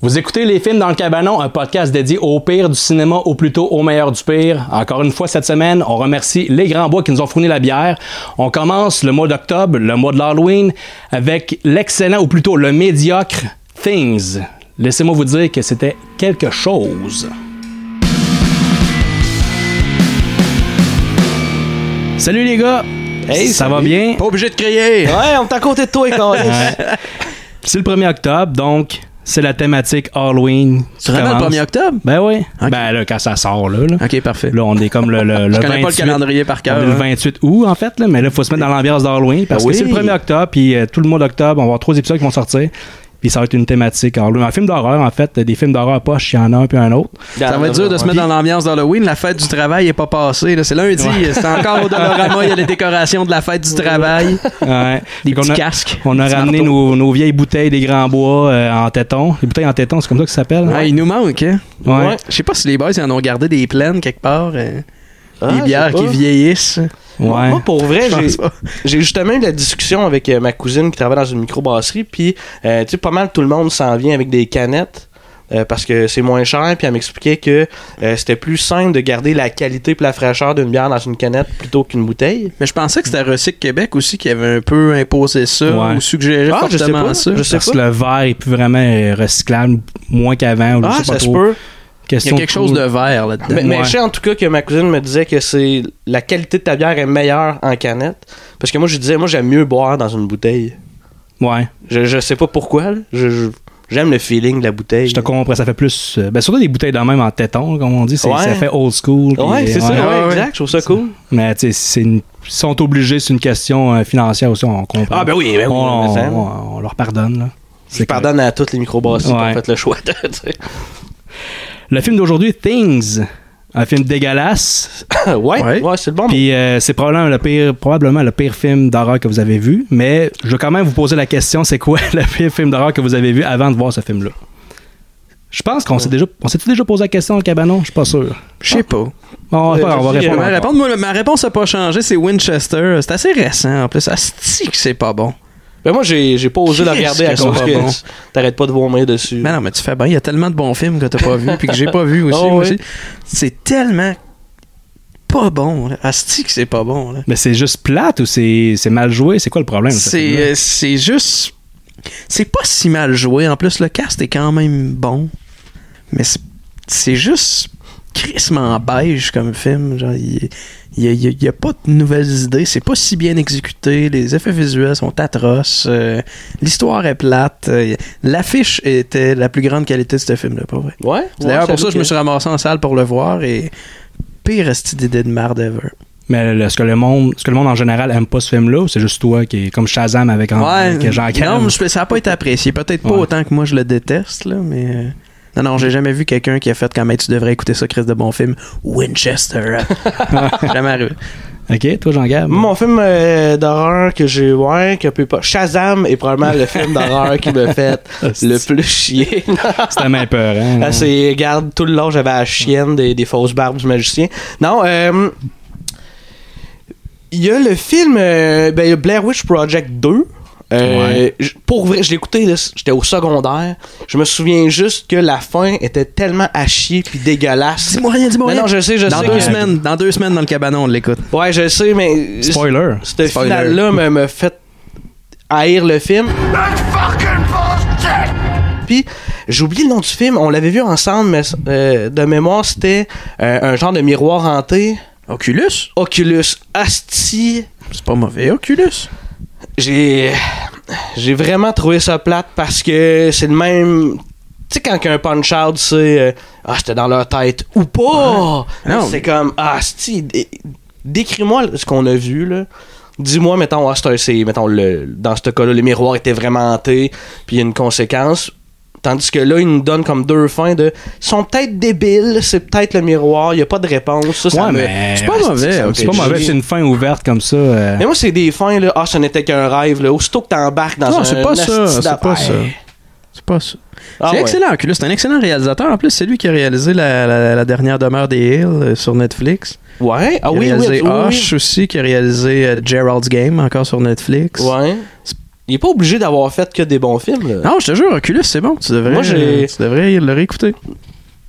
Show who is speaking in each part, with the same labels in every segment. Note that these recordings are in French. Speaker 1: Vous écoutez Les Films dans le Cabanon, un podcast dédié au pire du cinéma, ou plutôt au meilleur du pire. Encore une fois, cette semaine, on remercie les Grands Bois qui nous ont fourni la bière. On commence le mois d'octobre, le mois de l'Halloween, avec l'excellent, ou plutôt le médiocre Things. Laissez-moi vous dire que c'était quelque chose. Salut les gars!
Speaker 2: Hey,
Speaker 1: ça
Speaker 2: salut.
Speaker 1: va bien?
Speaker 2: Pas obligé de crier.
Speaker 3: Ouais, on est à côté de toi, Carlis.
Speaker 1: C'est le 1er octobre, donc c'est la thématique Halloween.
Speaker 2: Tu remets le 1er octobre?
Speaker 1: Ben oui. Ben là, quand ça sort, là. Là,
Speaker 2: Ok, parfait.
Speaker 1: Là, on est comme le, le, le
Speaker 2: Je
Speaker 1: 28,
Speaker 2: connais pas le calendrier par
Speaker 1: on
Speaker 2: cœur.
Speaker 1: est le 28 août, en fait, là, mais là, faut se mettre dans l'ambiance d'Halloween parce
Speaker 2: Ah
Speaker 1: que c'est
Speaker 2: oui.
Speaker 1: le 1er octobre, puis euh, tout le mois d'octobre, on va avoir trois épisodes qui vont sortir. Puis ça va être une thématique Halloween. Un film d'horreur, en fait, des films d'horreur poche, il y en a un puis un autre.
Speaker 2: Ça va être dur de se mettre dans l'ambiance d'Halloween. La fête du travail est pas passée. là. C'est lundi. C'est encore au Dolorama. Il y a les décorations de la fête du travail.
Speaker 1: Ouais.
Speaker 2: Des
Speaker 1: Fait qu'on
Speaker 2: petits
Speaker 1: a-
Speaker 2: casques.
Speaker 1: Euh, On a
Speaker 2: Des
Speaker 1: ramené
Speaker 2: marteaux.
Speaker 1: nos, nos vieilles bouteilles des grands bois euh, en téton. Les bouteilles en téton, c'est comme ça que ça s'appelle?
Speaker 2: Ah, il nous manque. Hein?
Speaker 1: Ouais.
Speaker 2: Je sais pas si les boys ils en ont gardé des plaines quelque part. euh,
Speaker 3: Ah,
Speaker 2: des
Speaker 3: je
Speaker 2: bières
Speaker 3: sais pas.
Speaker 2: qui vieillissent.
Speaker 1: Ouais.
Speaker 2: Oh,
Speaker 3: Moi, pour vrai,
Speaker 2: Je
Speaker 3: j'ai-
Speaker 2: pense pas.
Speaker 3: j'ai justement eu la discussion avec euh, ma cousine qui travaille dans une microbrasserie, puis euh, tu sais, pas mal tout le monde s'en vient avec des canettes. euh, parce que c'est moins cher, puis elle m'expliquait que euh, c'était plus simple de garder la qualité et la fraîcheur d'une bière dans une canette plutôt qu'une bouteille.
Speaker 2: Mais je pensais que c'était Recycle Québec aussi qui avait un peu imposé ça
Speaker 1: Ouais.
Speaker 2: ou suggéré
Speaker 3: Ah, je sais
Speaker 2: fortement
Speaker 3: pas.
Speaker 2: ça.
Speaker 3: Je sais
Speaker 1: Parce
Speaker 3: pas.
Speaker 1: que le verre est plus vraiment euh, recyclable, moins qu'avant. ou je
Speaker 3: Ah,
Speaker 1: sais pas
Speaker 3: ça se
Speaker 1: trop.
Speaker 3: peut.
Speaker 2: Il y
Speaker 1: Question
Speaker 2: a quelque chose de vert là-dedans.
Speaker 3: Mais, mais
Speaker 1: Ouais.
Speaker 3: je sais en tout cas que ma cousine me disait que c'est la qualité de ta bière est meilleure en canette. Parce que moi, je disais, moi, j'aime mieux boire dans une bouteille.
Speaker 1: Ouais,
Speaker 3: Je, je sais pas pourquoi. là. Je- je- J'aime le feeling de la bouteille.
Speaker 1: je te comprends, ça fait plus. euh, ben, surtout des bouteilles dans même en téton, comme on dit, c'est-
Speaker 3: Ouais.
Speaker 1: ça fait old school. puis, euh,
Speaker 3: Ouais, c'est ça,
Speaker 2: ouais,
Speaker 3: ouais,
Speaker 2: ouais.
Speaker 3: exact. Je trouve ça cool.
Speaker 1: Mais tu sais, c'est une- ils sont obligés, c'est une question euh, financière aussi, on comprend.
Speaker 3: Ah, ben oui, ben
Speaker 1: On,
Speaker 3: oui,
Speaker 1: on-
Speaker 3: mais ça.
Speaker 1: on- on leur pardonne, là.
Speaker 3: Je pardonne à toutes les microbrasseries qui
Speaker 1: Ouais.
Speaker 3: ont fait le choix de. tu sais.
Speaker 1: Le film d'aujourd'hui, Things, un film dégueulasse,
Speaker 3: ouais,
Speaker 2: Ouais.
Speaker 3: ouais. c'est le bon.
Speaker 1: puis euh, c'est probablement le pire, probablement le pire film d'horreur que vous avez vu, mais je veux quand même vous poser la question, c'est quoi le pire film d'horreur que vous avez vu avant de voir ce film-là? Je pense qu'on s'est déjà, on s'est déjà posé la question, le cabanon, je suis pas sûr.
Speaker 2: Je sais pas.
Speaker 1: Bon, on
Speaker 3: Ouais,
Speaker 1: va, on va
Speaker 3: je dis,
Speaker 1: répondre.
Speaker 2: Ma,
Speaker 1: encore.
Speaker 2: réponse, moi, ma réponse n'a pas changé, c'est Winchester. C'est assez récent en plus. Asti que c'est pas bon.
Speaker 3: Ben moi, j'ai j'ai pas osé le
Speaker 2: Qu'est-ce Ben
Speaker 3: regarder à
Speaker 2: que
Speaker 3: cause
Speaker 2: c'est
Speaker 3: que
Speaker 2: pas bon.
Speaker 3: tu- t'arrêtes pas de vomir dessus.
Speaker 2: Mais non, mais tu fais bien. Il y a tellement de bons films que t'as pas vu puis que j'ai pas vu aussi.
Speaker 3: Ah
Speaker 2: moi
Speaker 3: ouais.
Speaker 2: aussi. C'est tellement pas bon. là. Asti que c'est pas bon. là.
Speaker 1: Mais c'est juste plate ou c'est c'est mal joué? C'est quoi le problème? ce
Speaker 2: C'est
Speaker 1: film-là?
Speaker 2: euh, c'est juste. C'est pas si mal joué. En plus, le cast est quand même bon. Mais c'est- c'est juste crissement beige comme film. Genre, il n'y a, il y a- il y a pas de nouvelles idées. C'est pas si bien exécuté. Les effets visuels sont atroces. euh, L'histoire est plate. euh, L'affiche était la plus grande qualité de ce film-là, pas vrai?
Speaker 3: Ouais.
Speaker 2: C'est D'ailleurs, pour ça, je me suis ramassé en salle pour le voir et pire esti d'idée de marde ever.
Speaker 1: Mais le- est-ce que le monde est-ce que le monde en général aime pas ce film-là ou c'est juste toi qui est comme Shazam avec en-
Speaker 2: Ouais,
Speaker 1: avec Jean
Speaker 2: non,
Speaker 1: Cam?
Speaker 2: Ah, mais je- ça n'a pas été apprécié. Peut-être pas
Speaker 1: Ouais.
Speaker 2: autant que moi je le déteste, là, mais. euh, Non, non, j'ai jamais vu quelqu'un qui a fait comme Hey, tu devrais écouter ça, Chris de bon film, Winchester. jamais arrivé.
Speaker 1: Ok, toi Jean Gab?
Speaker 3: Mon film euh, d'horreur que j'ai ouais que peut pas Shazam est probablement le film d'horreur qui me fait
Speaker 2: Ah,
Speaker 3: le plus chier.
Speaker 1: C'était même peur, hein?
Speaker 3: Ah, c'est, garde, tout le long, j'avais
Speaker 1: Mm.
Speaker 3: la chienne des, des fausses barbes du magicien. Non, euh, il y a le film euh, ben, il y a Blair Witch Project 2. Euh,
Speaker 1: Ouais.
Speaker 3: j- Pour vrai, je l'ai écouté, là, j'étais au secondaire. Je me souviens juste que la fin était tellement à chier puis dégueulasse.
Speaker 2: Dis-moi rien, dis-moi
Speaker 3: Mais
Speaker 2: rien.
Speaker 3: non, je sais, je
Speaker 2: dans
Speaker 3: sais.
Speaker 2: deux
Speaker 3: que-
Speaker 2: semaines, dans deux semaines dans le cabanon, on l'écoute.
Speaker 3: Ouais, je sais, mais.
Speaker 1: Spoiler.
Speaker 3: Ce
Speaker 2: Spoiler.
Speaker 3: final-là me, me fait haïr le film. Puis, j'ai oublié le nom du film, on l'avait vu ensemble, mais euh, de mémoire, c'était euh, un genre de miroir hanté.
Speaker 2: Oculus
Speaker 3: Oculus Asti.
Speaker 2: C'est pas mauvais, Oculus.
Speaker 3: J'ai. J'ai vraiment trouvé ça plate parce que c'est le même. Tu sais, quand un punch out, c'est. euh, ah, c'était dans leur tête ou pas!
Speaker 2: Ouais. Non.
Speaker 3: C'est comme. Ah, asti, dé- décris-moi ce qu'on a vu, là. Dis-moi, mettons, ah, c'est un- c'est. Mettons, le, dans ce cas-là, le miroir était vraiment hanté, puis il y a une conséquence. Tandis que là, ils nous donnent comme deux fins de. Ils sont peut-être débiles, c'est peut-être le miroir, il n'y a pas de réponse. Ça, ça
Speaker 1: Ouais,
Speaker 3: me-
Speaker 1: mais-
Speaker 3: C'est pas mauvais, ça me
Speaker 1: C'est pas
Speaker 3: fait
Speaker 1: mauvais,
Speaker 3: chier.
Speaker 1: c'est une fin ouverte comme ça. euh.
Speaker 3: Mais moi, c'est des fins, là. Ah, ce n'était qu'un rêve, là. Aussitôt que t'embarques dans
Speaker 2: Non,
Speaker 3: un.
Speaker 2: c'est pas ça,
Speaker 3: nasty
Speaker 2: c'est
Speaker 3: d'affaires.
Speaker 2: pas ça. C'est pas ça.
Speaker 3: Ah
Speaker 2: c'est
Speaker 3: ouais.
Speaker 2: excellent, Oculus. C'est un excellent réalisateur. En plus, c'est lui qui a réalisé la, la- la dernière demeure des Hills euh, sur Netflix.
Speaker 3: Ouais. Ah
Speaker 2: qui
Speaker 3: oui,
Speaker 2: a
Speaker 3: oui,
Speaker 2: réalisé
Speaker 3: oui, oui.
Speaker 2: Hush aussi, qui a réalisé euh, Gerald's Game encore sur Netflix.
Speaker 3: Ouais. Il est pas obligé d'avoir fait que des bons films.
Speaker 1: Euh,
Speaker 3: là.
Speaker 2: Non, je te jure, Oculus, c'est bon. Tu devrais,
Speaker 3: Moi, j'ai-
Speaker 2: euh, tu devrais le réécouter.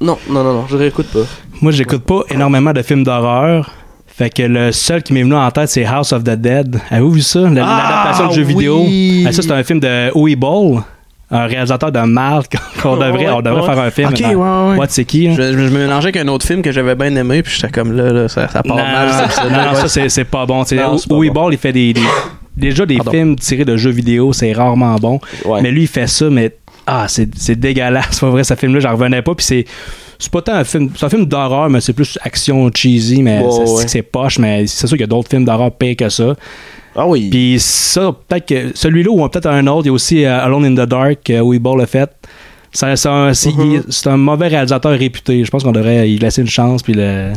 Speaker 3: Non, non, non, non, je réécoute pas.
Speaker 1: Moi, j'écoute pas énormément de films d'horreur. Fait que le seul qui m'est venu en tête, c'est House of the Dead. Avez-vous vu ça? La- L'adaptation de jeux
Speaker 3: Ah, oui.
Speaker 1: vidéo. Ah, ça, c'est un film de Uwe Boll, un réalisateur de mal qu'on devrait, on devrait
Speaker 3: Ah, ouais.
Speaker 1: faire un film.
Speaker 2: Ok,
Speaker 1: dans-
Speaker 2: ouais, ouais.
Speaker 1: What, c'est qui? hein?
Speaker 2: Je, je me mélangeais avec un autre film que j'avais bien aimé, puis j'étais comme là, là, ça, ça part
Speaker 1: Non, Ah,
Speaker 2: mal. cet épisode-là.
Speaker 1: non, non, ça, c'est- c'est pas bon. C'est-
Speaker 3: Non, c'est pas
Speaker 1: Uwe
Speaker 3: bon.
Speaker 1: Boll, il fait des, des- déjà des
Speaker 2: Pardon.
Speaker 1: films tirés de jeux vidéo, c'est rarement bon.
Speaker 3: Ouais.
Speaker 1: Mais lui, il fait ça, mais ah, c'est c'est dégueulasse. Pas vrai, ce film-là, j'en revenais pas. Puis c'est c'est pas tant un film, c'est un film d'horreur, mais c'est plus action cheesy, mais
Speaker 3: Ouais,
Speaker 1: c'est-
Speaker 3: ouais.
Speaker 1: c'est- c'est poche. Mais c'est sûr qu'il y a d'autres films d'horreur pires que ça.
Speaker 3: Ah oui.
Speaker 1: Puis ça, peut-être que celui-là ou peut-être un autre, il y a aussi euh, Alone in the Dark que Uwe Boll a fait. Ça- C'est un, c'est-
Speaker 3: Uh-huh.
Speaker 1: il- c'est un mauvais réalisateur réputé. Je pense qu'on devrait y laisser une chance puis le-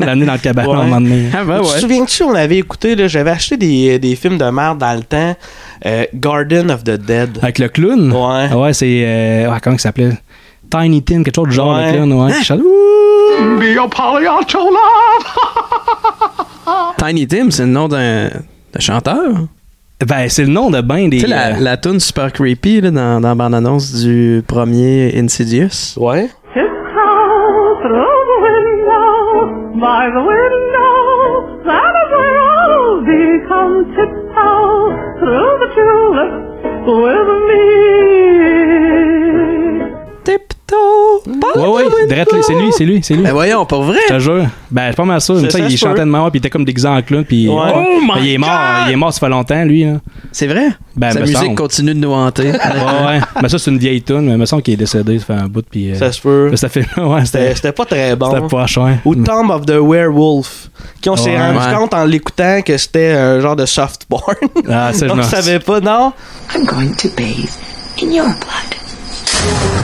Speaker 1: l'amener dans le cabanon
Speaker 3: Ouais.
Speaker 1: à un moment donné.
Speaker 2: Ah, ben
Speaker 3: Tu te
Speaker 2: ouais.
Speaker 3: souviens-tu, on avait écouté, là, j'avais acheté des, euh, des films de merde dans le temps. euh, Garden of the Dead.
Speaker 1: Avec le clown?
Speaker 3: Ouais.
Speaker 1: Ouais, c'est. euh, ah, comment il s'appelait? Tiny Tim, quelque chose de genre,
Speaker 3: Ouais.
Speaker 1: le clown,
Speaker 2: Hein?
Speaker 1: ouais. Shadow-
Speaker 2: Tiny Tim, c'est le nom d'un d'un chanteur.
Speaker 1: Ben, c'est le nom de ben des.
Speaker 2: Tu sais, la,
Speaker 1: euh,
Speaker 2: la toune super creepy là, dans, dans la bande-annonce du premier Insidious.
Speaker 3: Ouais.
Speaker 4: Tiptoe through the window, by the window, that is where I'll be. Come tiptoe through the tulips with me.
Speaker 2: Tiptoe.
Speaker 1: Ouais, ouais, direct, c'est lui, c'est lui, c'est lui.
Speaker 2: Ben voyons, pour vrai.
Speaker 1: Je te jure. Ben, je suis pas mal sûr.
Speaker 3: Ça,
Speaker 1: Ça,
Speaker 3: ça
Speaker 1: il
Speaker 3: se peut.
Speaker 1: chantait de mort, puis il était comme déguisé en clown, puis.
Speaker 3: Ouais. Oh
Speaker 1: Ben, il est mort, il est mort, ça fait longtemps, lui. hein.
Speaker 2: C'est vrai.
Speaker 1: Ben,
Speaker 2: Sa
Speaker 1: me
Speaker 2: musique
Speaker 1: semble.
Speaker 2: continue de nous hanter.
Speaker 1: Ouais, ouais. Mais ça, c'est une vieille tune, mais il me semble qu'il est décédé, ça fait un bout, puis. euh,
Speaker 3: Ça se peut.
Speaker 1: mais ça fait. Ouais, c'était.
Speaker 3: C'était c'était pas très
Speaker 1: C'était
Speaker 3: bon.
Speaker 1: poche, ouais. Mm.
Speaker 3: Ou Tomb of the Werewolf. Qui on s'est
Speaker 1: Ouais.
Speaker 3: rendu
Speaker 2: Ouais.
Speaker 3: compte en l'écoutant que c'était un genre de soft porn.
Speaker 1: Ah, ça, je
Speaker 3: on
Speaker 1: m'en-
Speaker 3: ne savait pas, non?
Speaker 5: I'm going to bathe in your blood.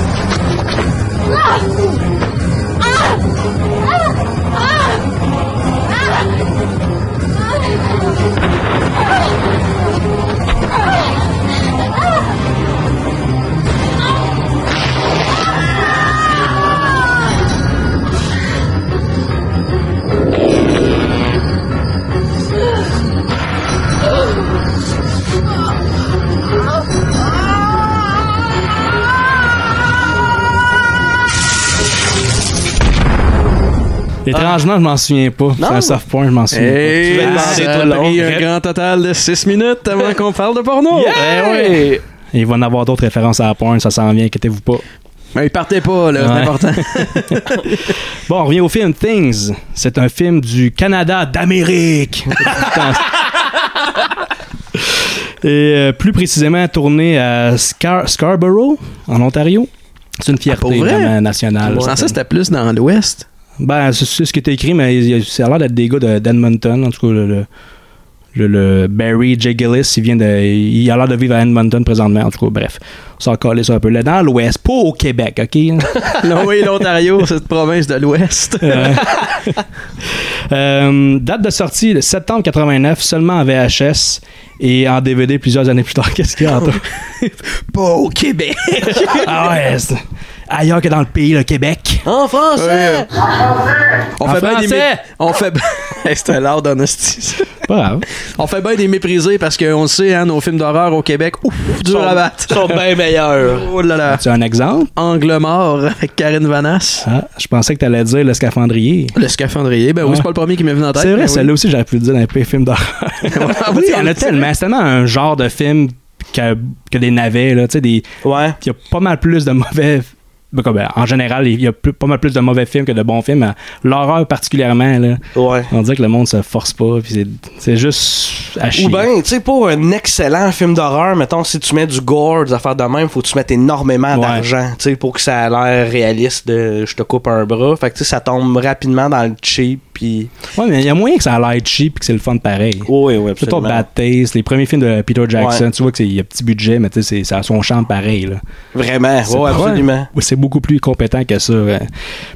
Speaker 1: Étrangement, je m'en souviens pas. C'est un
Speaker 3: Non.
Speaker 1: soft point, je m'en souviens pas.
Speaker 2: Et
Speaker 3: vas demander,
Speaker 2: ça
Speaker 3: toi,
Speaker 2: a
Speaker 3: long.
Speaker 2: pris un
Speaker 1: Rep-
Speaker 2: grand total de 6 minutes avant qu'on parle de porno.
Speaker 1: Yeah!
Speaker 2: Eh oui.
Speaker 3: Hey!
Speaker 1: Et Il va en avoir d'autres références à la porn, ça s'en vient, inquiétez-vous pas.
Speaker 2: Mais partez pas, là,
Speaker 1: Ouais.
Speaker 2: c'est important.
Speaker 1: Bon, on revient au film Things. C'est un film du Canada d'Amérique. Et euh, plus précisément tourné à Scar- Scarborough, en Ontario. C'est une
Speaker 2: Ah,
Speaker 1: fierté
Speaker 2: pour vrai?
Speaker 1: vraiment nationale.
Speaker 2: Je pensais que c'était plus dans l'ouest.
Speaker 1: Ben, c'est c'est ce qui est écrit, mais il y a- ça a l'air d'être des gars de- d'Edmonton. En tout cas, le, le- le- le Barry J. Gillis, il, vient de, il a l'air de vivre à Edmonton présentement. En tout cas, bref, on s'en calait ça un peu. Là, dans l'Ouest, pas au Québec, OK?
Speaker 2: Non, oui, l'Ontario, c'est une province de l'ouest.
Speaker 1: Euh, date de sortie le septembre 89, seulement en VHS et en DVD plusieurs années plus tard. Qu'est-ce qu'il y a Antoine?
Speaker 2: pas au Québec.
Speaker 1: Ah ouais, c'est- ailleurs que dans le pays, le Québec.
Speaker 3: En français!
Speaker 2: On
Speaker 1: En
Speaker 2: fait bien des
Speaker 1: français.
Speaker 2: mé- On fait. Hey, c'est un lard d'honesty.
Speaker 1: Pas grave.
Speaker 2: On fait bien des méprisés parce qu'on le sait, hein, nos films d'horreur au Québec, ouf, dur à battre.
Speaker 3: Ils sont bien meilleurs.
Speaker 2: Oh là là.
Speaker 1: C'est un exemple.
Speaker 2: Angle mort avec Karine Vanasse.
Speaker 1: Ah, je pensais que t'allais dire le scaphandrier.
Speaker 2: Le scaphandrier, ben oui,
Speaker 1: Ouais.
Speaker 2: c'est pas le premier qui m'est venu en tête.
Speaker 1: C'est vrai,
Speaker 2: mais
Speaker 1: celle-là aussi, j'aurais pu le dire dans les pires films d'horreur.
Speaker 2: oui,
Speaker 1: il y en a tellement. C'est tellement un genre de film que, que des navets, là. Tu sais, des.
Speaker 3: Ouais.
Speaker 1: Il y a pas mal plus de mauvais. ben, comme, ben, en général, il y a plus- pas mal plus de mauvais films que de bons films. mais L'horreur particulièrement, là.
Speaker 3: Ouais.
Speaker 1: On dirait que le monde se force pas, puis c'est- c'est juste à chier.
Speaker 3: Ou bien, tu sais, pour un excellent film d'horreur, mettons, si tu mets du gore, des affaires de même, faut que tu mettes énormément
Speaker 1: Ouais.
Speaker 3: d'argent, tu sais, pour que ça a l'air réaliste de je te coupe un bras. Fait que, tu sais, ça tombe rapidement dans le cheap, puis.
Speaker 1: Ouais, mais il y a moyen que ça a l'air cheap et que c'est le fun pareil.
Speaker 3: Oui, oui,
Speaker 1: Plutôt Bad Taste, les premiers films de Peter Jackson,
Speaker 3: Ouais.
Speaker 1: tu vois qu'il y a petit budget, mais tu sais, c'est- ça a son champ pareil. Là.
Speaker 3: Vraiment,
Speaker 1: C'est-
Speaker 3: ouais, absolument.
Speaker 1: Ouais, c'est beaucoup plus compétent que ça. ouais.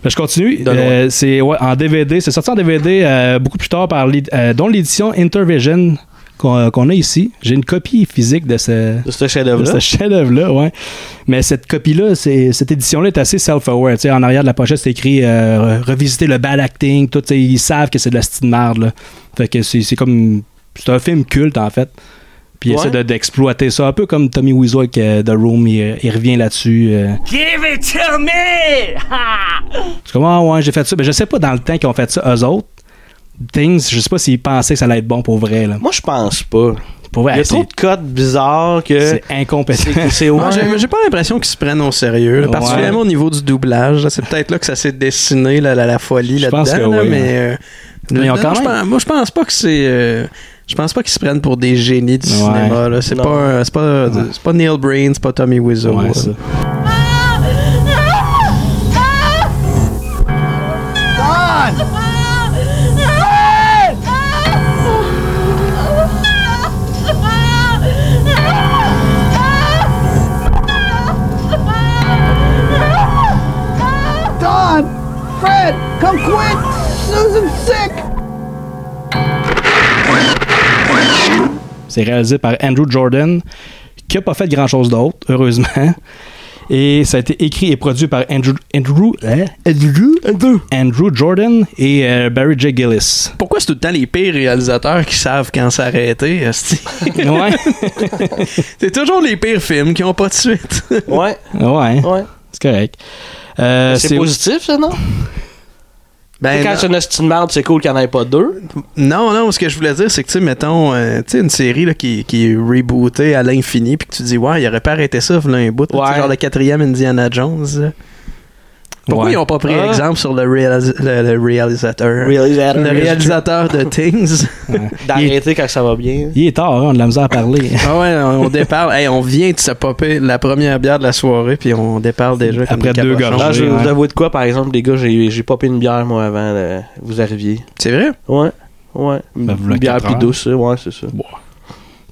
Speaker 1: Mais je continue.
Speaker 3: De loin.
Speaker 1: Euh, c'est ouais, en DVD. C'est sorti en DVD euh, beaucoup plus tard par l'éd- euh, dont l'édition Intervision qu'on euh, qu'on a ici. J'ai une copie physique de ce,
Speaker 3: De ce
Speaker 1: de
Speaker 3: chef-d'œuvre-là.
Speaker 1: ce chef-d'œuvre-là, ouais. Mais cette copie-là, c'est- cette édition-là est assez self-aware. Tu sais, En arrière de la pochette, c'est écrit euh, re- revisiter le bad acting. Tout, tu sais, ils savent que c'est de la style de merde. là. Fait que c'est c'est comme. C'est un film culte, en fait. Puis il
Speaker 3: Ouais.
Speaker 1: essaie de- d'exploiter ça, un peu comme Tommy Wiseau avec euh, The Room, il, il revient là-dessus. euh.
Speaker 6: Give it to me! Ha!
Speaker 1: C'est comme, ah ouais, j'ai fait ça. Mais je sais pas dans le temps qu'ils ont fait ça, eux autres. Things, je sais pas s'ils pensaient que ça allait être bon pour vrai. Là.
Speaker 3: Moi, je pense pas.
Speaker 1: Pour vrai,
Speaker 3: Il y a
Speaker 1: c'est-
Speaker 3: trop de codes bizarres que.
Speaker 1: c'est incompétent.
Speaker 3: Ben, C'est c'est- ouais.
Speaker 2: Moi, Ah, j'ai- J'ai pas l'impression qu'ils se prennent au sérieux, là,
Speaker 1: Ouais.
Speaker 2: particulièrement au niveau du doublage. là. C'est peut-être là que ça s'est dessiné la, la, la folie
Speaker 1: Je
Speaker 2: là-dedans,
Speaker 1: pense que
Speaker 2: là,
Speaker 1: oui, hein.
Speaker 2: mais euh,
Speaker 1: Mais ils ont
Speaker 2: non,
Speaker 1: quand
Speaker 2: je
Speaker 1: même-
Speaker 2: pense- moi je pense pas que c'est euh, je pense pas qu'ils se prennent pour des génies du
Speaker 1: Ouais.
Speaker 2: cinéma. là. C'est
Speaker 3: Non.
Speaker 2: pas un- c'est pas c'est pas Neil Breen, c'est pas Tommy Wiseau.
Speaker 1: Ouais,
Speaker 2: là.
Speaker 1: ça. C'est réalisé par Andrew Jordan, qui a pas fait grand-chose d'autre, heureusement. Et ça a été écrit et produit par Andrew Andrew hein? Andrew, Andrew Jordan et euh, Barry J. Gillis.
Speaker 2: Pourquoi c'est tout le temps les pires réalisateurs qui savent quand s'arrêter esti?
Speaker 1: Ouais,
Speaker 2: C'est toujours les pires films qui ont pas de suite.
Speaker 3: Ouais,
Speaker 1: ouais,
Speaker 3: ouais.
Speaker 1: c'est correct. Euh,
Speaker 3: C'est positif, ça, non?
Speaker 2: Ben,
Speaker 3: Quand
Speaker 2: non.
Speaker 3: c'est une hostie de merde, c'est cool qu'il n'y en ait pas deux.
Speaker 2: Non, non, ce que je voulais dire, c'est que, tu sais, mettons, euh, tu sais, une série là, qui, qui est rebootée à l'infini, puis que tu dis, ouais, il aurait pas arrêté ça, v'là un bout, là, tu sais,
Speaker 3: Ouais.
Speaker 2: genre le quatrième Indiana Jones. là. Pourquoi
Speaker 1: Ouais.
Speaker 2: ils ont pas pris
Speaker 3: Ah.
Speaker 2: exemple sur le, réalis- le- le réalisateur? Le réalisateur de Things.
Speaker 3: D'arrêter quand ça va bien.
Speaker 1: Il est tard, hein, on a de la misère à parler.
Speaker 2: ah ouais, on, on déparle. Hey, on vient de se popper la première bière de la soirée, puis on déparle déjà. comme
Speaker 1: Après
Speaker 2: des
Speaker 1: deux
Speaker 2: cabochons.
Speaker 1: gorgées.
Speaker 3: Non, je vais
Speaker 1: ouais.
Speaker 3: vous avouer de quoi, par exemple, les gars, j'ai j'ai popé une bière, moi, avant euh, vous arriviez.
Speaker 2: C'est vrai?
Speaker 3: Ouais, ouais. Une
Speaker 1: Ben, voilà
Speaker 3: bière
Speaker 1: quatre
Speaker 3: plus
Speaker 1: heures.
Speaker 3: douce, euh, ouais, c'est ça.
Speaker 1: Puis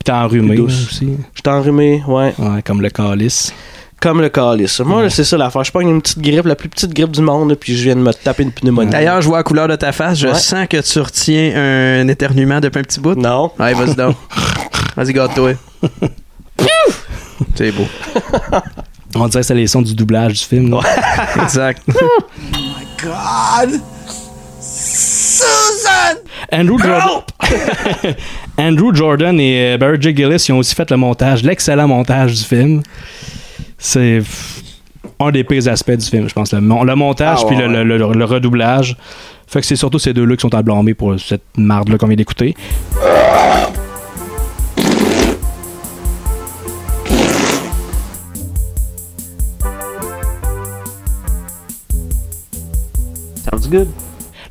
Speaker 1: t'es enrhumé
Speaker 3: Plus
Speaker 1: là,
Speaker 3: douce.
Speaker 1: aussi.
Speaker 3: J'étais enrhumé, ouais.
Speaker 1: Ouais, comme le calice.
Speaker 3: Comme le calice. Moi, là, c'est ça l'affaire. Je pogne une petite grippe, la plus petite grippe du monde, là, puis je viens de me taper une pneumonie.
Speaker 2: D'ailleurs, je vois la couleur de ta face, je
Speaker 3: Ouais.
Speaker 2: sens que tu retiens un éternuement depuis un petit bout.
Speaker 3: Non.
Speaker 2: Allez, vas-y donc. Vas-y, gâte-toi. C'est beau.
Speaker 1: On dirait que c'est les sons du doublage du film. là.
Speaker 2: Exact.
Speaker 1: Andrew Jordan. Andrew Jordan et euh, Barry J. Gillis ils ont aussi fait le montage, l'excellent montage du film. C'est pff, un des pires aspects du film, je pense. Le, mon- le montage
Speaker 3: Ah ouais,
Speaker 1: puis le,
Speaker 3: ouais.
Speaker 1: le- le- le redoublage. Fait que c'est surtout ces deux-là qui sont à blâmer pour cette marde-là qu'on vient d'écouter.
Speaker 3: Sounds good.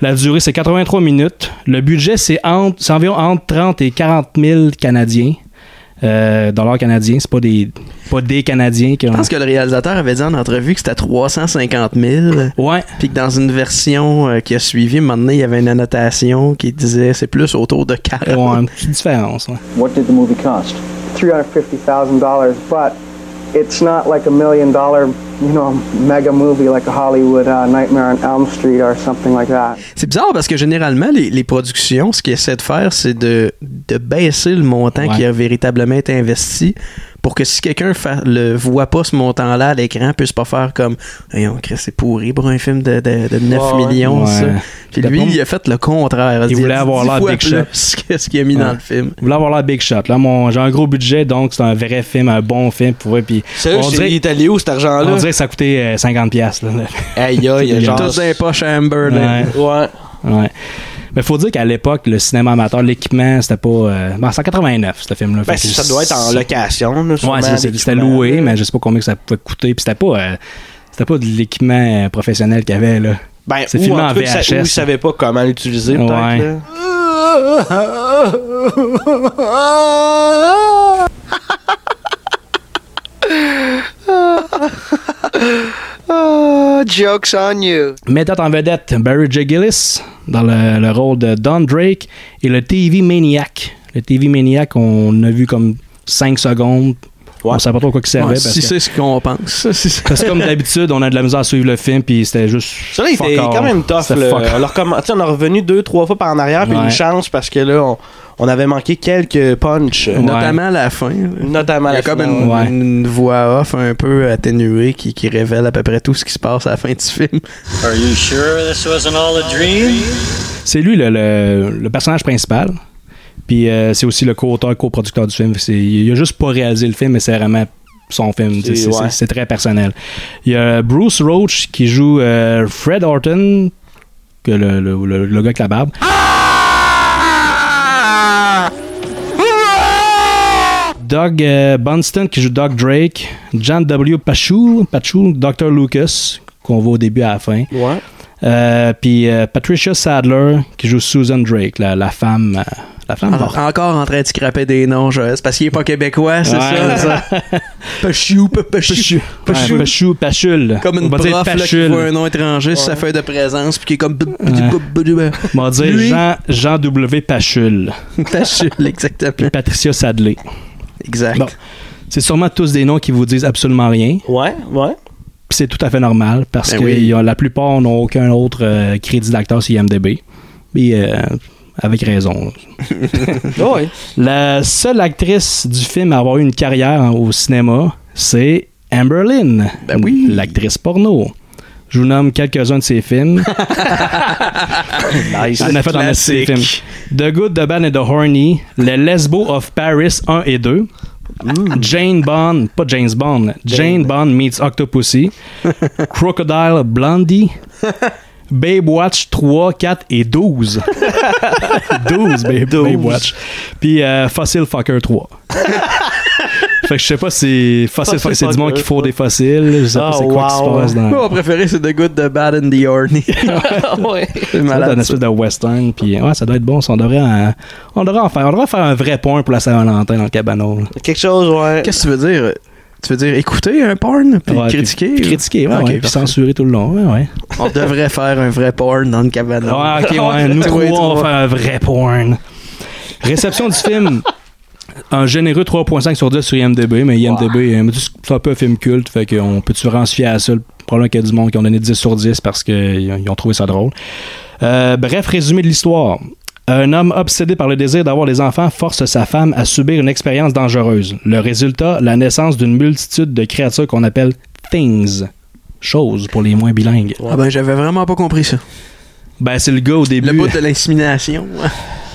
Speaker 1: La durée, c'est 83 minutes. Le budget, c'est entre, c'est environ entre 30 et 40 000 Canadiens. Euh, dollars canadiens, c'est pas des, pas des Canadiens qui ont.
Speaker 2: Je pense que le réalisateur avait dit en entrevue que c'était 350 000.
Speaker 1: Ouais,
Speaker 2: Puis que dans une version euh, qui a suivi, maintenant, il y avait une annotation qui disait c'est plus autour de 40.
Speaker 1: ouais, une petite différence. ouais.
Speaker 7: What did the movie cost?
Speaker 8: $350,000, but it's not like a million dollar, you know, mega movie like a Hollywood uh, Nightmare on Elm Street or something like that.
Speaker 2: C'est bizarre parce que généralement, les, les productions, ce qu'ils essaient de faire, c'est de, de baisser le montant
Speaker 1: Ouais.
Speaker 2: qui a véritablement été investi pour que si quelqu'un fa- le voit pas ce montant-là à l'écran, puisse pas faire comme Voyons, Chris, c'est pourri pour un film de, de, de 9
Speaker 3: Ouais.
Speaker 2: millions. ça.
Speaker 1: Ouais.
Speaker 2: Puis
Speaker 1: D'après
Speaker 2: lui,
Speaker 1: moi-
Speaker 2: il a fait le contraire.
Speaker 1: Il
Speaker 2: a
Speaker 1: voulait
Speaker 2: dit
Speaker 1: avoir
Speaker 2: dix
Speaker 1: l'air
Speaker 2: fois
Speaker 1: Big
Speaker 2: plus que ce qu'il a mis
Speaker 1: Ouais.
Speaker 2: dans le film.
Speaker 1: Je voulais avoir l'air big shot. Là, mon, j'ai un gros budget, donc c'est un vrai film, un bon film. Pour vrai, puis
Speaker 3: Sérieux,
Speaker 1: on,
Speaker 3: c'est-
Speaker 1: dirait,
Speaker 3: il est allé où cet
Speaker 1: on
Speaker 3: argent-là?
Speaker 1: dirait que ça a coûté euh, 50$. piastres, Là.
Speaker 3: Aïe, aïe, genre.
Speaker 2: Tous dans les poches à Amberlin.
Speaker 1: Ah, Ouais,
Speaker 3: Ouais.
Speaker 1: ouais. Mais faut dire qu'à l'époque, le cinéma amateur, l'équipement, c'était pas. Euh, bon, c'est en 89, ce film-là.
Speaker 3: Ben,
Speaker 1: Fait que
Speaker 3: ça doit être en location, là, sûrement,
Speaker 1: Ouais, c'est- c'est-
Speaker 3: des
Speaker 1: c'était
Speaker 3: équipements.
Speaker 1: loué, mais je sais pas combien que ça pouvait coûter. Puis c'était pas. euh, c'était pas de l'équipement euh, professionnel qu'il y avait, là.
Speaker 3: Ben,
Speaker 1: C'est
Speaker 3: ou
Speaker 1: filmé
Speaker 3: en
Speaker 1: en
Speaker 3: tout cas, ça-
Speaker 1: VHS.
Speaker 3: ou ils savaient pas comment l'utiliser, peut-être.
Speaker 1: Ouais.
Speaker 3: là.
Speaker 7: Joke's on you.
Speaker 1: Mettant en vedette Barry J. Gillis dans le, le rôle de Don Drake et le TV Maniac. Le TV Maniac, on a vu comme 5 secondes.
Speaker 3: Ouais.
Speaker 1: On savait pas trop quoi qu'il servait.
Speaker 2: Ouais,
Speaker 1: parce,
Speaker 2: si
Speaker 1: que,
Speaker 2: c'est ce qu'on pense. Si c'est-
Speaker 1: parce que comme d'habitude, on a de la misère à suivre le film, puis c'était juste.
Speaker 3: Ça, là, il
Speaker 1: fuck
Speaker 3: était
Speaker 1: all.
Speaker 3: quand même tough.
Speaker 1: C'était
Speaker 3: là.
Speaker 1: fuck
Speaker 3: On,
Speaker 1: all.
Speaker 3: leur comm- tu sais, on est revenu deux, trois fois par en arrière, puis
Speaker 1: Ouais.
Speaker 3: une chance parce que là, on, on avait manqué quelques punch.
Speaker 1: Ouais.
Speaker 2: Notamment à la fin.
Speaker 3: Notamment
Speaker 2: Il y
Speaker 3: la
Speaker 2: a comme
Speaker 3: finale.
Speaker 2: une,
Speaker 1: Ouais.
Speaker 2: une voix off un peu atténuée qui, qui révèle à peu près tout ce qui se passe à la fin du film.
Speaker 9: Are you sure this wasn't all a dream?
Speaker 1: C'est lui le, le- le personnage principal. Puis euh, c'est aussi le co-auteur, co-producteur du film. C'est- il a juste pas réalisé le film, mais c'est vraiment son film.
Speaker 3: C'est-
Speaker 1: C'est c'est-
Speaker 3: ouais.
Speaker 1: c'est très personnel. Il y a Bruce Roach qui joue euh, Fred Horton, que le, le- le- le gars avec la barbe. Doug euh, Bunston qui joue Doc Drake. John W. Pachul, Pachul Dr. Lucas, qu'on voit au début à la fin.
Speaker 3: Ouais.
Speaker 1: Euh, puis euh, Patricia Sadler qui joue Susan Drake, la, la femme. euh, la femme
Speaker 2: En-
Speaker 1: morte.
Speaker 2: encore en train de scraper des noms, Joël. C'est parce qu'il est pas québécois, c'est
Speaker 1: Ouais.
Speaker 2: ça? ça. Pachou, pa- pachou.
Speaker 1: Pachou.
Speaker 2: Pachou.
Speaker 1: Pachou, Pachul.
Speaker 2: Comme
Speaker 1: On
Speaker 2: une
Speaker 1: va
Speaker 2: prof
Speaker 1: dire
Speaker 2: là, qui
Speaker 1: Pachul.
Speaker 2: voit un nom étranger sur sa feuille de présence, puis qui est comme...
Speaker 1: On va dire
Speaker 2: Lui.
Speaker 1: Jean, Jean W. Pachul.
Speaker 2: Pachou, exactement.
Speaker 1: Patricia Sadler.
Speaker 2: Exact.
Speaker 1: Bon. C'est sûrement tous des noms qui vous disent absolument rien.
Speaker 3: Ouais, ouais.
Speaker 1: Puis c'est tout à fait normal parce
Speaker 2: Ben
Speaker 1: que
Speaker 2: oui.
Speaker 1: y a- la plupart n'ont aucun autre euh, crédit d'acteur sur IMDB. Et euh, avec raison.
Speaker 3: Ouais.
Speaker 1: La seule actrice du film à avoir eu une carrière en- au cinéma, c'est Amber Lynn,
Speaker 2: Ben oui.
Speaker 1: l'actrice porno. Je vous nomme quelques-uns de ses films.
Speaker 3: Nice.
Speaker 1: Elle en a fait en assez de films. The Good, The Bad and The Horny, Les Lesbo of Paris 1 et 2,
Speaker 2: Mm.
Speaker 1: Jane Bond, pas James Bond, Jane, Bond meets Octopussy, Crocodile Blondie, Babe Watch 3, 4 et 12. 12, Babe, Babe Watch. Puis euh, Fossil Fucker 3. fait que je sais pas si Fossil
Speaker 3: Fossil
Speaker 1: Fucker, c'est du monde qui
Speaker 3: Fucker,
Speaker 1: faut des fossiles. Je sais pas
Speaker 3: Ah,
Speaker 1: c'est quoi
Speaker 3: wow.
Speaker 1: qui se passe dans.
Speaker 2: Moi, mon préféré, c'est The Good, The Bad and The Horny.
Speaker 3: ouais.
Speaker 2: C'est
Speaker 1: Ça doit être
Speaker 2: malade,
Speaker 1: une
Speaker 2: ça.
Speaker 1: espèce de western, puis ouais, ça doit être bon. ça. on devrait, en, on devrait en faire, on devrait faire un vrai point pour la Saint-Valentin dans le cabanon. là.
Speaker 3: Quelque chose, ouais.
Speaker 2: Qu'est-ce que tu veux dire? Tu veux dire écouter un porn, puis
Speaker 1: Ouais, puis-
Speaker 2: critiquer?
Speaker 1: puis critiquer, ouais,
Speaker 2: Ah, ok,
Speaker 1: ouais, puis
Speaker 2: parfait.
Speaker 1: censurer tout le long, ouais, ouais.
Speaker 2: On devrait faire un vrai porn dans le cabane.
Speaker 1: Ah, ok, ouais, nous trois, on va faire un vrai porn. Réception du film. Un généreux 3.5 sur 10 sur IMDB, mais IMDB, euh, c'est un peu un film culte, fait qu'on peut-tu vraiment se fier à ça? Le problème qu'il y a du monde qui ont donné 10 sur 10 parce qu'ils ont trouvé ça drôle. Euh, bref, résumé de l'histoire. Un homme obsédé par le désir d'avoir des enfants force sa femme à subir une expérience dangereuse. Le résultat, la naissance d'une multitude de créatures qu'on appelle things. Choses pour les moins bilingues.
Speaker 2: Ah ben, j'avais vraiment pas compris ça.
Speaker 1: Ben, c'est le gars au début.
Speaker 2: Le bout de l'insémination.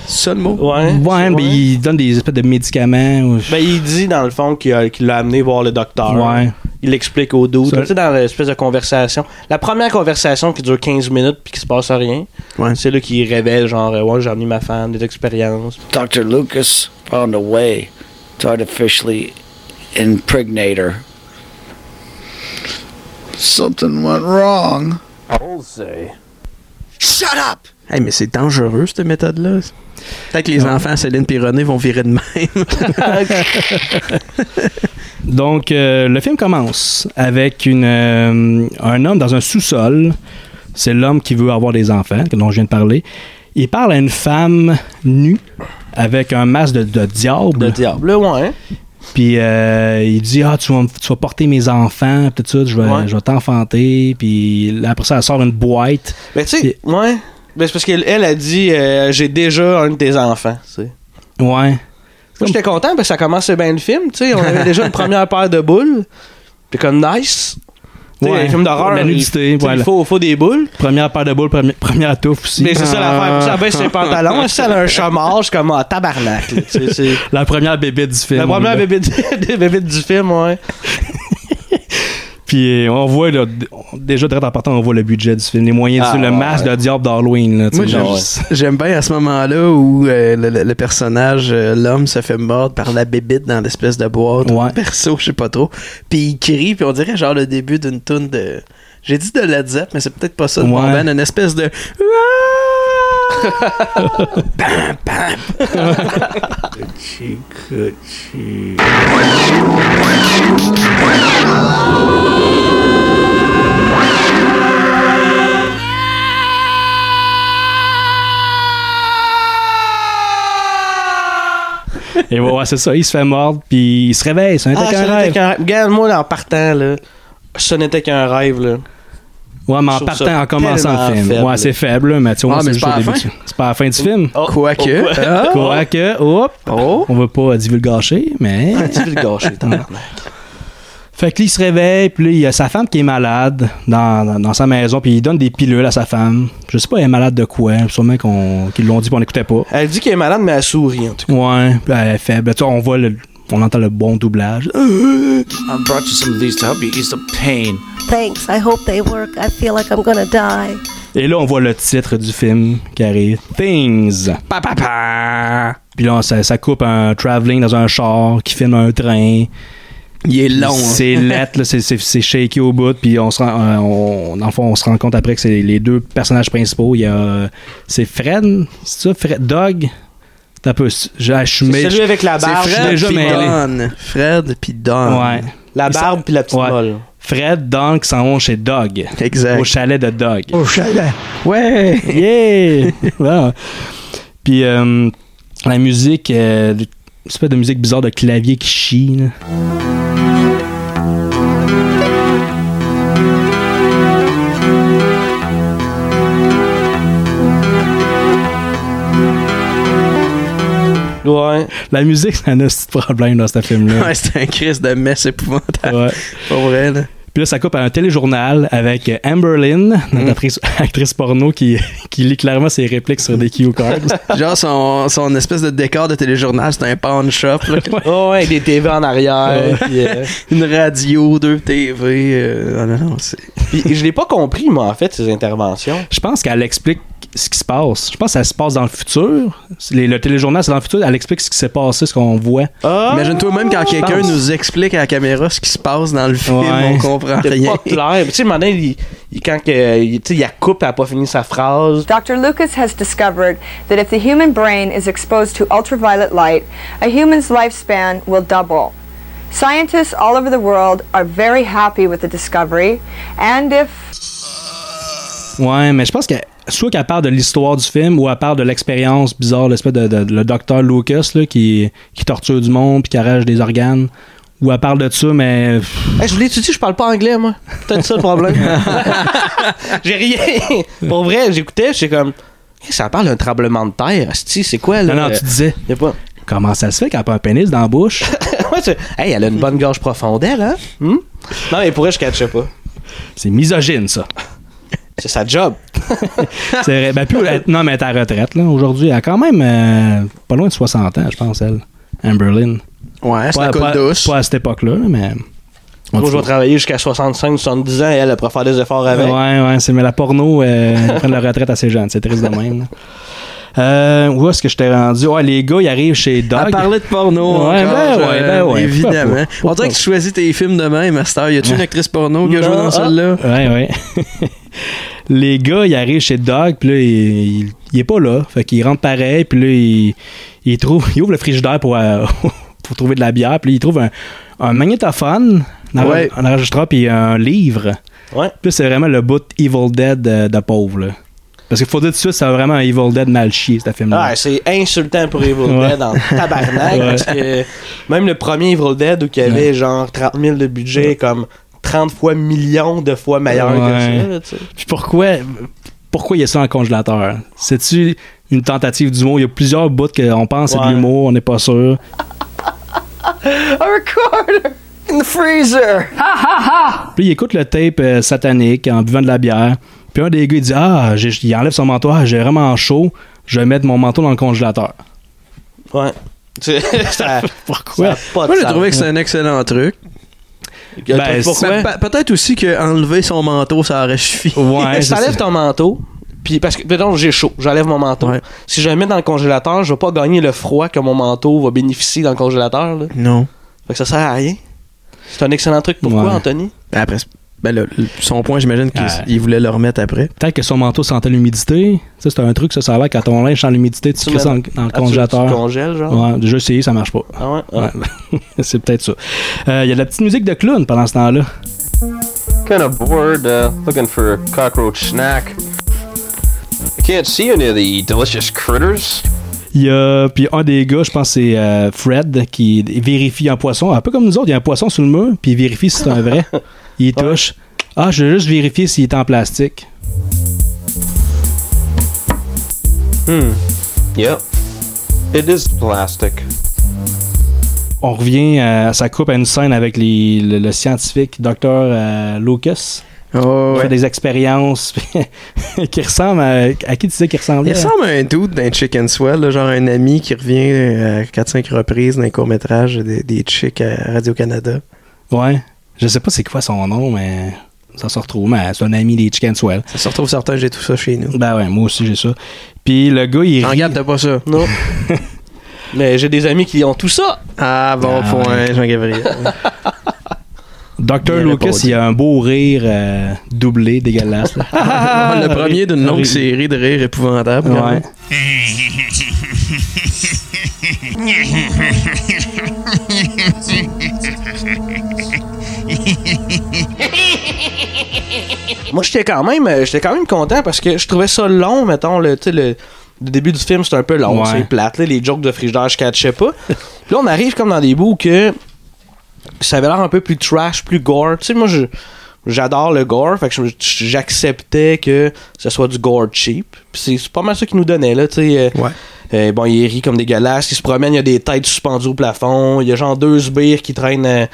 Speaker 2: Ça le mot.
Speaker 3: Ouais.
Speaker 1: Ouais, mais il donne des espèces de médicaments. ou-
Speaker 3: Ben, il dit dans le fond qu'il a- qu'il l'a amené voir le docteur.
Speaker 1: Ouais.
Speaker 3: Il l'explique au doute.
Speaker 1: Ça-
Speaker 3: Tu sais, dans l'espèce de conversation. La première conversation qui dure 15 minutes puis qui se passe à rien,
Speaker 2: Ouais.
Speaker 3: c'est là qu'il révèle genre, euh, ouais, j'ai amené ma femme, des expériences.
Speaker 9: Dr. Lucas found a way to artificially impregnate her.
Speaker 7: Something went wrong.
Speaker 9: Shut up!
Speaker 2: Hey, mais c'est dangereux, cette méthode-là. Peut-être que les enfants, Céline et René, vont virer de même.
Speaker 3: Ah,
Speaker 1: Donc, euh, le film commence avec une, euh, un homme dans un sous-sol. C'est l'homme qui veut avoir des enfants, dont je viens de parler. Il parle à une femme nue avec un masque de, de
Speaker 3: Le
Speaker 1: diable.
Speaker 3: diable, ouais.
Speaker 1: Puis euh, il dit Ah, tu vas, me- tu vas porter mes enfants, puis tout ça, je vais,
Speaker 3: Ouais.
Speaker 1: je vais t'enfanter. Puis là, après ça, elle sort une boîte.
Speaker 3: Mais tu
Speaker 1: Puis-
Speaker 3: sais, ouais. Ben, c'est parce qu'elle elle a dit, euh, j'ai déjà un de tes enfants, tu sais.
Speaker 1: Ouais.
Speaker 3: Moi, j'étais content parce que ça commençait bien le film, tu sais. On avait déjà une première paire de boules. Puis comme nice. Tu sais,
Speaker 1: Ouais.
Speaker 3: les films d'horreur,
Speaker 1: La
Speaker 3: il-
Speaker 1: nudité,
Speaker 3: tu sais,
Speaker 1: voilà.
Speaker 3: il faut, faut des boules.
Speaker 1: Première paire de boules, premi- première touffe aussi.
Speaker 3: Mais c'est ça l'affaire. Ça baisse ses pantalons. Si elle a un chômage, comme en tabarnak. là. Tu sais, C'est
Speaker 1: La première bébé du film.
Speaker 3: la première bébé, bébé du film, ouais.
Speaker 1: Puis euh, on voit, là, d- on- déjà, direct en partant, on voit le budget du film, les moyens
Speaker 3: Ah,
Speaker 1: du film, le
Speaker 3: ouais.
Speaker 1: masque de diable d'Halloween. là, tu
Speaker 2: Moi,
Speaker 1: sais,
Speaker 2: j'aime,
Speaker 1: genre,
Speaker 2: j'aime bien à ce moment-là où euh, le, le- le personnage, euh, l'homme, se fait mordre par la bébite dans l'espèce de boîte.
Speaker 1: Ouais.
Speaker 2: Perso, je sais pas trop. Puis il crie, puis on dirait genre le début d'une toune de. J'ai dit de Led Zepp, mais c'est peut-être pas ça. de
Speaker 1: Ouais.
Speaker 2: Mon band, une espèce de. Ah!
Speaker 1: Et ouais, ouais, c'est ça, il se fait mordre, puis il se réveille, c'est un
Speaker 3: Ah,
Speaker 1: truc
Speaker 3: ce
Speaker 1: un
Speaker 3: n'était
Speaker 1: rêve.
Speaker 3: qu'un rêve. Regarde-moi en partant, là. Ce n'était qu'un rêve, là.
Speaker 1: Ouais, mais en
Speaker 3: Je trouve
Speaker 1: partant,
Speaker 3: ça
Speaker 1: en commençant le
Speaker 3: tellement
Speaker 1: film.
Speaker 3: faible.
Speaker 1: Ouais, c'est faible, mais tu sais, au
Speaker 2: Ah,
Speaker 1: moins,
Speaker 2: mais
Speaker 1: c'est juste
Speaker 2: c'est pas
Speaker 1: au
Speaker 2: la
Speaker 1: début.
Speaker 2: fin.
Speaker 1: du- C'est pas la fin du film.
Speaker 2: Quoique. Ah,
Speaker 1: Quoique, hop,
Speaker 2: Oh.
Speaker 1: on va pas divulgacher, mais.
Speaker 3: Tu veux le gâcher, tabarnak.
Speaker 1: Fait que là, il se réveille, puis là, il y a sa femme qui est malade dans, dans, dans sa maison, puis il donne des pilules à sa femme. Je sais pas, elle est malade de quoi, sûrement qu'on, qu'ils l'ont dit, puis on n'écoutait pas.
Speaker 3: Elle dit qu'elle est malade, mais elle sourit, en tout
Speaker 1: Ouais, puis elle est faible. Tu vois, on voit le, on entend le bon doublage. Euh!
Speaker 9: I brought you some of these to help you ease the pain.
Speaker 10: Thanks. I hope they work. I feel like I'm gonna die.
Speaker 1: Et là, on voit le titre du film qui arrive. Things. Pa, pa, pa. Puis là, ça, ça coupe un traveling dans un char qui filme un train.
Speaker 2: Il est long. hein.
Speaker 1: C'est lettre, là, c'est- c'est c'est shaky au bout, puis on se rend, euh, on, dans le fond, on se rend compte après que c'est les deux personnages principaux. Il y a, euh, c'est Fred, c'est ça, Fred, Doug. C'est un peu, je, ah, je suis
Speaker 3: C'est
Speaker 1: mêlé-
Speaker 3: celui avec la
Speaker 1: C'est
Speaker 3: barbe.
Speaker 1: Je suis
Speaker 2: Fred
Speaker 1: déjà
Speaker 2: puis
Speaker 1: mêlé.
Speaker 2: Don. Fred puis Don.
Speaker 1: Ouais.
Speaker 3: La
Speaker 1: Il s'a-
Speaker 3: barbe puis la petite
Speaker 1: ouais.
Speaker 3: molle.
Speaker 1: Fred, Doug, qui s'en vont chez Doug.
Speaker 2: Exact.
Speaker 1: Au chalet de Doug.
Speaker 2: Ouais.
Speaker 1: Yeah! Wow. Puis euh, la musique, euh, une espèce de musique bizarre de clavier qui chie. là.
Speaker 3: Ouais.
Speaker 1: La musique, c'est un petit problème dans ce film-là.
Speaker 2: Ouais, c'était un crise de messe épouvantable.
Speaker 1: Ouais.
Speaker 2: Pas vrai, là.
Speaker 1: Puis là, ça coupe à un téléjournal avec euh, Amber Lynn, notre actrice, actrice porno qui, qui lit clairement ses répliques sur des cue cards.
Speaker 2: Genre, son, son espèce de décor de téléjournal, c'était un pawn shop, là.
Speaker 3: Oh, ouais, des TV en arrière. puis, euh,
Speaker 2: Une radio, deux TV. euh, ah non, non, c'est.
Speaker 3: puis je l'ai pas compris, moi, en fait, ces interventions.
Speaker 1: Je pense qu'elle explique ce qui se passe. Je pense que ça se passe dans le futur. C'est les- le téléjournal, c'est dans le futur. Elle explique ce qui s'est passé, ce qu'on voit.
Speaker 3: Ah!
Speaker 2: Imagine-toi même quand quelqu'un
Speaker 1: pense.
Speaker 2: nous explique à la caméra ce qui se passe dans le film,
Speaker 1: Ouais.
Speaker 2: on comprend
Speaker 3: C'était
Speaker 2: rien.
Speaker 3: pas clair. Tu sais, le moment donné, il- il- quand que, il, tu sais, il la coupe, elle a pas fini sa phrase.
Speaker 11: Dr. Lucas has discovered that if the human brain is exposed to ultraviolet light, a human's lifespan will double. Scientists all over the world are very happy with the discovery, and if
Speaker 1: Ouais, mais je pense que soit qu'elle parle de l'histoire du film ou elle parle de l'expérience bizarre, l'espèce de, de- de- le docteur Lucas là, qui, qui torture du monde puis qui arrache des organes. Ou elle parle de ça, mais pff,
Speaker 3: Hey, je voulais tu dis, je parle pas anglais, moi. Peut-être ça le problème. j'ai rien. Pour vrai, j'écoutais, j'étais comme. Hey, Ça parle d'un tremblement de terre. asti, C'est quoi, là?
Speaker 1: non, non, tu disais
Speaker 3: Y a pas...
Speaker 1: comment ça se fait qu'elle a pas un pénis dans la bouche
Speaker 3: Ouais, c'est- hey, elle a une bonne gorge profonde, elle, hein? Hmm? Non, mais pour vrai, je catchais pas.
Speaker 1: C'est misogyne ça.
Speaker 3: C'est sa job.
Speaker 1: C'est vrai. ben, puis, elle- non, mais elle est à la retraite là aujourd'hui. Elle a quand même euh, pas loin de 60 ans, je pense elle. Amberlyn.
Speaker 2: Ouais, c'est
Speaker 1: Pas,
Speaker 2: la colle
Speaker 1: pas-
Speaker 2: douce.
Speaker 1: pas à cette époque-là, là, mais.
Speaker 3: Moi, je vais travailler jusqu'à 65, 70 ans et elle, elle pourra faire des efforts avec.
Speaker 1: Ouais, ouais, c'est mais la porno euh, ils prennent la retraite assez jeune, c'est triste de même. là. Euh, où est-ce que je t'ai rendu? Ouais, les gars, ils arrivent chez Doug.
Speaker 2: À parler de porno.
Speaker 1: Ouais,
Speaker 2: encore,
Speaker 1: ben
Speaker 2: genre,
Speaker 1: ouais, ben ouais. Pourquoi pas?
Speaker 2: Évidemment.
Speaker 1: Pourquoi
Speaker 2: on dirait que
Speaker 1: pas?
Speaker 2: tu choisis tes films demain, Master. Y a-tu une actrice porno qui a joué
Speaker 3: Non,
Speaker 2: dans
Speaker 3: ah.
Speaker 2: celle-là?
Speaker 1: Ouais, ouais. les gars, ils arrivent chez Doug, puis là, il, il- il est pas là. Fait qu'ils rentrent pareil, puis là, il, il trouve, il ouvre le frigidaire pour, euh, pour trouver de la bière, puis là, il trouve un, un magnétophone, un
Speaker 2: Ouais.
Speaker 1: un enregistreur, puis un livre.
Speaker 3: Ouais.
Speaker 1: Puis là, c'est vraiment le bout Evil Dead euh, de pauvre, là. Parce qu'il faut dire tout de suite, c'est vraiment un Evil Dead mal chié, ce film-là.
Speaker 3: Ouais, Ah, c'est insultant pour Evil
Speaker 1: Mm. Ouais.
Speaker 3: Dead en tabarnak.
Speaker 1: Ouais.
Speaker 3: Parce que même le premier Evil Dead où il y avait genre 30 000 de budget, comme 30 fois millions de fois meilleur
Speaker 1: Ouais.
Speaker 3: que ça. là, tu sais.
Speaker 1: Puis pourquoi, pourquoi il y a ça en congélateur? C'est-tu une tentative d'humour? Il y a plusieurs bouts qu'on pense que c'est
Speaker 3: Ouais.
Speaker 1: de l'humour, on n'est pas sûr.
Speaker 11: a recorder in the freezer.
Speaker 1: Puis il écoute le tape euh, satanique en buvant de la bière. Puis un des gars, il dit Ah, j'ai- il enlève son manteau, Ah, j'ai vraiment chaud, je vais mettre mon manteau dans le congélateur.
Speaker 3: Ouais. Tu sais, ça, ça
Speaker 1: Pourquoi?
Speaker 3: a pas de
Speaker 2: Moi, j'ai
Speaker 3: sens.
Speaker 2: trouvé que c'est un excellent truc.
Speaker 3: Que-
Speaker 1: Ben,
Speaker 3: pourquoi?
Speaker 1: Ouais.
Speaker 2: Mais pe- Peut-être aussi qu'enlever son manteau, ça aurait suffi.
Speaker 1: Ouais,
Speaker 3: je
Speaker 1: c'est
Speaker 3: t'enlève
Speaker 1: ça.
Speaker 3: ton manteau. Puis parce que donc j'ai chaud, j'enlève mon manteau.
Speaker 2: Ouais.
Speaker 3: Si je le mets dans le congélateur, je vais pas gagner le froid que mon manteau va bénéficier dans le congélateur. Là.
Speaker 2: Non.
Speaker 3: Fait que ça sert à rien. C'est un excellent truc. Pourquoi,
Speaker 1: Ouais.
Speaker 3: Anthony?
Speaker 2: Ben, Après, c'est- ben, le- le- son point, j'imagine qu'il
Speaker 1: Ouais.
Speaker 2: il voulait le remettre après.
Speaker 1: Peut-être que son manteau sentait l'humidité. Ça, c'est un truc, ça, ça a l'air quand ton linge sent l'humidité, tu
Speaker 3: Tu
Speaker 1: crées ça dans,
Speaker 3: mets-
Speaker 1: le- dans le
Speaker 3: Ah, tu- Tu,
Speaker 1: congélateur.
Speaker 3: congèles, genre?
Speaker 1: Ouais, j'ai essayé, ça marche pas.
Speaker 3: Ah ouais? Ah.
Speaker 1: Ouais. c'est peut-être ça. Euh, Il y a de la petite musique de clown pendant ce temps-là.
Speaker 12: Kind of bored, uh, looking for a cockroach snack. I can't see any of the delicious critters.
Speaker 1: Il y a, puis un des gars, je pense que c'est euh, Fred, qui vérifie un poisson. Un peu comme nous autres, il y a un poisson sur le mur, puis il vérifie si c'est un vrai. Il touche. Ah, je vais juste vérifier s'il est en plastique.
Speaker 12: Yep. It is plastic.
Speaker 1: on revient, à, ça coupe à une scène avec les, le, le scientifique docteur euh, Lucas.
Speaker 2: Oh,
Speaker 1: qui
Speaker 2: ouais.
Speaker 1: fait des expériences qui ressemble à, à qui tu disais qu'il ressemblait
Speaker 2: Il ressemble à un dude d'un chicken swell, là, genre un ami qui revient à 4-5 reprises dans les courts-métrages des, des chicks à Radio-Canada.
Speaker 1: hein? Ouais. Je sais pas c'est quoi son nom, mais ça se retrouve. Mais c'est un ami des Chicken Swell.
Speaker 2: Ça se retrouve certain, j'ai tout ça chez nous.
Speaker 1: Ben ouais, moi aussi j'ai ça. Puis le gars, il rit.
Speaker 2: Regarde, t'as pas ça.
Speaker 3: Non. Mais j'ai des amis qui ont tout ça.
Speaker 2: Ah, bon
Speaker 1: Ah,
Speaker 2: point, Jean-Gabriel.
Speaker 1: Dr.
Speaker 2: Il
Speaker 1: Lucas,
Speaker 2: répond.
Speaker 1: il a un beau rire euh, doublé, dégueulasse. là.
Speaker 2: le premier d'une longue série de rires épouvantables. quand
Speaker 1: Ouais.
Speaker 2: même.
Speaker 3: Moi, j'étais quand même, euh, j'étais quand même content parce que je trouvais ça long, mettons, le, tu sais, le, le début du film, c'était un peu long,
Speaker 1: Ouais.
Speaker 3: c'est plate, là, les jokes de frigidaire, je catchais pas. Puis là, on arrive comme dans des bouts que ça avait l'air un peu plus trash, plus gore. Tu sais, moi, je- j'adore le gore, fait que je- j'acceptais que ce soit du gore cheap. Puis c'est- c'est pas mal ça qu'ils nous donnait, là, tu sais. euh,
Speaker 2: Ouais.
Speaker 3: euh, bon, il rit comme des galasses, il se promène, il y a des têtes suspendues au plafond, il y a genre deux sbires qui traînent euh,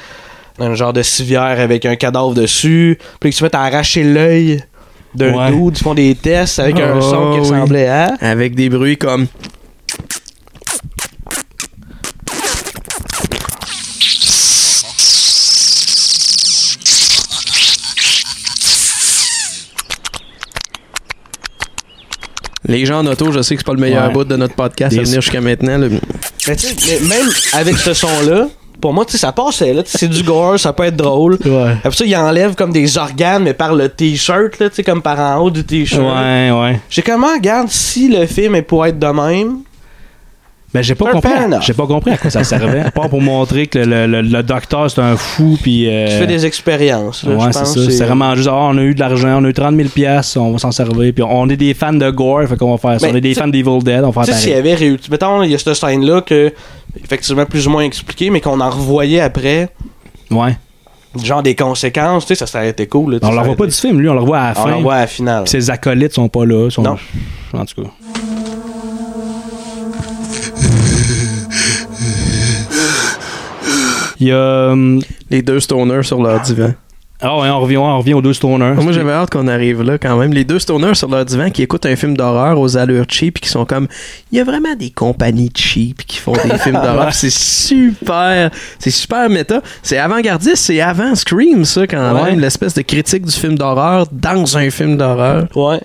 Speaker 3: un genre de civière avec un cadavre dessus, puis ils se mettent à arracher l'œil d'un
Speaker 1: Ouais. Ah,
Speaker 3: dude, ils font des tests avec un
Speaker 2: Oh,
Speaker 3: son
Speaker 2: oui.
Speaker 3: qui ressemblait à...
Speaker 2: Avec des bruits comme. Les gens en auto, je sais que c'est pas le meilleur
Speaker 1: Ouais.
Speaker 2: bout de notre podcast à
Speaker 1: Des-
Speaker 2: venir jusqu'à maintenant. là.
Speaker 3: Mais tu sais, mais même avec ce son-là, pour moi, tu sais, ça passe, là, tu sais, c'est du gore, ça peut être drôle.
Speaker 1: Ouais.
Speaker 3: Après ça, il enlève comme des organes, mais par le t-shirt, là, tu sais, comme par en haut du t-shirt.
Speaker 1: Ouais, ouais.
Speaker 3: J'ai comment, regarde, si le film est pour être de même,
Speaker 1: Mais j'ai pas
Speaker 3: Fair
Speaker 1: compris.
Speaker 3: enough.
Speaker 1: J'ai pas compris à quoi ça servait. à part pour montrer que le, le- le docteur c'est un fou puis. euh,
Speaker 3: tu fais des expériences. là,
Speaker 1: Ouais,
Speaker 3: je
Speaker 1: c'est
Speaker 3: pense,
Speaker 1: ça.
Speaker 3: c'est-
Speaker 1: C'est vraiment juste, ah, on a eu de l'argent, on a eu 30 000 pièces, on va s'en servir. Puis on est des fans de gore, fait qu'on va faire ça.
Speaker 3: Mais
Speaker 1: on est des
Speaker 3: tu-
Speaker 1: fans d'Evil Dead, on va
Speaker 3: Tu
Speaker 1: faire
Speaker 3: sais, s'il y
Speaker 1: pareil.
Speaker 3: avait réutilisé. Mettons, il y a cette scène-là que, effectivement, plus ou moins expliquée, mais qu'on en revoyait après,
Speaker 1: Ouais.
Speaker 3: genre des conséquences, tu sais, ça serait été cool. là, tu
Speaker 1: On
Speaker 3: sais,
Speaker 1: le
Speaker 3: ça
Speaker 1: revoit pas
Speaker 3: aurait
Speaker 1: du
Speaker 3: été-
Speaker 1: film, lui, on le revoit à la
Speaker 3: On
Speaker 1: fin.
Speaker 3: le revoit à la finale.
Speaker 1: Puis ses acolytes sont pas là. Sont...
Speaker 3: Non.
Speaker 1: En tout cas. Il y a. hum,
Speaker 2: Les deux stoners sur leur divan.
Speaker 1: Ah ouais, on revient, on revient aux deux stoners.
Speaker 2: Moi, j'avais hâte qu'on arrive là quand même. Les deux stoners sur leur divan qui écoutent un film d'horreur aux allures cheap et qui sont comme. Il y a vraiment des compagnies cheap qui font des films d'horreur. pis C'est super. C'est super méta. C'est avant-gardiste, c'est avant Scream, ça quand
Speaker 1: Ouais.
Speaker 2: même. L'espèce de critique du film d'horreur dans un film d'horreur.
Speaker 3: Ouais.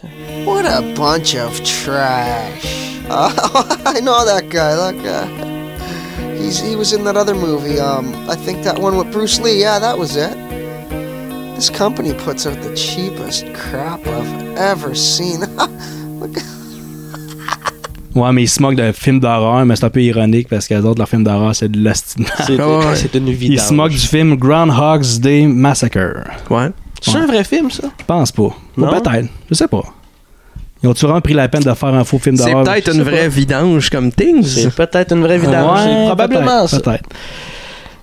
Speaker 13: What a bunch of trash. Oh, I know that guy. That guy. He's he was in that other movie. Um, I think that one with Bruce Lee. Yeah, that was it. This company puts out the cheapest crap I've ever seen. Look,
Speaker 1: Ouais, mais ils se moquent d'un film d'horreur, mais c'est un peu ironique parce que les autres, leur film d'horreur, c'est de l'astine.
Speaker 3: C'est
Speaker 2: Ah ouais.
Speaker 3: c'est une vidange.
Speaker 1: Ils se moquent du film Groundhog's Day Massacre.
Speaker 2: Ouais.
Speaker 3: C'est un vrai film, ça?
Speaker 1: Je pense pas. Ou
Speaker 3: Non?
Speaker 1: peut-être. Je sais pas. Ils ont-tu vraiment pris la peine de faire un faux film
Speaker 2: C'est
Speaker 1: d'horreur?
Speaker 2: peut-être
Speaker 1: Je sais
Speaker 2: une
Speaker 1: pas.
Speaker 2: vraie vidange comme Things.
Speaker 3: C'est peut-être une vraie vidange.
Speaker 1: Ouais,
Speaker 3: c'est probablement
Speaker 1: peut-être,
Speaker 3: ça.
Speaker 1: Peut-être.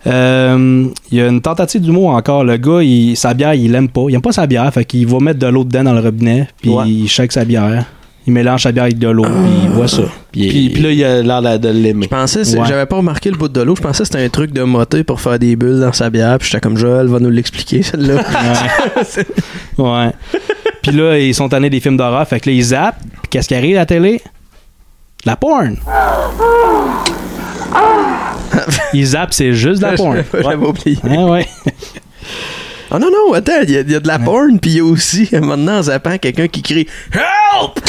Speaker 1: Euh, Il y a une tentative d'humour encore. Le gars, il, sa bière, il l'aime pas. Il aime pas sa bière, fait qu'il va mettre de l'eau dedans dans le robinet, puis
Speaker 3: Ouais.
Speaker 1: il shake sa bière. Il mélange sa bière avec de l'eau, puis il boit ça. Puis,
Speaker 3: Puis, puis là, il a l'air de- de l'aimer.
Speaker 2: Je pensais, c'est-
Speaker 1: Ouais.
Speaker 2: j'avais pas remarqué le bout de l'eau. Je pensais que c'était un truc de moté pour faire des bulles dans sa bière. Puis j'étais comme Joël va nous l'expliquer celle-là.
Speaker 1: Ouais. puis là, ils sont tannés des films d'horreur, fait que là, ils zappent. Puis qu'est-ce qui arrive à la télé? La porn! ils zappent, c'est juste de la porn.
Speaker 2: J'avais oublié.
Speaker 1: Hein, ouais.
Speaker 2: Oh non, non, attends, il y, a- il y a de la porn, puis il y a aussi, euh, maintenant, en zappant, quelqu'un qui crie Help!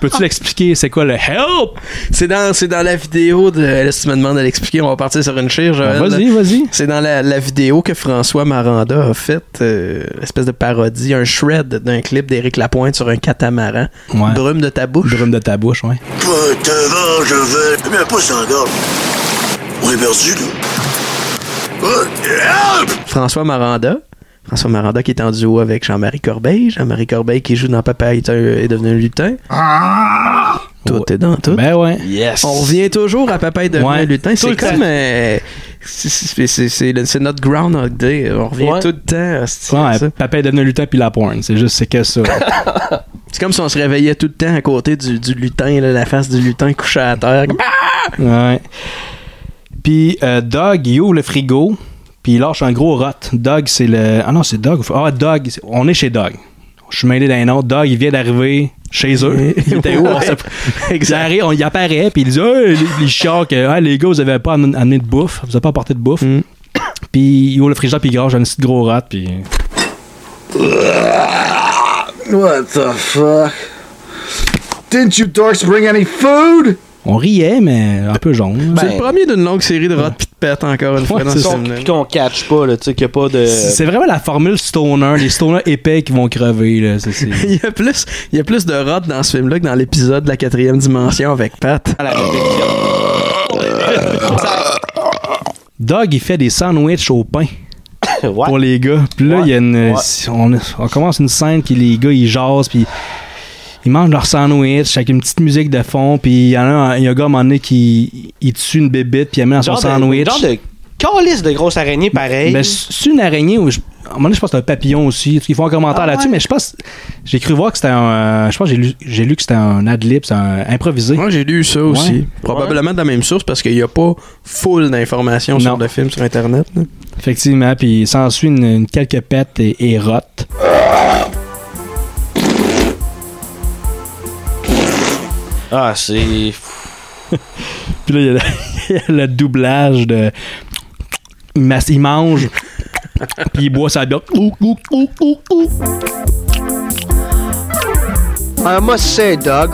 Speaker 1: Peux-tu l'expliquer? C'est quoi le help?
Speaker 2: C'est dans, c'est dans la vidéo de. Là, si tu me demandes de l'expliquer, on va partir sur une chire, Joël.
Speaker 1: Ben, Vas-y, vas-y.
Speaker 2: C'est dans la, la vidéo que François Maranda a faite, euh, espèce de parodie, un shred d'un clip d'Éric Lapointe sur un catamaran.
Speaker 1: Ouais.
Speaker 2: Brume de ta bouche.
Speaker 1: Brume de ta bouche, ouais.
Speaker 14: Putain, va, je vais. Eh Mais pas sans garde. On est perdu, là. Oh, help!
Speaker 2: François Maranda. François Maranda qui est en duo avec Jean-Marie Corbeil. Jean-Marie Corbeil qui joue dans Papa est, un- est devenu un lutin.
Speaker 1: Ah!
Speaker 2: Tout est dans tout.
Speaker 1: Ben ouais.
Speaker 3: Yes.
Speaker 2: On revient toujours à Papa est devenu
Speaker 1: Ouais.
Speaker 2: un lutin.
Speaker 1: Tout le
Speaker 2: C'est
Speaker 1: temps.
Speaker 2: comme. euh, c'est- c'est- c'est c'est le- c'est notre Groundhog Day. On revient
Speaker 3: Ouais.
Speaker 2: tout le temps à ce
Speaker 1: hein, Ouais, papa est devenu lutin puis la porn. C'est juste, c'est que ça.
Speaker 2: C'est comme si on se réveillait tout le temps à côté du, du lutin, là, la face du lutin couchée à terre. comme, Ah!
Speaker 1: Ouais. Puis euh, Doug, il ouvre le frigo, puis il lâche un gros rot. Doug, c'est le. Ah non, c'est Doug. Ah, Doug, c'est- on est chez Doug. Je suis mêlé d'un nom. Doug, il vient d'arriver chez eux. Il était où? On sait pas. Il arrive, on y apparaît, puis il dit Hey, les, les chiards que Ah, les gars, vous avez pas amen- amené de bouffe, vous avez pas apporté de bouffe. Puis il ouvre le frigo, puis il gorge un petit gros rat, puis.
Speaker 7: What the fuck? Didn't you dorks bring any food?
Speaker 1: On riait, mais un peu jaune.
Speaker 3: Ben,
Speaker 2: C'est le premier d'une longue série de rats pis de pètes, encore une fois,
Speaker 1: Ouais,
Speaker 2: dans
Speaker 1: c'est
Speaker 2: ce
Speaker 1: ça.
Speaker 2: film-là.
Speaker 3: Puis qu'on catch pas, là, tu sais, qu'il n'y a pas de.
Speaker 1: C'est vraiment la formule stoner, les stoners épais qui vont crever. Là. C'est, c'est-
Speaker 2: Il y, a plus, il y a plus de rats dans ce film-là que dans l'épisode de la quatrième dimension avec Pat.
Speaker 1: Doug, il fait des sandwichs au pain. Pour les gars. Puis là, il y a une. si On, on commence une scène, puis les gars, ils jasent, puis ils mangent leur sandwich avec une petite musique de fond, puis il y en a un, il y a un gars, à un moment donné, qui il tue une bébite, puis il la met dans son
Speaker 3: Genre de-
Speaker 1: sandwich.
Speaker 3: genre de calice de grosses araignées pareil.
Speaker 1: Ben, c'est une araignée, ou je, à un moment donné, je pense que c'est un papillon aussi. Ils font un commentaire
Speaker 3: Ah
Speaker 1: là-dessus,
Speaker 3: ouais?
Speaker 1: mais je pense. J'ai cru voir que c'était un. euh, je pense que j'ai lu, j'ai lu que c'était un ad lib, c'est un improvisé.
Speaker 2: Moi, j'ai lu ça aussi.
Speaker 1: Ouais.
Speaker 2: Probablement de la même source parce qu'il n'y a pas full d'informations sur le film sur Internet. là.
Speaker 1: Effectivement, puis il s'ensuit une, une quelques pètes et, et rottes.
Speaker 3: Ah, c'est.
Speaker 1: Puis là, il y, a le, il y a le doublage de. Il, mas- il mange, puis il boit sa bière. Ouh, ouh, ouh, ouh, ouh.
Speaker 15: I must say, Doug.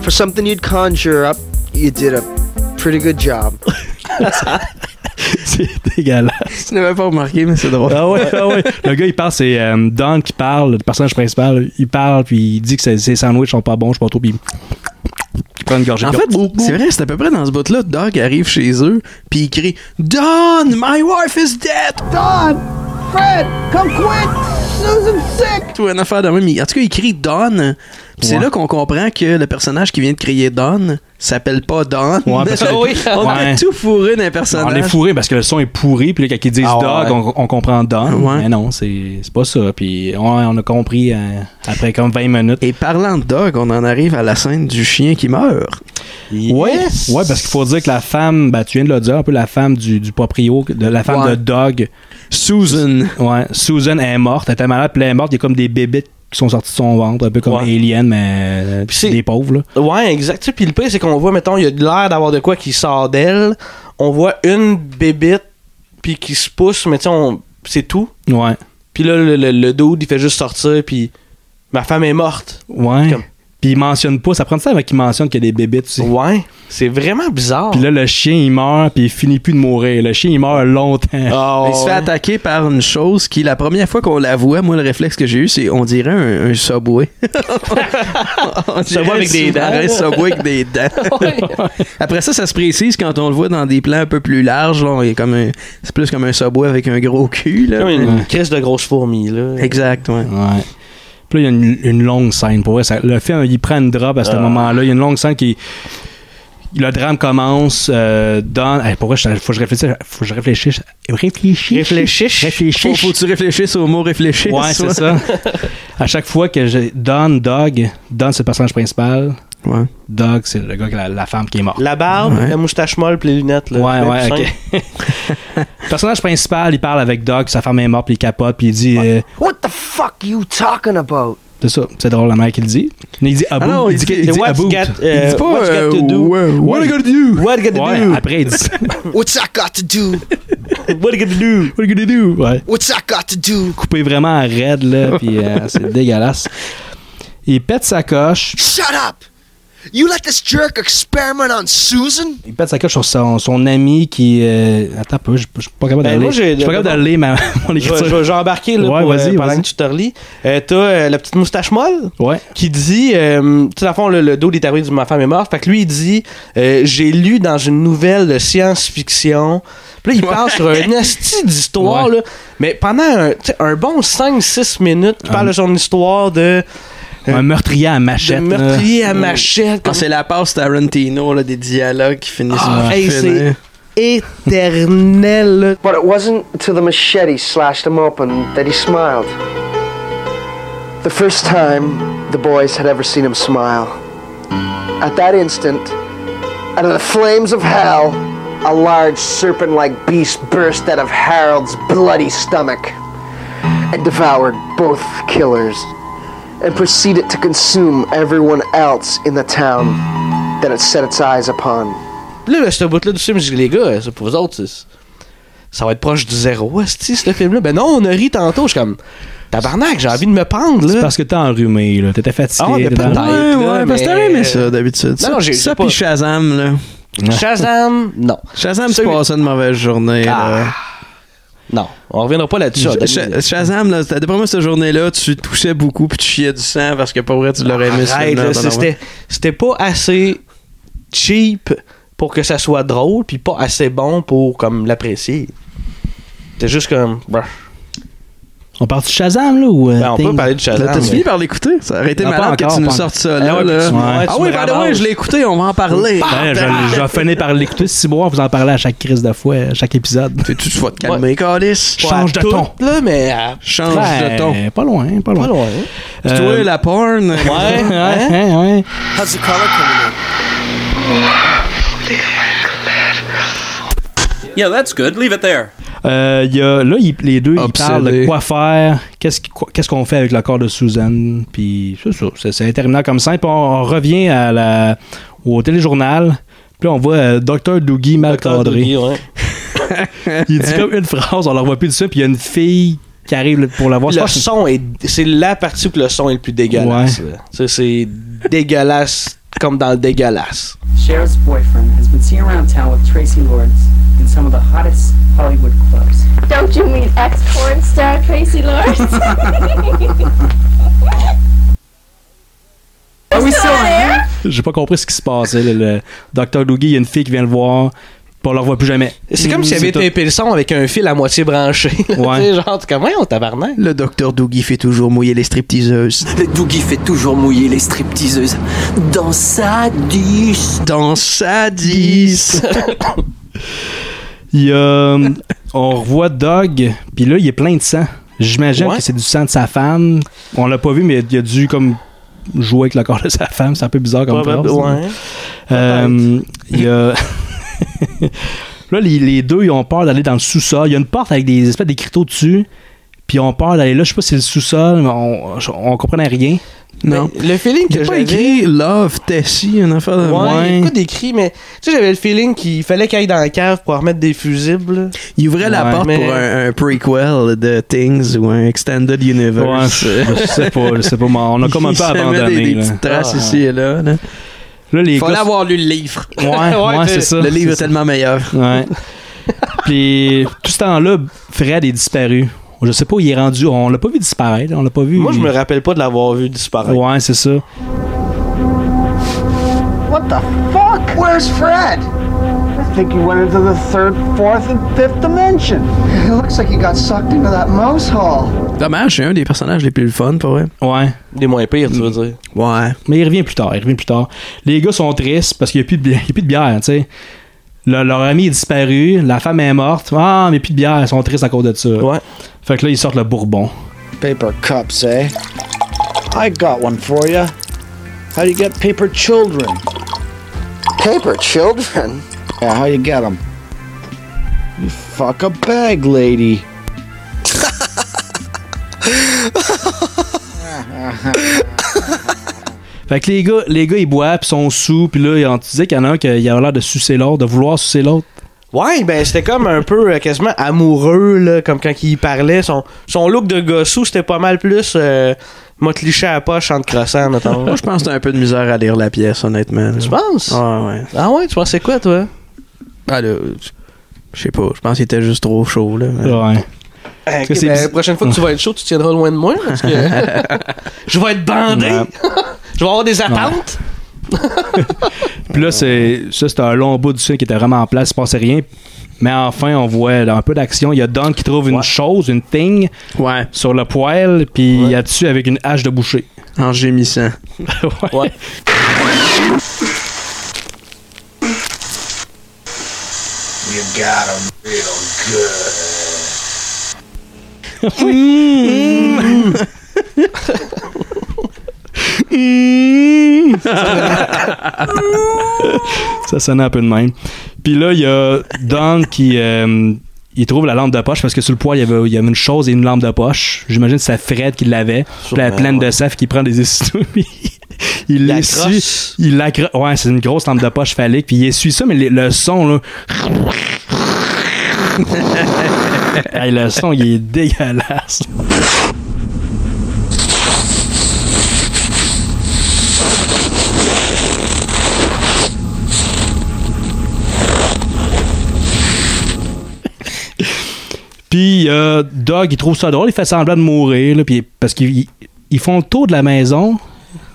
Speaker 15: For something you'd conjure up, you did a pretty good job.
Speaker 1: C'est dégueulasse.
Speaker 2: Tu n'avais pas remarqué, mais c'est drôle.
Speaker 1: Ah ouais, ah ouais. Le gars, il parle, c'est euh, Don qui parle, le personnage principal. Il parle, puis il dit que ses, ses sandwichs sont pas bons, je sais pas trop, puis il il prend une gorgée.
Speaker 2: En
Speaker 1: puis-
Speaker 2: fait, c'est vrai, c'est à peu près dans ce bout-là. Doug arrive chez eux, puis il crie Don, my wife is dead!
Speaker 4: Don! Fred! Come quick! Susan's sick!
Speaker 2: Tout une affaire de même. Il- En tout cas, il crie Don. Puis c'est
Speaker 1: Ouais.
Speaker 2: là qu'on comprend que le personnage qui vient de crier Don s'appelle pas Don.
Speaker 1: Ouais, parce que-
Speaker 2: on
Speaker 1: Ouais.
Speaker 2: a tout fourré d'un
Speaker 1: on
Speaker 2: personnage.
Speaker 1: les fourré parce que le son est pourri, puis là, quand ils disent
Speaker 2: Ah ouais.
Speaker 1: dog, on, on comprend dog.
Speaker 2: Ouais.
Speaker 1: Mais non, c'est c'est pas ça. Puis on, on a compris euh, après comme 20 minutes.
Speaker 2: Et parlant de Doug, on en arrive à la scène du chien qui meurt.
Speaker 1: Ouais, ouais, parce qu'il faut dire que la femme, bah, tu viens de le dire, un peu la femme du, du proprio, de la femme
Speaker 2: Ouais.
Speaker 1: de Doug.
Speaker 2: Susan.
Speaker 1: Ouais, Susan est morte, elle était malade, puis elle est morte, il y a comme des bébites qui sont sorties de son ventre, un peu comme Alien, mais euh, des pauvres, là.
Speaker 3: Ouais, exact. Tu sais, Puis le pire, c'est qu'on voit, mettons, il y a de l'air d'avoir de quoi qui sort d'elle. On voit une bébite, puis qui se pousse, mais tu sais, on- c'est tout.
Speaker 1: Ouais.
Speaker 3: Puis là, le, le, le dude, il fait juste sortir, puis ma femme est morte.
Speaker 1: Ouais. Puis il mentionne pas, ça prend ça avec qu'il mentionne qu'il y a des bébites, tu sais.
Speaker 3: Ouais. C'est vraiment bizarre.
Speaker 1: Puis là, le chien, il meurt, puis il finit plus de mourir. Le chien, il meurt longtemps.
Speaker 2: il se fait attaquer par une chose qui, la première fois qu'on la voit, moi, le réflexe que j'ai eu, c'est on dirait un, un subway. on dirait un
Speaker 3: Subway avec des dents.
Speaker 2: sous-marin subway avec des dents. Après ça, ça se précise quand on le voit dans des plans un peu plus larges. là, on est comme un- C'est plus comme un subway avec un gros cul. Là.
Speaker 3: Comme une crise de grosse fourmi, là.
Speaker 2: Exact, ouais.
Speaker 1: Ouais. Puis là, il y a une, une longue scène pour vrai. Ça- le film, il prend une drop à ce
Speaker 3: Ah.
Speaker 1: moment-là. Il y a une longue scène qui. Le drame commence euh, dans. eh, pour vrai, je- faut que je réfléchisse. Faut que je réfléchisse. Réfléchisse.
Speaker 3: Réfléchisse.
Speaker 2: Faut, faut que tu réfléchisses au mot réfléchir.
Speaker 1: Ouais, c'est ça. à chaque fois que je. Don, Doug. Don, c'est le personnage principal.
Speaker 2: Ouais.
Speaker 1: Doug, c'est le gars, que la, la femme qui est morte.
Speaker 3: La barbe,
Speaker 1: Ouais.
Speaker 3: la moustache molle, puis les lunettes, là.
Speaker 1: Ouais,
Speaker 3: Le
Speaker 1: ouais,
Speaker 3: coussin.
Speaker 1: ok. Le personnage principal, il parle avec Doug, sa femme est morte, puis il capote, puis il dit. euh,
Speaker 15: What the fuck you talking about?
Speaker 1: c'est ça, c'est drôle la mère qui le dit. Mais il dit à
Speaker 15: Ah non,
Speaker 1: il
Speaker 15: il
Speaker 1: dit,
Speaker 15: dit-
Speaker 1: il dit
Speaker 15: what's
Speaker 1: about.
Speaker 15: got-
Speaker 1: il dit
Speaker 15: euh,
Speaker 1: pas
Speaker 15: what's
Speaker 1: euh,
Speaker 15: got to do?
Speaker 1: ouais, what
Speaker 15: What
Speaker 1: I gotta do.
Speaker 3: What I gotta
Speaker 1: Ouais,
Speaker 3: do?
Speaker 1: Après il dit ça.
Speaker 15: What's that got to do?
Speaker 3: What I gotta do?
Speaker 1: What I gotta do? Ouais.
Speaker 15: What's that got to do?
Speaker 1: Coupé vraiment à raide là, puis euh, c'est dégueulasse. Il pète sa coche.
Speaker 15: Shut up! You let this jerk experiment on Susan?
Speaker 1: Il pète sa coche sur son, son ami qui. euh, Attends un peu, je je suis pas capable
Speaker 3: Ben,
Speaker 1: d'aller.
Speaker 3: moi,
Speaker 1: Je
Speaker 3: j'ai-
Speaker 1: suis pas capable
Speaker 3: d'abord-
Speaker 1: d'aller ma mon
Speaker 3: Je vais-
Speaker 1: écriture.
Speaker 3: je vais- je vais embarquer là,
Speaker 1: Ouais,
Speaker 3: pour, euh,
Speaker 1: vas-y,
Speaker 3: pendant
Speaker 1: vas-y.
Speaker 3: que tu te relis. Euh, T'as euh, la petite moustache molle
Speaker 1: Ouais.
Speaker 3: qui dit, euh, tu sais, dans le fond, le, le dos des tarés de ma femme est morte. Fait que lui, il dit, euh, j'ai lu dans une nouvelle de science-fiction. Puis là, il parle sur une esti d'histoire, là. Mais pendant un, tu sais, un bon 5-6 minutes, il parle de son histoire de. euh,
Speaker 1: Un meurtrier à machette.
Speaker 3: de
Speaker 1: là.
Speaker 3: meurtrier à machette.
Speaker 2: Ah, c'est la passe Tarantino, là, des dialogues qui finissent
Speaker 3: Ah,
Speaker 2: mal
Speaker 3: hey,
Speaker 2: finir.
Speaker 3: c'est
Speaker 13: éternel. But it wasn't until the machete slashed him open that he smiled. The first time the boys had ever seen him smile. At that instant, out of the flames of hell, a large serpent like beast burst out of Harold's bloody stomach and devoured both killers and proceeded to consume everyone else in the town that it set its eyes upon.
Speaker 3: Là, là, ce bout-là du film, je dis, les gars, c'est pour vous autres, c'est- ça va être proche du zéro, esti, ce film-là. Ben non, on a ri tantôt, je suis comme, tabarnak, j'ai envie de me pendre, là.
Speaker 1: Parce que t'es enrhumé, là. Hein? T'étais fatigué.
Speaker 3: Ah, mais
Speaker 1: t'étais-
Speaker 3: peut-être,
Speaker 2: Ouais,
Speaker 3: là,
Speaker 2: ouais, parce que t'as
Speaker 3: mais-
Speaker 2: aimé ça d'habitude.
Speaker 3: Non, non,
Speaker 2: Ça,
Speaker 3: j'ai- j'ai
Speaker 2: ça
Speaker 3: pas-
Speaker 2: pis Shazam, là.
Speaker 3: Shazam, non.
Speaker 2: Shazam, tu
Speaker 3: Celui-
Speaker 2: passais une mauvaise journée, là.
Speaker 3: Non, on reviendra pas là-dessus.
Speaker 2: Sh-
Speaker 3: Denis.
Speaker 2: Sh- Shazam, là, c'était- d'après moi, cette journée-là, tu touchais beaucoup puis tu chiais du sang parce que pour vrai, tu l'aurais aimé. ce
Speaker 3: Arrête,
Speaker 2: film-là,
Speaker 3: là,
Speaker 2: dans la-
Speaker 3: c'était, c'était pas assez cheap pour que ça soit drôle, puis pas assez bon pour comme l'apprécier. C'était juste comme. brr.
Speaker 1: On parle de Shazam, là, ou. euh,
Speaker 3: Ben, on peut
Speaker 1: Thing?
Speaker 3: parler de Shazam.
Speaker 2: T'as-tu
Speaker 3: mais-
Speaker 2: fini par l'écouter? Ça aurait été
Speaker 1: Non, pas
Speaker 2: malade que
Speaker 1: encore,
Speaker 2: tu nous
Speaker 1: pas
Speaker 2: sortes
Speaker 1: encore.
Speaker 2: ça là.
Speaker 1: Ah ouais,
Speaker 2: là.
Speaker 1: puis tu me- ouais,
Speaker 2: Ah
Speaker 1: tu
Speaker 2: oui,
Speaker 1: me
Speaker 2: by the way,
Speaker 1: ramasses.
Speaker 2: je l'ai écouté, on va en parler.
Speaker 1: Ben, je, je vais finir par l'écouter si bon, vous en parlez à chaque crise de fois, à chaque épisode.
Speaker 2: Tu, tu vas te calmer, Calice.
Speaker 3: Pas
Speaker 1: Change de
Speaker 3: à tout,
Speaker 1: ton.
Speaker 3: Là, mais à-
Speaker 2: Change
Speaker 1: Ben,
Speaker 2: de ton.
Speaker 1: Pas loin, pas loin. Euh,
Speaker 3: Pas loin.
Speaker 2: Puis toi, la porn.
Speaker 1: Ouais,
Speaker 3: hein?
Speaker 1: ouais, ouais, ouais.
Speaker 13: How's the color coming in?
Speaker 16: Yeah, that's good. Leave it there.
Speaker 1: Euh, il y a, là, ils- les deux, ils
Speaker 2: Obsédé.
Speaker 1: parlent de quoi faire, qu'est-ce, qui- quoi- qu'est-ce qu'on fait avec le corps de Suzanne, puis c'est ça, c'est, c'est interminable comme ça. Puis on, on revient à la, au téléjournal, puis là, on voit euh, Dr. Doogie mal cadré.
Speaker 3: Doogie, ouais.
Speaker 1: il dit comme une phrase, on leur voit plus de ça, puis il y a une fille qui arrive pour la voir.
Speaker 3: Le son est. C'est la partie où le son est le plus dégueulasse. là. Tu sais, c'est dégueulasse comme dans le dégueulasse.
Speaker 17: Cher's boyfriend has been seen around town with Tracy Lords in some of the hottest Hollywood clubs.
Speaker 18: Don't you mean ex-porn star Tracy Lawrence?
Speaker 17: Are we still on air?
Speaker 1: J'ai pas compris ce qui se passait. là, le Dr. Doogie, il y a une fille qui vient le voir, puis on la revoit plus jamais.
Speaker 3: C'est comme s'il avait
Speaker 1: tout.
Speaker 3: été le son avec un fil à moitié branché. là.
Speaker 1: Ouais.
Speaker 3: Tu sais, genre, t'es comme, on tabarnak.
Speaker 2: Le docteur Doogie fait toujours mouiller les stripteaseuses.
Speaker 19: Dougie fait toujours mouiller les stripteaseuses. Dans sa 10.
Speaker 2: Dans sa 10.
Speaker 1: Il y a- on revoit Doug, puis là, il est plein de sang. J'imagine
Speaker 3: Ouais.
Speaker 1: que c'est du sang de sa femme. On l'a pas vu, mais il a dû comme jouer avec le corps de sa femme. C'est un peu bizarre comme
Speaker 3: Probable-
Speaker 1: phrase.
Speaker 3: ouais.
Speaker 1: Euh, il y a... là, les, les deux, ils ont peur d'aller dans le sous-sol. Il y a une porte avec des espèces d'écriteaux dessus. Puis ils ont peur d'aller là. Je sais pas si c'est le sous-sol, mais on, on comprenait rien.
Speaker 2: Non.
Speaker 3: Le feeling
Speaker 2: Il
Speaker 3: que
Speaker 2: a pas
Speaker 3: j'avais.
Speaker 2: écrit Love Tessie, une affaire de
Speaker 3: Ouais, il y
Speaker 2: Ouais.
Speaker 3: a pas d'écrit, mais tu sais, j'avais le feeling qu'il fallait qu'il aille dans la cave pour remettre des fusibles.
Speaker 2: Il ouvrait la
Speaker 3: Ouais.
Speaker 2: porte
Speaker 3: Mais-
Speaker 2: pour un, un prequel de Things ou un Extended Universe.
Speaker 1: Ouais, je sais pas, je sais pas, mais on a comme un
Speaker 2: Il
Speaker 1: peu
Speaker 2: se met
Speaker 1: abandonné,
Speaker 2: Des, des
Speaker 1: là.
Speaker 2: petites traces
Speaker 1: Ah.
Speaker 2: ici et là. là.
Speaker 1: Là, les
Speaker 2: Fallait
Speaker 1: gars-
Speaker 2: avoir lu le livre.
Speaker 1: Ouais, ouais, c'est ça.
Speaker 2: Le livre
Speaker 1: C'est
Speaker 2: est
Speaker 1: ça.
Speaker 2: tellement meilleur.
Speaker 1: Ouais. Puis tout ce temps-là, Fred est disparu. Je sais pas où il est rendu. On l'a pas vu disparaître. On l'a pas vu.
Speaker 3: Moi, je me rappelle pas de l'avoir vu disparaître.
Speaker 1: Ouais, c'est ça.
Speaker 13: What the fuck? Where's Fred? I think he went into the third, fourth, and fifth dimension. It looks like he got sucked into that mouse hole.
Speaker 2: Dommage, c'est un des personnages les plus fun, pour vrai.
Speaker 1: Ouais.
Speaker 3: Des moins pires, tu veux
Speaker 2: Mm.
Speaker 3: dire.
Speaker 2: Ouais.
Speaker 1: Mais il revient plus tard. Il revient plus tard. Les gars sont tristes parce qu'il n'y a, plus de bi- il y a plus de bière, tu sais. Le- leur ami est disparu, la femme est morte. Ah, mais plus de bière, ils sont tristes à cause de ça.
Speaker 3: Ouais.
Speaker 1: Fait que là, ils sortent le bourbon.
Speaker 9: Paper cups, eh? I got one for you. How do you get paper children?
Speaker 13: Paper children?
Speaker 9: Yeah, how you get them? You fuck a bag, lady.
Speaker 1: Fait que les gars, les gars ils boivent, puis sont sous, puis là, on disait qu'il y en a un qui a l'air de sucer l'autre, de vouloir sucer l'autre.
Speaker 3: Ouais, ben c'était comme un peu euh, quasiment amoureux, là, comme quand il parlait. Son, son look de gossou, c'était pas mal plus. Euh, m'a cliché à la poche en te crossant, notamment.
Speaker 2: Moi, je pense que t'as un peu de misère à lire la pièce, honnêtement.
Speaker 3: Tu penses?
Speaker 2: Ah ouais.
Speaker 3: Ah ouais, tu pensais quoi, toi?
Speaker 2: Ah, là, je sais pas. Je pense qu'il était juste trop chaud, là.
Speaker 1: Ouais.
Speaker 3: Eh,
Speaker 2: Parce que
Speaker 3: ok,
Speaker 2: c'est
Speaker 3: ben,
Speaker 2: bizar-
Speaker 3: la prochaine fois que tu vas être chaud, tu tiendras loin de moi. Parce que je vais être bandé.
Speaker 1: Ouais.
Speaker 3: je vais avoir des attentes.
Speaker 1: Puis là, c'est, ça, c'était un long bout du film qui était vraiment en place, il se passait rien. Mais enfin, on voit là, un peu d'action. Il y a Don qui trouve une chose, une thing, sur le poêle, puis il y a dessus avec une hache de boucher.
Speaker 2: En gémissant.
Speaker 1: ouais.
Speaker 14: You got 'em real good.
Speaker 1: ça sonnait un peu de même. Puis là, il y a Don qui euh, il trouve la lampe de poche parce que sur le poids, il y avait, il y avait une chose et une lampe de poche. J'imagine que c'est Fred qui l'avait. Puis la
Speaker 3: Sûrement,
Speaker 1: pleine de
Speaker 3: ouais.
Speaker 1: saf qui prend des essuie Il l'essuie. Il l'accroche. Ouais, c'est une grosse lampe de poche phallique. Puis il essuie ça, mais le, le son, là. Hey, le son, il est dégueulasse. Puis euh, Doug, il trouve ça drôle, il fait semblant de mourir, là, puis- parce qu'ils ils- ils font le tour de la maison.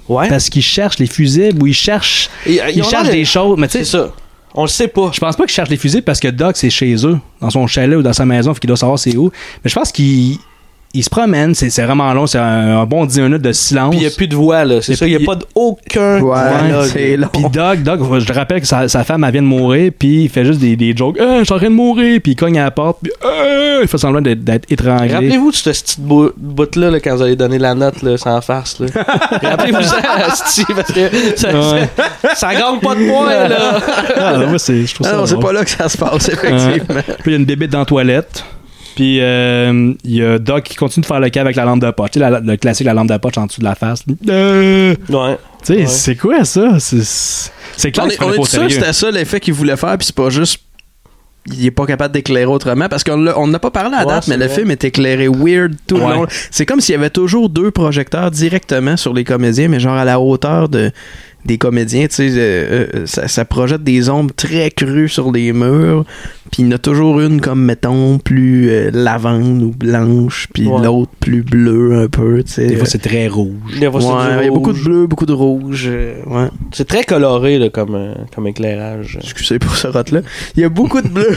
Speaker 1: Parce qu'ils cherchent les fusibles ou ils cherchent,
Speaker 3: Ils-
Speaker 1: ils
Speaker 3: Hein? Euh, ils ont
Speaker 1: cherchent
Speaker 3: l'air de-
Speaker 1: Ben, des choses. Mais tu sais,
Speaker 3: ça. On le sait pas.
Speaker 1: Je pense pas qu'ils cherchent les fusibles parce que Doc, c'est chez eux, dans son chalet ou dans sa maison, fait qu'il doit savoir c'est où. Mais je pense qu'il il se promène, c'est c'est vraiment long, c'est un, un bon 10 minutes de silence.
Speaker 3: Puis il n'y a plus de voix, là. C'est
Speaker 1: Et
Speaker 3: ça.
Speaker 1: puis
Speaker 3: Il n'y a pas aucun dialogue.
Speaker 1: Puis Doc, Doc, je te rappelle que sa, sa femme, elle vient de mourir, puis il fait juste des, des jokes. Euh, je suis en train de mourir, puis il cogne à la porte, puis euh, il fait semblant d'être- d'être étranglé.
Speaker 3: Rappelez-vous de ce petit bout- bout-là là, quand vous avez donné la note là, sans farce. là. Rappelez-vous ça, Asti, parce que ça,
Speaker 1: Ouais.
Speaker 3: ça, ça gagne pas de points. là.
Speaker 1: Ah, non, moi, c'est, je trouve
Speaker 2: Ah
Speaker 1: ça
Speaker 2: non, c'est
Speaker 1: drôle.
Speaker 2: pas là que ça se passe, effectivement.
Speaker 1: Ouais. Euh, Puis il y a une bébête dans la toilette. Puis euh, il y a Doc qui continue de faire le cas avec la lampe de poche. Tu sais, la- le classique, la lampe de poche en dessous de la face. Euh,
Speaker 3: Ouais.
Speaker 1: Tu sais, c'est quoi ça? C'est, c'est clair
Speaker 2: On
Speaker 1: qu'ils
Speaker 2: est,
Speaker 1: prenaient
Speaker 2: on
Speaker 1: pas
Speaker 2: est
Speaker 1: au
Speaker 2: sûr que
Speaker 1: sérieux.
Speaker 2: c'était ça l'effet qu'il voulait faire, puis c'est pas juste. Il est pas capable d'éclairer autrement parce qu'on l'a- on n'a pas parlé à
Speaker 3: Ouais,
Speaker 2: date,
Speaker 3: c'est
Speaker 2: mais le
Speaker 3: vrai.
Speaker 2: film est éclairé weird tout
Speaker 1: Ouais.
Speaker 2: le long. C'est comme s'il y avait toujours deux projecteurs directement sur les comédiens, mais genre à la hauteur de, des comédiens. Tu sais, euh, euh, ça, ça projette des ombres très crues sur les murs, puis il y en a toujours une comme, mettons, plus euh, lavande ou blanche, puis
Speaker 3: Ouais.
Speaker 2: l'autre plus bleue un peu. tu sais.
Speaker 1: Des fois, c'est très rouge.
Speaker 3: Des fois, c'est
Speaker 2: Ouais,
Speaker 3: du
Speaker 2: il y a beaucoup de
Speaker 3: rouge.
Speaker 2: bleu, beaucoup de rouge. euh, ouais.
Speaker 3: C'est très coloré là, comme, euh, comme éclairage.
Speaker 2: Excusez pour ce rot là Il y a beaucoup de bleu.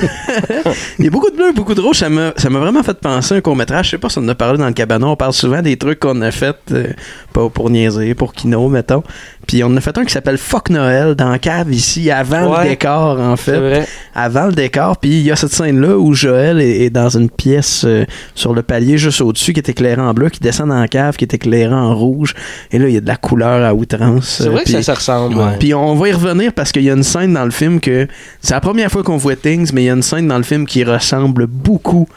Speaker 2: Il y a beaucoup de bleu, beaucoup de rouge. Ça m'a ça m'a vraiment fait penser à un court-métrage. Je sais pas si on en a parlé dans le cabanon. On parle souvent des trucs qu'on a fait euh, pour, pour niaiser, pour Kino, mettons. Puis on en a fait un qui s'appelle Fuck Noël dans la cave ici, avant
Speaker 3: Ouais.
Speaker 2: le décor, en fait.
Speaker 3: C'est vrai.
Speaker 2: Avant le décor. Puis il y a cette scène-là où Joël est, est dans une pièce euh, sur le palier juste au-dessus qui est éclairée en bleu, qui descend dans la cave, qui est éclairée en rouge. Et là, il y a de la couleur à outrance.
Speaker 3: C'est vrai
Speaker 2: Euh,
Speaker 3: que ça se ressemble.
Speaker 2: Ouais. Puis on va y revenir parce qu'il y a une scène dans le film que c'est la première fois qu'on voit Things, mais il y a une scène dans le film qui ressemble beaucoup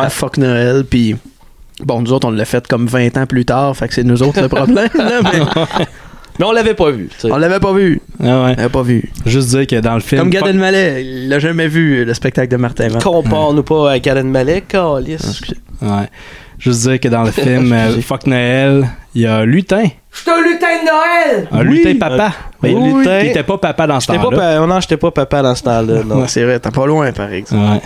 Speaker 2: à Fuck Noël. Puis bon, nous autres, on l'a fait comme 20 ans plus tard, fait que c'est nous autres le problème. là, mais
Speaker 3: Mais on l'avait pas vu. tu sais.
Speaker 2: on l'avait pas vu.
Speaker 1: Ah ouais.
Speaker 2: On l'avait pas vu.
Speaker 1: Juste dire que dans le film.
Speaker 2: Comme Gad Elmaleh, il l'a jamais vu le spectacle de Martin Vent.
Speaker 3: Compare-nous pas à Karen Malek,
Speaker 2: Ah,
Speaker 3: câlisse.
Speaker 1: Ouais. Juste dire que dans le film euh, Fuck Noël, il y a un Lutin.
Speaker 6: J'suis un lutin de Noël!
Speaker 1: Un
Speaker 3: Oui.
Speaker 1: lutin papa. Mais
Speaker 3: Oui. Oui.
Speaker 1: Il était pas papa dans ce
Speaker 3: J'étais pas
Speaker 1: temps-là.
Speaker 3: pa- Non, j'étais pas papa dans ce temps-là. non.
Speaker 2: Ouais, c'est vrai, t'es pas loin par exemple.
Speaker 1: Ouais.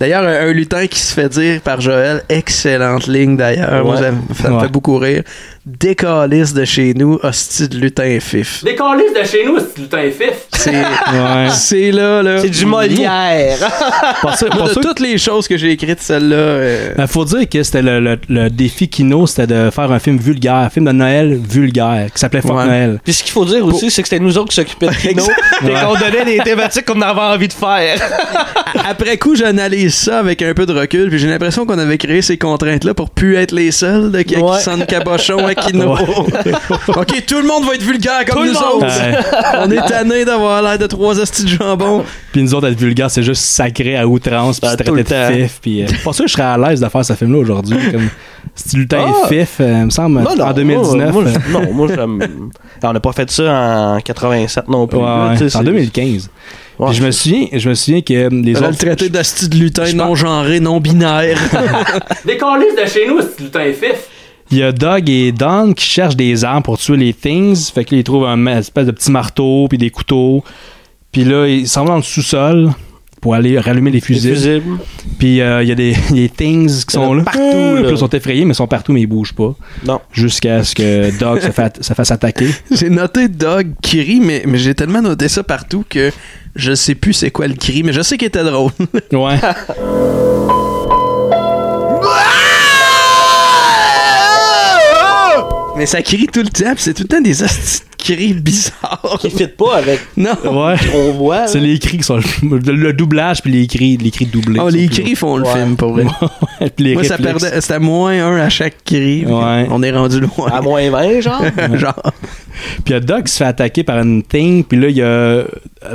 Speaker 2: D'ailleurs, un, un lutin qui se fait dire par Joël, excellente ligne d'ailleurs, moi
Speaker 3: Ouais.
Speaker 2: ça, me- ça me
Speaker 1: Ouais.
Speaker 2: fait beaucoup rire. Décalisse de chez nous, hostie de lutin fif.
Speaker 6: Des câlisses de chez nous, c'est du lutin fif.
Speaker 2: C'est
Speaker 1: Ouais.
Speaker 2: c'est là, là.
Speaker 3: C'est du Molière.
Speaker 1: Pour ceux-
Speaker 2: Moi,
Speaker 1: pour
Speaker 2: de
Speaker 1: ceux-
Speaker 2: toutes les choses que j'ai écrites, celle-là. euh,
Speaker 1: Ben, faut dire que c'était le, le- le défi Kino, c'était de faire un film vulgaire, un film de Noël vulgaire, qui s'appelait Fuck
Speaker 2: Ouais.
Speaker 1: Noël.
Speaker 3: Puis ce qu'il faut dire aussi, c'est que c'était nous autres qui s'occupaient de Kino et
Speaker 1: Ouais.
Speaker 3: qu'on donnait des thématiques qu'on avait envie de faire. Ah.
Speaker 2: Après coup, j'analyse ça avec un peu de recul, puis j'ai l'impression qu'on avait créé ces contraintes-là pour plus être les seuls de qui, qui
Speaker 3: Ouais.
Speaker 2: sonnent cabochon à Kino. ok, tout le monde va être vulgaire comme
Speaker 3: Tout le
Speaker 2: nous
Speaker 3: monde.
Speaker 2: autres.
Speaker 1: Ouais.
Speaker 2: On est tanné d'avoir l'air de trois hosties de jambon.
Speaker 1: Puis nous autres, être vulgaire, c'est juste sacré à outrance, puis
Speaker 3: Ah,
Speaker 1: se
Speaker 3: tout le
Speaker 1: traiter de
Speaker 3: temps.
Speaker 1: fif. Puis, euh, pas sûr que je serais à l'aise de faire ce film-là aujourd'hui. Comme, c'est lutin
Speaker 3: Ah.
Speaker 1: fif, euh, il me semble, en 2019. euh,
Speaker 3: Moi, moi, je- non, moi, j'aime- on n'a pas fait ça en 87 non plus.
Speaker 1: ouais,
Speaker 3: là,
Speaker 1: ouais,
Speaker 3: tu sais,
Speaker 1: c'est en
Speaker 3: c'est-
Speaker 1: 2015.
Speaker 3: Ouais,
Speaker 1: Puis je me souviens, je me souviens que euh, les
Speaker 2: On va
Speaker 1: autres.
Speaker 2: le traiter d'hostie de lutin non genré, non binaire.
Speaker 6: Des câlisses de chez nous, c'est du lutin fif.
Speaker 1: Il y a Doug et Don qui cherchent des armes pour tuer les Things. Fait que là, ils trouvent un ma- espèce de petit marteau puis des couteaux. Puis là, ils s'en vont dans le sous-sol pour aller rallumer les
Speaker 3: les
Speaker 1: fusils.
Speaker 3: fusibles.
Speaker 1: Puis euh, il y a des, il y a des Things qui
Speaker 3: Il y en a
Speaker 1: sont là.
Speaker 3: partout,
Speaker 1: Ah,
Speaker 3: là.
Speaker 1: puis Ils sont effrayés, mais ils sont partout, mais ils bougent pas.
Speaker 3: Non.
Speaker 1: Jusqu'à ce que Doug se, fasse- se fasse attaquer.
Speaker 2: J'ai noté Doug qui rit, mais, mais j'ai tellement noté ça partout que je sais plus c'est quoi le cri, mais je sais qu'il était drôle.
Speaker 1: Ouais.
Speaker 2: Mais ça crie tout le temps, pis c'est tout le temps des hosties de cris bizarres.
Speaker 3: Qui fit pas avec.
Speaker 2: Non.
Speaker 1: Ouais.
Speaker 3: On voit.
Speaker 1: C'est les cris qui sont. Le, le doublage puis les cris, les cris doublés.
Speaker 2: Oh,
Speaker 1: sont
Speaker 2: les
Speaker 1: plus-
Speaker 2: cris font le film, pour vrai.
Speaker 1: Ouais, puis les
Speaker 2: Moi, ça
Speaker 1: réflexes.
Speaker 2: perdait. C'était moins un à chaque cri.
Speaker 1: Ouais.
Speaker 2: On est rendu loin.
Speaker 3: À moins 20, genre.
Speaker 2: Genre.
Speaker 1: Puis il y a Doc qui se fait attaquer par une thing, puis là, il y a.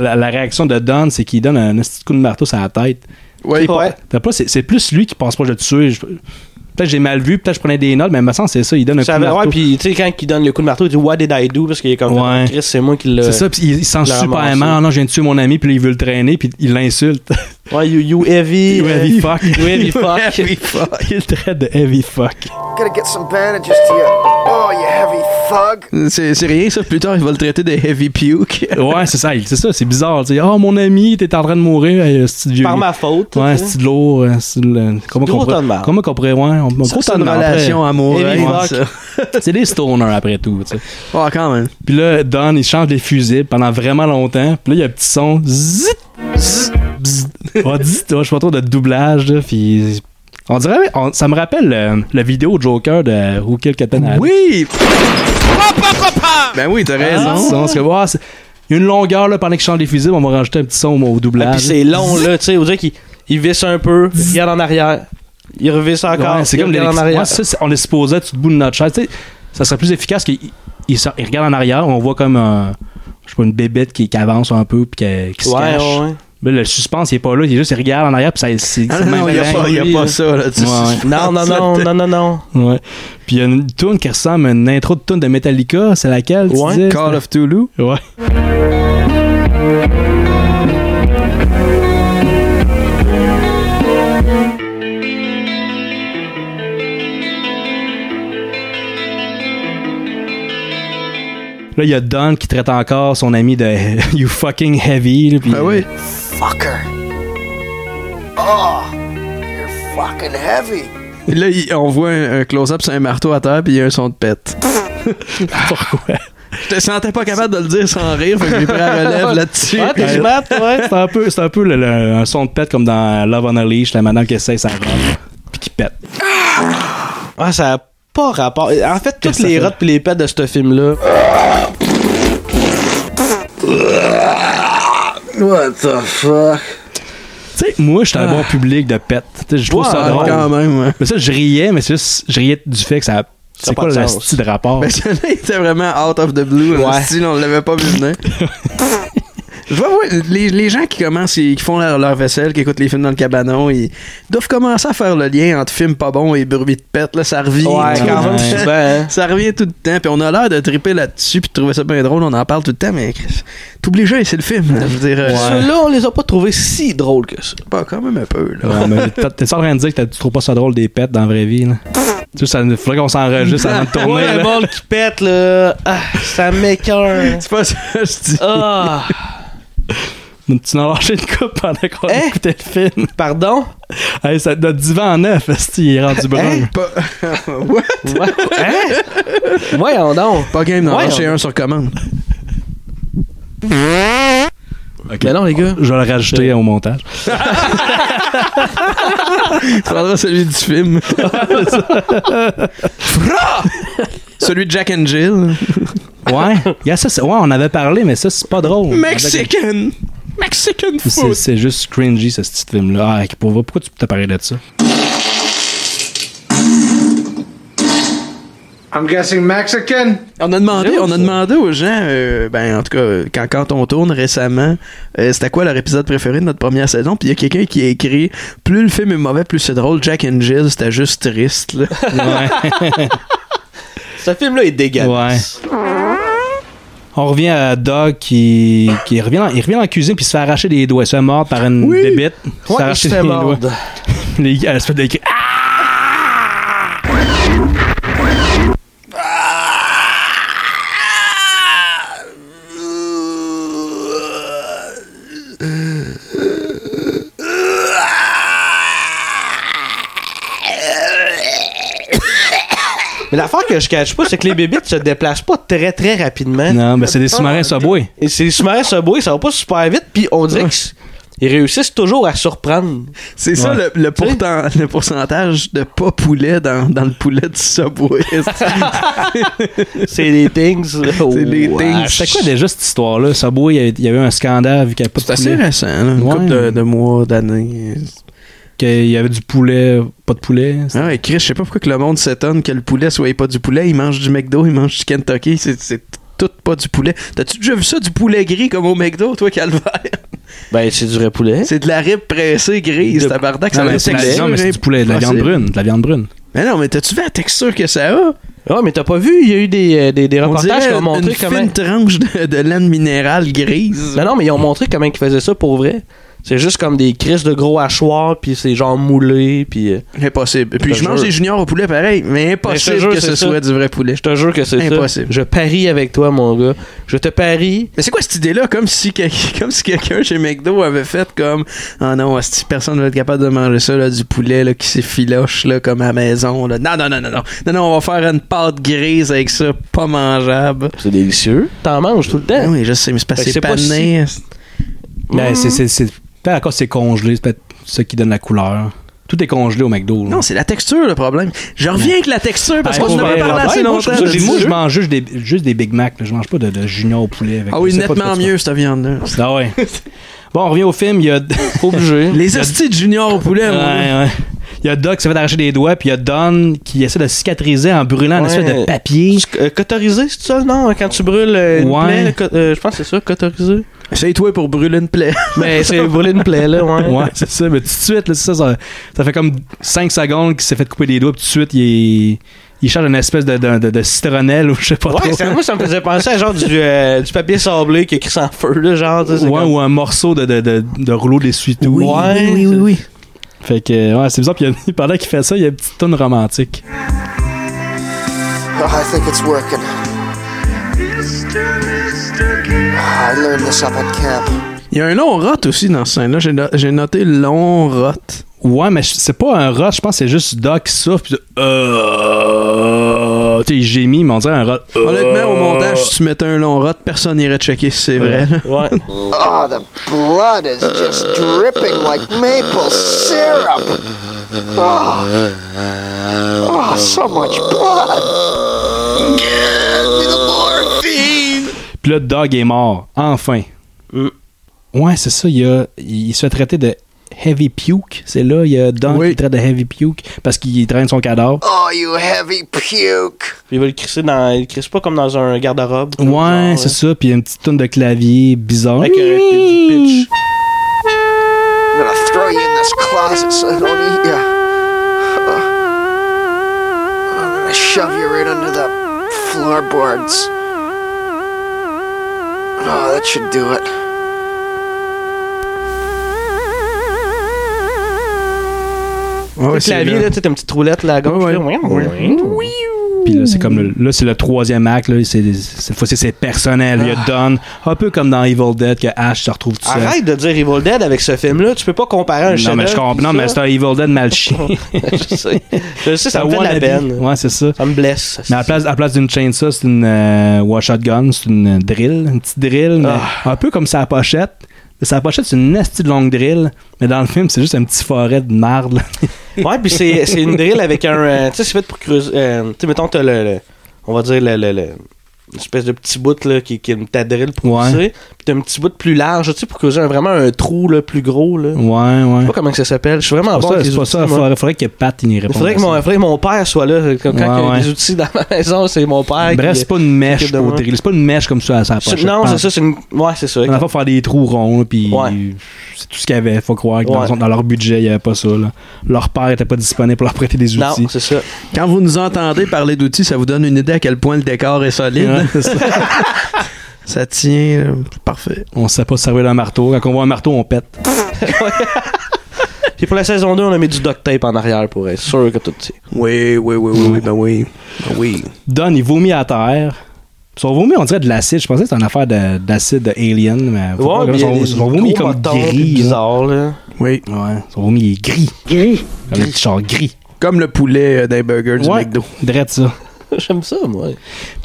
Speaker 1: La, la réaction de Don, c'est qu'il donne un petit coup de marteau sur la tête.
Speaker 2: Ouais.
Speaker 1: Il pa- t'as pas- C'est c'est plus lui qui pense pas que je le tuer. Je- Peut-être que j'ai mal vu, peut-être que je prenais des notes, mais il me semble que c'est ça, il donne un
Speaker 3: Ça
Speaker 1: coup de
Speaker 3: avait-
Speaker 1: marteau.
Speaker 3: ouais, puis euh, tu sais, quand il donne le coup de marteau, il dit What did I do? Parce qu'il est comme
Speaker 1: Ouais.
Speaker 3: Chris, c'est moi qui l'ai.
Speaker 1: c'est ça, puis il, il sent
Speaker 3: l'a
Speaker 1: super
Speaker 3: ramassé.
Speaker 1: mal. Ah non, je viens de tuer mon ami, puis là, il veut le traîner, puis il l'insulte.
Speaker 3: Ouais, you, you heavy.
Speaker 1: You
Speaker 3: euh,
Speaker 1: heavy fuck.
Speaker 3: You heavy fuck.
Speaker 2: Heavy
Speaker 3: Ah,
Speaker 2: fuck.
Speaker 1: il le traite de heavy fuck.
Speaker 13: Gotta get some bandages to you. Oh, you heavy thug.
Speaker 2: C'est c'est rien, ça. Plus tard, il va le traiter de heavy puke.
Speaker 1: Ouais, c'est ça, il- c'est ça, c'est bizarre. tu sais. oh, mon ami, t'es en train de mourir, euh, c'est vieux.
Speaker 3: Par ma faute.
Speaker 1: Ouais,
Speaker 3: tu sais.
Speaker 1: c'est de lourd. euh, c'est de la- Comment
Speaker 3: Gros
Speaker 1: qu'on pourrait.
Speaker 3: tas de marde.
Speaker 1: Comment qu'on pourrait. Ouais, on, on- gros
Speaker 2: c'est
Speaker 1: tas de
Speaker 2: une
Speaker 1: marde,
Speaker 2: relation hein.
Speaker 1: après.
Speaker 2: amoureuse,
Speaker 1: Ouais,
Speaker 2: ça.
Speaker 1: c'est des stoners après tout. tu sais.
Speaker 2: Ouais, quand même.
Speaker 1: Puis là, Don, il change les fusils pendant vraiment longtemps. Puis là, il y a un petit son. Zit, zit, bzz. Ouais, zit, ouais, je suis pas trop de doublage. là, puis on dirait. on- ça me rappelle euh, la vidéo de Joker de Who Killed Captain America.
Speaker 2: Oui! Ben oui, t'as
Speaker 1: Ah,
Speaker 2: raison.
Speaker 1: c'est bon, parce que, ouais, c'est- il y a une longueur là, pendant qu'il change les fusils, on va rajouter un petit son au- au doublage.
Speaker 3: Ah, puis c'est long, là. Tu sais, on dirait qu'il il visse un peu, il regarde en arrière. Il revisse encore.
Speaker 1: Ouais, c'est
Speaker 3: il
Speaker 1: comme
Speaker 3: regarde
Speaker 1: l'électricité.
Speaker 3: en arrière.
Speaker 1: Ouais, ça, c'est- on est supposé être tout debout de notre chaise. Tu sais, ça serait plus efficace qu'il il sort- il regarde en arrière, on voit comme un- je sais pas, une bébête qui, qui avance un peu puis qui, qui se
Speaker 3: Ouais,
Speaker 1: cache.
Speaker 3: ouais, ouais.
Speaker 1: Mais Ben, le suspense, il est pas là, il est juste, il regarde en arrière puis ça, c'est
Speaker 2: Ah,
Speaker 1: c'est
Speaker 2: non,
Speaker 1: même
Speaker 2: non, il y a
Speaker 1: lent.
Speaker 2: pas- il y a pas ça, là. tu
Speaker 1: Ouais, ouais.
Speaker 2: sais.
Speaker 3: Non, non, non, non, non, non.
Speaker 1: Ouais. Puis il y a une tune qui ressemble à une intro de tune de Metallica, c'est laquelle tu
Speaker 3: Ouais,
Speaker 1: disais?
Speaker 2: Call of Toulouse.
Speaker 1: Ouais. Là, il y a Don qui traite encore son ami de You fucking heavy. Là, puis-
Speaker 2: Ben oui.
Speaker 13: Fucker. Oh, you're fucking heavy.
Speaker 2: Et Là, il- on voit un, un close-up sur un marteau à terre, puis il y a un son de pète.
Speaker 1: Pourquoi?
Speaker 2: Je te sentais pas capable de le dire sans rire, fait que j'ai pris la relève là-dessus.
Speaker 3: Ah, t'es
Speaker 1: Ouais.
Speaker 3: smart, ouais.
Speaker 1: Euh, C'est un peu, c'est un, peu le- le- un son de pète comme dans Love on a Leash, la madame qui essaie sa robe, puis qui pète.
Speaker 3: Ah, ça a pas rapport. En fait, toutes
Speaker 1: Qu'est-ce que
Speaker 3: les
Speaker 1: ça fait?
Speaker 3: rottes pis les pattes de ce film-là.
Speaker 7: What the fuck?
Speaker 1: Tu sais, moi, j'étais
Speaker 3: Ah.
Speaker 1: un bon public de pète. Tu sais, Je trouve
Speaker 2: Ouais,
Speaker 1: ça drôle.
Speaker 2: quand même, ouais.
Speaker 1: Mais ça, je riais, mais c'est juste, je riais du fait que ça. c'est
Speaker 3: pas
Speaker 1: quoi
Speaker 3: de
Speaker 1: le
Speaker 3: sens.
Speaker 1: style de rapport?
Speaker 2: Mais celui-là, il était vraiment out of the blue.
Speaker 3: Ouais.
Speaker 2: Ouais. on l'avait pas vu venir. Je vois, ouais, les, les gens qui commencent, et qui font leur, leur vaisselle, qui écoutent les films dans le cabanon, ils doivent commencer à faire le lien entre films pas bons et bruit de pète. Là, ça revient.
Speaker 3: Ouais,
Speaker 2: tout
Speaker 3: quand
Speaker 2: le
Speaker 3: même,
Speaker 2: temps.
Speaker 3: souvent, hein.
Speaker 2: Ça revient tout le temps. Puis on a l'air de triper là-dessus, puis de trouver ça bien drôle. On en parle tout le temps, mais Chris, t'oublies jamais, c'est le film. là. Je veux dire, euh,
Speaker 3: Ceux-là, on les a pas trouvés si drôles que ça.
Speaker 2: pas quand même un peu. Là.
Speaker 1: Ouais, mais t'as- T'es en train de dire que t'as- tu trouves pas ça drôle des pètes dans la vraie vie, là? tu sais, ça il faudrait qu'on s'enregistre avant de
Speaker 3: Ouais,
Speaker 1: tourner,
Speaker 3: un
Speaker 1: là.
Speaker 3: bol qui pète, là. Ah, ça m'écoeure.
Speaker 2: C'est pas ça que je dis.
Speaker 3: Ah,
Speaker 1: Tu n'as lâché une coupe pendant qu'on
Speaker 3: Hein?
Speaker 1: écoutait le film.
Speaker 3: pardon? Hein?
Speaker 1: Hey, ça, notre divan en neuf, esti, il est rendu brun.
Speaker 2: Hein? Pas, What?
Speaker 3: Ouais. Hein? Voyons donc.
Speaker 2: Pas game d'en
Speaker 3: Ouais,
Speaker 2: lâcher
Speaker 3: on-
Speaker 2: un sur commande.
Speaker 3: Mais non, les gars.
Speaker 1: Je vais le rajouter au montage.
Speaker 2: Tu prendras celui du film. Fra! celui de Jack and Jill.
Speaker 1: Ouais. Regarde, ça, c'est- ouais, on avait parlé, mais ça, c'est pas drôle.
Speaker 2: Mexican! Mexican
Speaker 1: C'est,
Speaker 2: food!
Speaker 1: c'est juste cringy, ce petit film-là. Ah, pour- pourquoi tu t'as parlé de ça?
Speaker 7: I'm guessing Mexican?
Speaker 2: On a demandé, on a demandé aux gens, euh, ben en tout cas, euh, quand, quand on tourne récemment, euh, c'était quoi leur épisode préféré de notre première saison? Puis il y a quelqu'un qui a écrit Plus le film est mauvais, plus c'est drôle. Jack and Jill, c'était juste triste. Là.
Speaker 3: Ce film-là est dégueulasse.
Speaker 1: On revient à Doug qui, qui revient, dans, il revient dans la cuisine puis se fait arracher des doigts. Il se fait mordre par une
Speaker 2: Oui.
Speaker 1: débite. se fait
Speaker 3: Ouais, il
Speaker 1: arracher
Speaker 3: se fait
Speaker 1: les
Speaker 3: mordre.
Speaker 1: doigts. Les- elle se fait des cris. Ah!
Speaker 3: Mais l'affaire que je cache pas, c'est que les bébites se déplacent pas très très rapidement.
Speaker 1: Non, mais c'est des sous-marins subway.
Speaker 3: Et c'est sous-marin Subway, ça va pas super vite, puis on dirait que ils réussissent toujours à surprendre.
Speaker 2: C'est ça le, le pourtant- le pourcentage de pas poulet dans, dans le poulet du Subway.
Speaker 3: c'est des things. Oh,
Speaker 2: C'est des things.
Speaker 1: C'était quoi déjà cette histoire-là? Subway, il y avait- il y avait eu un scandale vu qu'il n'y avait pas de
Speaker 2: C'est assez
Speaker 1: poulet.
Speaker 2: récent, là, une
Speaker 1: Ouais.
Speaker 2: couple de, de mois, d'années.
Speaker 1: Qu'il y avait du poulet, pas de poulet.
Speaker 2: Ah ouais, Chris, je sais pas pourquoi que le monde s'étonne que le poulet soit pas du poulet. Il mange du McDo, il mange du Kentucky, c'est- c'est tout pas du poulet. T'as-tu déjà vu ça, du poulet gris comme au McDo, toi, Calvaire?
Speaker 3: Ben, c'est du vrai poulet.
Speaker 2: C'est de la rib pressée grise,
Speaker 1: De-
Speaker 2: tabarnak, ça
Speaker 1: Non,
Speaker 2: a
Speaker 1: mais
Speaker 2: une
Speaker 1: c'est de la-
Speaker 2: texture
Speaker 1: non, mais c'est du poulet, de la viande
Speaker 2: impossible.
Speaker 1: brune. De la viande brune.
Speaker 2: Mais non, mais t'as-tu vu la texture que ça a?
Speaker 3: Ah, mais t'as pas vu, il y a eu des, euh, des, des
Speaker 2: On
Speaker 3: reportages
Speaker 2: dirait
Speaker 3: qui ont montré
Speaker 2: une
Speaker 3: comment.
Speaker 2: fine tranche de, de laine minérale grise.
Speaker 3: Non, non, mais ils ont montré comment ils faisaient ça pour vrai. C'est juste comme des crises de gros hachoirs, puis c'est genre moulé, puis. euh,
Speaker 2: Impossible. Puis
Speaker 3: Je te
Speaker 2: je mange
Speaker 3: jure.
Speaker 2: des juniors au poulet pareil, mais impossible
Speaker 3: Mais je te jure,
Speaker 2: que ce
Speaker 3: c'est ça.
Speaker 2: soit du vrai poulet.
Speaker 3: Je te jure que c'est ça.
Speaker 2: Impossible.
Speaker 3: Je parie avec toi, mon gars. Je te parie.
Speaker 2: Mais c'est quoi cette idée-là? Comme si, quel- comme si quelqu'un chez McDo avait fait comme Ah non, si personne va être capable de manger ça, là, du poulet là, qui s'effiloche là, comme à la maison. Là. Non, non, non, non, non. Non, non, on va faire une pâte grise avec ça, pas mangeable.
Speaker 3: C'est délicieux. T'en manges tout le
Speaker 1: Ah.
Speaker 3: temps.
Speaker 2: Oui, je sais, mais c'est parce
Speaker 3: Fait
Speaker 2: que
Speaker 3: que
Speaker 2: c'est
Speaker 3: c'est pas
Speaker 2: pané.
Speaker 1: Ben, c'est, c'est, c'est, peut-être à cause que c'est congelé, c'est peut-être ça qui donne la couleur. Tout est congelé au McDo. là.
Speaker 2: Non, c'est la texture le problème. Je reviens avec la texture parce
Speaker 1: Ah,
Speaker 2: qu'on en
Speaker 1: pour
Speaker 2: a
Speaker 1: vrai,
Speaker 2: parlé
Speaker 1: ouais,
Speaker 2: assez
Speaker 1: moi, je-
Speaker 2: longtemps.
Speaker 1: moi,
Speaker 2: de
Speaker 1: moi,
Speaker 2: ce
Speaker 1: je
Speaker 2: jeu.
Speaker 1: mange juste des, juste des Big Mac. là. Je mange pas de, de junior au poulet. Avec,
Speaker 2: Ah oui,
Speaker 1: je sais pas de
Speaker 2: nettement
Speaker 1: quoi tu
Speaker 2: mieux cette viande-là.
Speaker 1: parles. Ah ouais. bon, on revient au film. Il y a.
Speaker 3: Obligé.
Speaker 2: Les hosties de junior au poulet,
Speaker 1: Ouais,
Speaker 2: mon gars.
Speaker 1: ouais. Il y a Doc qui se fait arracher des doigts, puis il y a Don qui essaie de cicatriser en brûlant Ah, une espèce de papier.
Speaker 3: Cotorisé, euh, c'est ça, non? Quand tu brûles euh, une
Speaker 1: Ouais.
Speaker 3: plaie, là, co- euh, je pense que c'est ça, cotorisé.
Speaker 2: Essaye-toi pour brûler une plaie.
Speaker 3: Mais c'est brûler une plaie, là, ouais.
Speaker 1: Ouais, c'est ça. Mais tout de suite, là, c'est ça, ça, ça fait comme 5 secondes qu'il s'est fait couper les doigts, puis tout de suite, il, est- il charge une espèce de, de, de- de citronnelle ou je sais pas
Speaker 3: Ouais,
Speaker 1: trop.
Speaker 3: ça- moi, ça me faisait penser à genre du, euh, du papier sablé qui est écrit sans feu, là, genre. tu sais, c'est
Speaker 1: Ouais,
Speaker 3: comme-
Speaker 1: ou un morceau de, de, de, de rouleau d'essuie-tout.
Speaker 3: Oui,
Speaker 1: ouais.
Speaker 3: oui, oui, oui.
Speaker 1: Fait que, ouais, c'est bizarre. Puis il y a- pendant qu'il fait ça, il y a une petite tonne romantique.
Speaker 13: Oh, I think it's working. Ah, I learned this up at camp.
Speaker 2: Il y a un long rot aussi dans ce scène-là. J'ai no- J'ai noté long rot.
Speaker 1: Ouais, mais je- c'est pas un rush, je pense que c'est juste Doc qui souffle. Puis, euh, tu sais, il gémit, mais on dirait un rush.
Speaker 2: Honnêtement, au montage, si tu mettais un long rot, personne n'irait checker si c'est vrai. là.
Speaker 3: Ouais.
Speaker 13: Oh, the blood is just dripping like maple syrup. Oh, so much blood. Get me the morphine.
Speaker 1: Puis là, Doug est mort, enfin.
Speaker 3: Euh.
Speaker 1: Ouais, c'est ça, il, a, il se fait traiter de Heavy Puke. C'est là, il y a Doug qui le traite de Heavy Puke parce qu'il traîne son cadavre.
Speaker 13: Oh, you heavy puke.
Speaker 3: Puis il va le crisser dans. Il le crisse pas comme dans un garde-robe.
Speaker 1: Ouais, c'est
Speaker 3: hein.
Speaker 1: ça, puis il y a une petite tonne de clavier bizarre.
Speaker 3: Avec euh, du pitch.
Speaker 13: I'm gonna throw you in this closet so I don't eat you. I'm gonna shove you right under the floorboards. Oh, that should do it.
Speaker 2: Ouais,
Speaker 3: le
Speaker 2: c'est
Speaker 3: clavier,
Speaker 2: vrai.
Speaker 3: là, tu sais, t'as une petite roulette, là, à gauche. là. Ouais, ouais.
Speaker 1: Puis là, c'est comme le, là, c'est le troisième acte. Là, c'est, cette fois-ci, c'est personnel. Il y a Don, un peu comme dans Evil Dead, que Ash se retrouve tout seul.
Speaker 3: Ah. Arrête de dire Evil Dead avec ce film-là. Tu peux pas comparer un
Speaker 1: non, mais je
Speaker 3: chef-d'œuvre,
Speaker 1: comprends. Non,
Speaker 3: tout
Speaker 1: mais
Speaker 3: ça.
Speaker 1: c'est un Evil Dead mal chié.
Speaker 3: je sais. Je sais, ça me fait de la
Speaker 1: wannabe.
Speaker 3: peine.
Speaker 1: Ouais, c'est ça.
Speaker 3: Ça me blesse.
Speaker 1: Mais à la place, à la place d'une chainsaw, c'est une euh, washout gun, c'est une euh, drill, une petite drill, mais
Speaker 3: Ah.
Speaker 1: un peu comme sa pochette. Mais sa pochette, c'est une nasty de longue drill, mais dans le film, c'est juste un petit forêt de marde. là.
Speaker 3: Ouais, puis c'est c'est une drill avec un. euh, tu sais, c'est fait pour creuser. euh, tu sais, mettons, t'as le, le- On va dire le. le- le- une espèce de petit bout là, qui, qui est une ta drill pour
Speaker 1: Ouais.
Speaker 3: pousser. Puis t'as un petit bout plus large, tu sais, pour creuser un- vraiment un trou là, plus gros. Là.
Speaker 1: ouais, ouais.
Speaker 3: Je sais pas comment que ça s'appelle. Je suis vraiment
Speaker 1: C'est pas
Speaker 3: bon
Speaker 1: ça,
Speaker 3: avec les
Speaker 1: c'est pas
Speaker 3: outils,
Speaker 1: ça.
Speaker 3: moi.
Speaker 1: Faudrait, faudrait que Pat il y
Speaker 3: Il
Speaker 1: réponde.
Speaker 3: faudrait que,
Speaker 1: à ça.
Speaker 3: mon, faudrait que mon père soit là. Quand, quand il y a
Speaker 1: Ouais,
Speaker 3: des
Speaker 1: ouais.
Speaker 3: outils dans ma maison, c'est mon père. qui-
Speaker 1: Bref, c'est pas une mèche
Speaker 3: s'occupe de
Speaker 1: au
Speaker 3: moi.
Speaker 1: drill. C'est pas une mèche comme ça à sa
Speaker 3: C'est-
Speaker 1: pochette. Ah.
Speaker 3: Non, c'est ça, c'est une. Ouais, c'est ça.
Speaker 1: Il faut faire des trous ronds, là, puis c'est tout ce qu'il y avait. Faut croire que dans,
Speaker 3: Ouais.
Speaker 1: son- dans leur budget, il n'y avait pas ça. là. Leur père était pas disponible pour leur prêter des outils.
Speaker 3: Non, c'est ça.
Speaker 2: Quand vous nous entendez parler d'outils, ça vous donne une idée à quel point le décor est solide.
Speaker 1: Ouais, c'est ça.
Speaker 2: ça tient. euh, Parfait.
Speaker 1: on sait pas servir d'un marteau. Quand on voit un marteau, on pète.
Speaker 3: Puis pour la saison 2, on a mis du duct tape en arrière pour être sûr que tout.
Speaker 2: Oui, oui, oui, oui, oui, ben oui. Ben oui.
Speaker 1: Don, il vomit à terre. Son vomi, on dirait de l'acide. Je pensais que c'était une affaire de- d'acide de, Alien, mais faut pas
Speaker 3: Ouais,
Speaker 1: que
Speaker 3: mais il y a
Speaker 1: son,
Speaker 3: des
Speaker 1: son vomi est
Speaker 3: gros
Speaker 1: comme
Speaker 3: bâtons, puis
Speaker 1: gris. là.
Speaker 3: bizarre, là.
Speaker 2: Oui.
Speaker 1: Ouais, son vomi il est gris. Gris. Comme un petit char gris.
Speaker 2: Comme le poulet euh, d'un burger du
Speaker 1: Ouais,
Speaker 2: McDo.
Speaker 1: drette ça.
Speaker 3: J'aime ça, moi.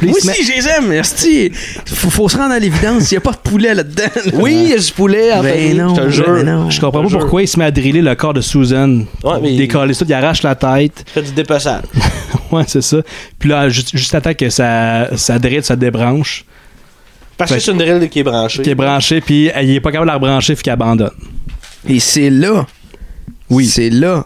Speaker 2: moi aussi, je les aime, esti. Faut, faut se rendre à l'évidence, il n'y a pas de poulet là-dedans. là.
Speaker 3: Oui, il y a du poulet, en
Speaker 2: Ben non,
Speaker 3: je te jure.
Speaker 2: ben non.
Speaker 1: Je comprends pas pourquoi il se met à driller le corps de Susan.
Speaker 3: Ouais, mais-
Speaker 1: Il décolle ça, il arrache la tête.
Speaker 3: Fait du dépassage.
Speaker 1: ouais, c'est ça. Puis là, ju- juste, à temps que ça, ça drille, ça débranche.
Speaker 3: Parce que c'est une drill qui est branchée.
Speaker 1: Qui est branché, puis euh, il est pas capable de la rebrancher, puis qu'il abandonne.
Speaker 2: Et c'est là. Oui. C'est là.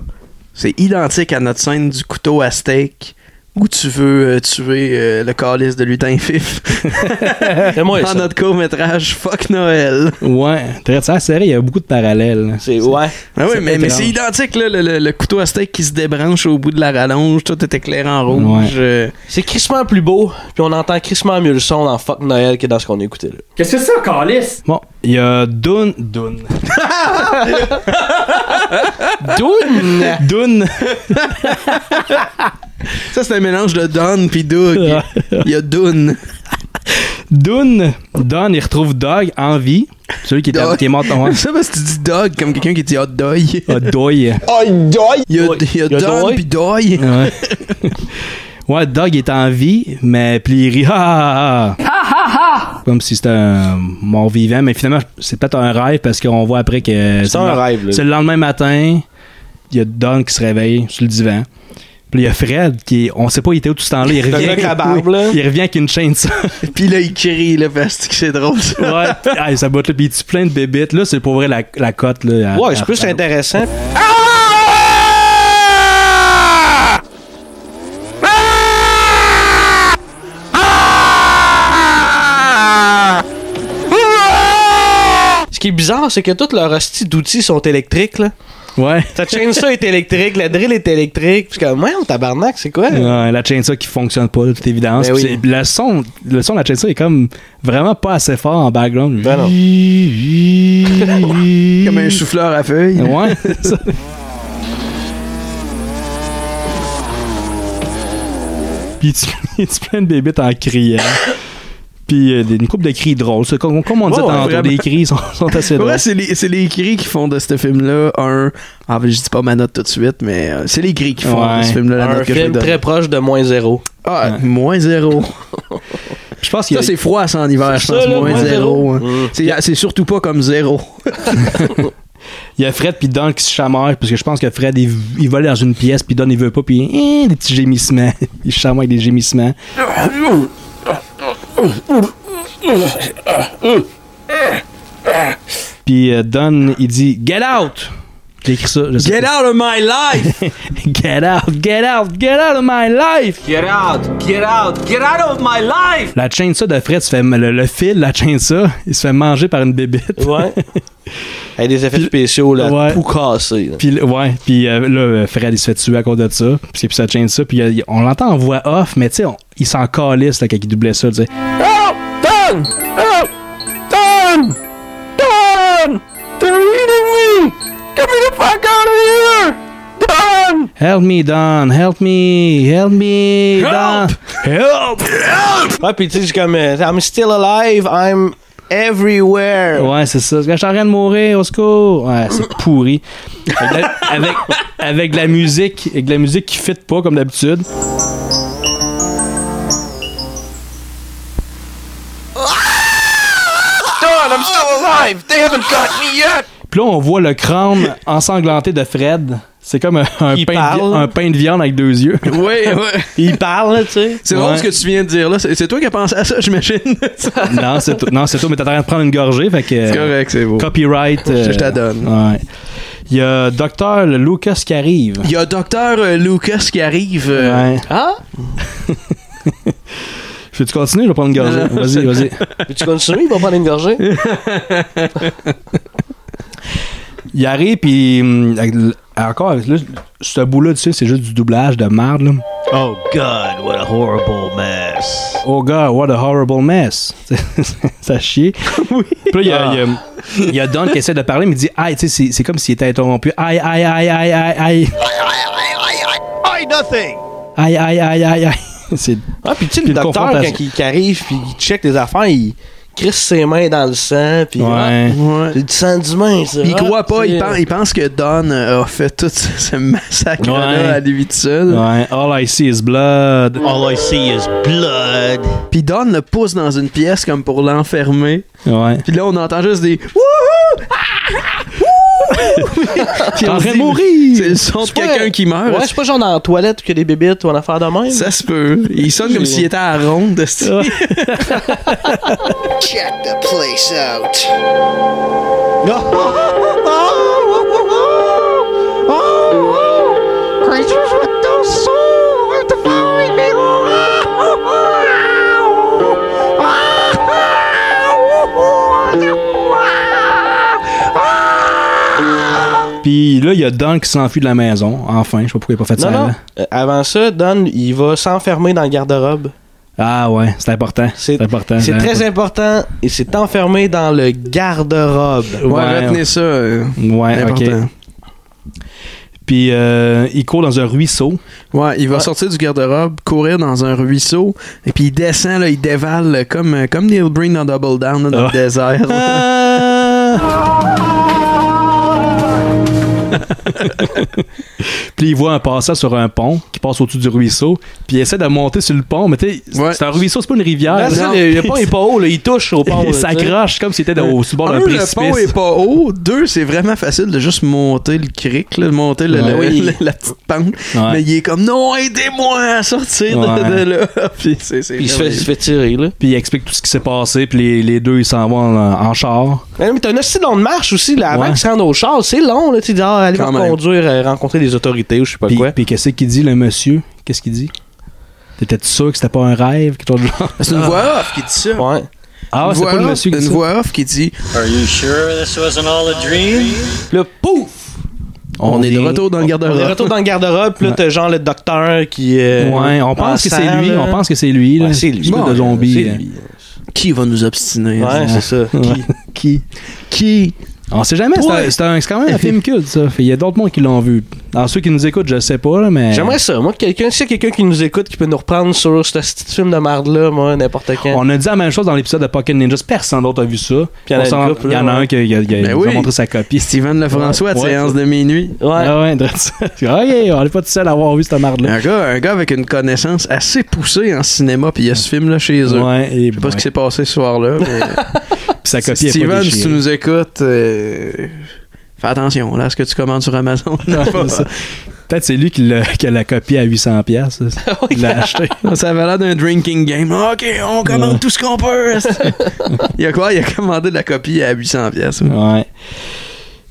Speaker 2: C'est identique à notre scène du couteau à steak où tu veux euh, tuer euh, le calice de lutin fif.
Speaker 3: Fais-moi
Speaker 2: Dans
Speaker 3: ça.
Speaker 2: notre court-métrage Fuck Noël.
Speaker 1: Ouais, très ça, c'est vrai, il y a beaucoup de parallèles.
Speaker 3: C'est, ouais.
Speaker 2: Ah oui, mais, mais c'est
Speaker 1: étrange.
Speaker 2: identique, là, le, le- le couteau à steak qui se débranche au bout de la rallonge, tout est éclairé en rouge. euh,
Speaker 3: C'est crissement plus beau, puis on entend crissement mieux le son dans Fuck Noël que dans ce qu'on a écouté là.
Speaker 6: Qu'est-ce que c'est ça, Calis?
Speaker 1: Bon, il y a Dune. Dune.
Speaker 3: Dune!
Speaker 1: Dune.
Speaker 2: Ça, c'est un mélange de Don puis Doug. Il y a Dune.
Speaker 1: Dune. Don, il retrouve Doug en vie. Celui qui, était-
Speaker 2: Doug.
Speaker 1: qui est mort en
Speaker 2: Ça, parce que tu dis Doug comme quelqu'un qui dit Ah, doy.
Speaker 1: hein. Ah, Doy.
Speaker 2: Il y a, il y a
Speaker 1: Il y a
Speaker 2: Don
Speaker 1: Doy.
Speaker 2: puis doy.
Speaker 1: Ouais. ouais, Doug est en vie, mais puis il rit. Ah, ah, ah. Comme si c'était un mort vivant, mais finalement, c'est peut-être un rêve parce qu'on voit après que.
Speaker 3: C'est un
Speaker 1: le-
Speaker 3: rêve, là.
Speaker 1: C'est le lendemain matin, il y a Don qui se réveille sur le divan. Puis il y a Fred qui, est- on sait pas, il était où tout ce temps-là. Il
Speaker 3: Le
Speaker 1: revient,
Speaker 3: gars avec la barbe,
Speaker 1: Oui.
Speaker 3: là.
Speaker 1: il revient avec une chaîne ça.
Speaker 2: Puis là, il crie, là, parce que c'est drôle. ça.
Speaker 1: ouais, pis- ah, ça botte là. Puis il tue plein de bébites. Là, c'est pour vrai la, la cote.
Speaker 2: Ah,
Speaker 1: Là, à-
Speaker 3: Ouais, c'est
Speaker 1: à-
Speaker 3: plus
Speaker 1: à-
Speaker 3: intéressant. Ce qui est bizarre, c'est que tous leurs hosties d'outils sont électriques, là.
Speaker 1: Ouais.
Speaker 3: Ta chainsaw est électrique, la drill est électrique. Puis je suis comme, ouais, on tabarnak, c'est quoi?
Speaker 1: Ouais, Euh, la chainsaw qui fonctionne pas, de toute évidence.
Speaker 3: Ben
Speaker 1: Puis
Speaker 3: oui.
Speaker 1: c'est- le, son, le son de la chainsaw est comme vraiment pas assez fort en background.
Speaker 3: Ben non.
Speaker 2: Comme un souffleur à feuilles.
Speaker 1: Ouais, c'est ça. Puis tu, il tue plein de bébites en criant. Puis euh, des- une couple de cris drôles. C'est Comme, comme on disait
Speaker 2: Ouais, ouais,
Speaker 1: tantôt,
Speaker 2: Oh, vraiment.
Speaker 1: les cris sont, sont assez drôles.
Speaker 2: Ouais, c'est les, c'est les cris qui font de ce film-là un. Ah, je dis pas ma note tout de suite, mais euh, c'est les cris qui font
Speaker 1: Ouais.
Speaker 2: de ce film-là la
Speaker 3: Un
Speaker 2: note que je
Speaker 3: film
Speaker 2: donne.
Speaker 3: très proche de moins zéro.
Speaker 2: Ah, moins zéro.
Speaker 1: Je pense qu'il y
Speaker 2: Ça,
Speaker 1: a-
Speaker 2: c'est froid, ça, en hiver, je
Speaker 3: ça,
Speaker 2: pense.
Speaker 3: là,
Speaker 2: moins
Speaker 3: moins
Speaker 2: zéro.
Speaker 3: zéro.
Speaker 2: hein. C'est, c'est surtout pas comme zéro.
Speaker 1: il y a Fred puis Don qui se chamarrent parce que je pense que Fred il, il va aller dans une pièce puis Don il veut pas puis hein, des petits gémissements. Il se chamarre avec des gémissements. Puis euh, Don, il dit Get out! J'ai écrit ça. Je sais
Speaker 2: Get
Speaker 1: pas.
Speaker 2: out of my life!
Speaker 1: get out! Get out! Get out of my life!
Speaker 6: Get out! Get out! Get out of my life!
Speaker 1: La chainsaw de Fred se fait. Le, le fil, la chainsaw, il se fait manger par une bébête.
Speaker 3: Ouais. Avec des effets spéciaux, là,
Speaker 1: Ouais.
Speaker 3: tout cassé. là.
Speaker 1: Puis ouais, puis euh, là euh, Fred il se fait tuer à cause de ça, puis c'est plus ça change ça, puis euh, on l'entend en voix off, mais tu sais on- il s'en calisse là quand il doublait ça, tu sais. Help me Don, help me, help me Don. Help!
Speaker 3: Ouais, puis tu sais, c'est comme euh, I'm still alive, I'm everywhere.
Speaker 1: Ouais, c'est ça. Je suis en train de mourir, au secours. Ouais, c'est pourri. Avec, la- avec, avec de la musique, avec de la musique qui fit pas comme d'habitude.
Speaker 3: Don, I'm still alive. They haven't got me yet.
Speaker 1: Puis là, on voit le crâne ensanglanté de Fred. C'est comme un, un
Speaker 3: Il
Speaker 1: pain de,
Speaker 3: parle.
Speaker 1: vi- un pain de viande avec deux yeux.
Speaker 2: oui, ouais.
Speaker 3: Il parle, tu sais.
Speaker 2: C'est drôle
Speaker 1: Ouais.
Speaker 2: ce que tu viens de dire là. C'est, c'est toi qui as pensé à ça, j'imagine. c'est
Speaker 1: non, c'est tout. Non, c'est tout, mais t'es en train de prendre une gorgée, fait que. euh,
Speaker 2: correct, c'est beau.
Speaker 1: Copyright.
Speaker 2: Je- je te donne.
Speaker 1: Ouais. Il y a Docteur Lucas qui arrive.
Speaker 2: Il y a Docteur euh, Lucas qui arrive. euh,
Speaker 1: Ouais.
Speaker 3: Ah?
Speaker 1: Fais-tu continuer? Je vais prendre une gorgée. Vas-y, vas-y.
Speaker 3: Puis tu continues, il va prendre une gorgée.
Speaker 1: Il arrive, puis. hum, avec l- Encore, avec- là, ce bout-là, tu sais, c'est juste du doublage de merde, là.
Speaker 20: Oh God, what a horrible mess.
Speaker 1: Oh God, what a horrible mess. ça chie. Puis là, il y a- il y a, il y a Don qui essaie de parler, mais il dit Aïe, tu sais, c'est- c'est comme s'il était interrompu. Aïe, aïe, aïe, aïe, aïe, aïe.
Speaker 20: I nothing.
Speaker 1: Aïe, aïe, aïe, aïe, aïe. C'est
Speaker 3: Ah, puis tu sais,
Speaker 1: Puis
Speaker 3: le
Speaker 1: une
Speaker 3: docteur,
Speaker 1: confrontation.
Speaker 3: quand il, qui arrive, puis il check les affaires, il, crisse ses mains dans le sang, puis
Speaker 1: Ouais.
Speaker 3: ah, c'est du sang d'humain, ça.
Speaker 2: Il
Speaker 3: Ah,
Speaker 2: croit pas, il
Speaker 3: c'est-
Speaker 2: pense, il pense que Don euh, a fait tout ce, ce massacre-là
Speaker 1: Ouais.
Speaker 2: à lui tout seul.
Speaker 1: Ouais, all I see is blood.
Speaker 20: All I see is blood.
Speaker 2: Euh, Puis Don le pousse dans une pièce comme pour l'enfermer.
Speaker 1: Ouais.
Speaker 2: Puis là, on entend juste des Ah! T'es
Speaker 3: en train de
Speaker 2: mourir! C'est le son de quelqu'un qui meurt.
Speaker 3: Ouais, c'est pas genre dans la toilette qu'il y a des bébites ou en affaire de même.
Speaker 2: Ça se peut. Il sonne comme s'il était à la ronde de style.
Speaker 13: Check the place out.
Speaker 4: Creatures Oh, with no soul are devouring me.
Speaker 1: Puis là, il y a Don qui s'enfuit de la maison, enfin. Je sais pas pourquoi il a pas fait
Speaker 3: Non,
Speaker 1: ça.
Speaker 3: non.
Speaker 1: avant.
Speaker 3: Euh, Avant ça, Don, il va s'enfermer dans le garde-robe.
Speaker 1: Ah ouais, c'est important. C'est important.
Speaker 3: C'est
Speaker 1: Don.
Speaker 3: très important. Il s'est enfermé dans le garde-robe.
Speaker 2: Ouais, retenez ça. euh,
Speaker 1: Ouais,
Speaker 2: important.
Speaker 1: ok. Puis euh, il court dans un ruisseau.
Speaker 2: Ouais, il va sortir du garde-robe, courir dans un ruisseau, et puis il descend, là, il dévale là, comme, euh, comme Neil Breen dans Double Down là, dans le désert.
Speaker 1: Ah! Puis il voit un passant sur un pont qui passe au-dessus du ruisseau. Puis il essaie de monter sur le pont. Mais tu sais, c'est- c'est un ruisseau, c'est pas une rivière.
Speaker 3: Là, ça,
Speaker 1: Non.
Speaker 3: le, le pont est pas haut, là, il touche au pont. là,
Speaker 1: Il s'accroche comme s'il était au sur le bord
Speaker 2: Un,
Speaker 1: d'un
Speaker 2: Ah, le
Speaker 1: précipice.
Speaker 2: pont est pas haut. Deux, c'est vraiment facile de juste monter le cric, là, de monter le-
Speaker 1: Ouais.
Speaker 2: le-
Speaker 1: Ah Oui.
Speaker 2: le- la petite pente.
Speaker 1: Ouais.
Speaker 2: Mais il est comme, non, aidez-moi à sortir de- de,
Speaker 1: Ouais.
Speaker 2: là. Puis c'est- c'est
Speaker 3: Puis il se fait, il
Speaker 2: merveilleux.
Speaker 3: se fait tirer, là.
Speaker 1: Puis il explique tout ce qui s'est passé. Puis les, les deux, ils s'en vont en, en char.
Speaker 3: Mais, non, mais t'as un assez long de marche aussi, là, avant
Speaker 1: Ouais.
Speaker 3: qu'il se rende au char. C'est long, là. Tu dis, ah, allez
Speaker 2: Quand même.
Speaker 3: conduire, euh, rencontrer des autorités ou je sais pas
Speaker 1: Puis,
Speaker 3: quoi.
Speaker 1: puis qu'est-ce qu'il dit, le monsieur Qu'est-ce qu'il dit T'étais-tu sûr que c'était pas un rêve quelque chose de genre?
Speaker 2: C'est une voix off qui dit ça.
Speaker 3: Ouais.
Speaker 1: Ah,
Speaker 2: Une
Speaker 1: c'est
Speaker 2: voix
Speaker 1: pas le
Speaker 2: off,
Speaker 1: monsieur qui
Speaker 2: une
Speaker 1: dit ça?
Speaker 2: voix off qui dit
Speaker 20: Are you sure this wasn't all a dream?
Speaker 3: Le pouf!
Speaker 2: On, est de retour dans le
Speaker 3: On est
Speaker 2: garde-robe.
Speaker 3: retour dans le garde-robe, puis là, t'as genre le docteur qui. euh,
Speaker 1: Ouais, on pense
Speaker 3: en
Speaker 1: que c'est
Speaker 3: sang,
Speaker 1: lui,
Speaker 3: là.
Speaker 1: on pense que c'est lui. là.
Speaker 3: Ouais, c'est lui.
Speaker 1: Espèce
Speaker 3: Bon,
Speaker 1: de zombie.
Speaker 3: c'est
Speaker 1: là.
Speaker 3: lui.
Speaker 2: Qui va nous obstiner
Speaker 3: Ouais, c'est ça.
Speaker 1: Ouais.
Speaker 2: Qui Qui
Speaker 1: On sait jamais, c'est
Speaker 3: Ouais.
Speaker 1: un- c'est un- c'est quand même un film culte, ça. Fait, Il y a d'autres monde qui l'ont vu. Alors, ceux qui nous écoutent, je sais pas, là, mais.
Speaker 3: J'aimerais ça. Moi, quelqu'un, s'il y a quelqu'un qui nous écoute, qui peut nous reprendre sur ce petit film de marde-là, moi, n'importe quand.
Speaker 1: On a dit la même chose dans l'épisode de Pocket Ninjas. Personne d'autre a vu ça.
Speaker 3: Puis il y en a
Speaker 1: On
Speaker 3: une
Speaker 1: s'en-
Speaker 3: couple,
Speaker 1: il y en a
Speaker 3: là,
Speaker 1: un
Speaker 3: ouais.
Speaker 1: qui a- il a- il a-
Speaker 2: Ben
Speaker 1: nous a
Speaker 2: oui.
Speaker 1: montré sa copie.
Speaker 2: Steven Lefrançois à
Speaker 1: Ouais,
Speaker 2: séance de minuit.
Speaker 3: Ouais.
Speaker 1: Ah ouais, drette ça. Ok, on n'est pas tout seul à avoir vu cette marde-là.
Speaker 2: Un gars, un gars avec une connaissance assez poussée en cinéma, puis il y a ce film-là chez eux.
Speaker 1: Ouais, et
Speaker 2: Je sais pas ce qui s'est passé ce soir-là. mais-
Speaker 1: sa copie est pas
Speaker 2: Steven, si tu
Speaker 1: déchirée.
Speaker 2: nous écoutes, euh, fais attention là, à ce que tu commandes sur Amazon.
Speaker 1: Ouais, ça. Peut-être c'est lui qui l'a, qui a la copie à 800 pièces. Il l'a acheté.
Speaker 2: Ça avait l'air d'un drinking game. Ok, on commande tout ce qu'on peut. il a quoi Il a commandé de la copie à 800 pièces.
Speaker 1: Ouais.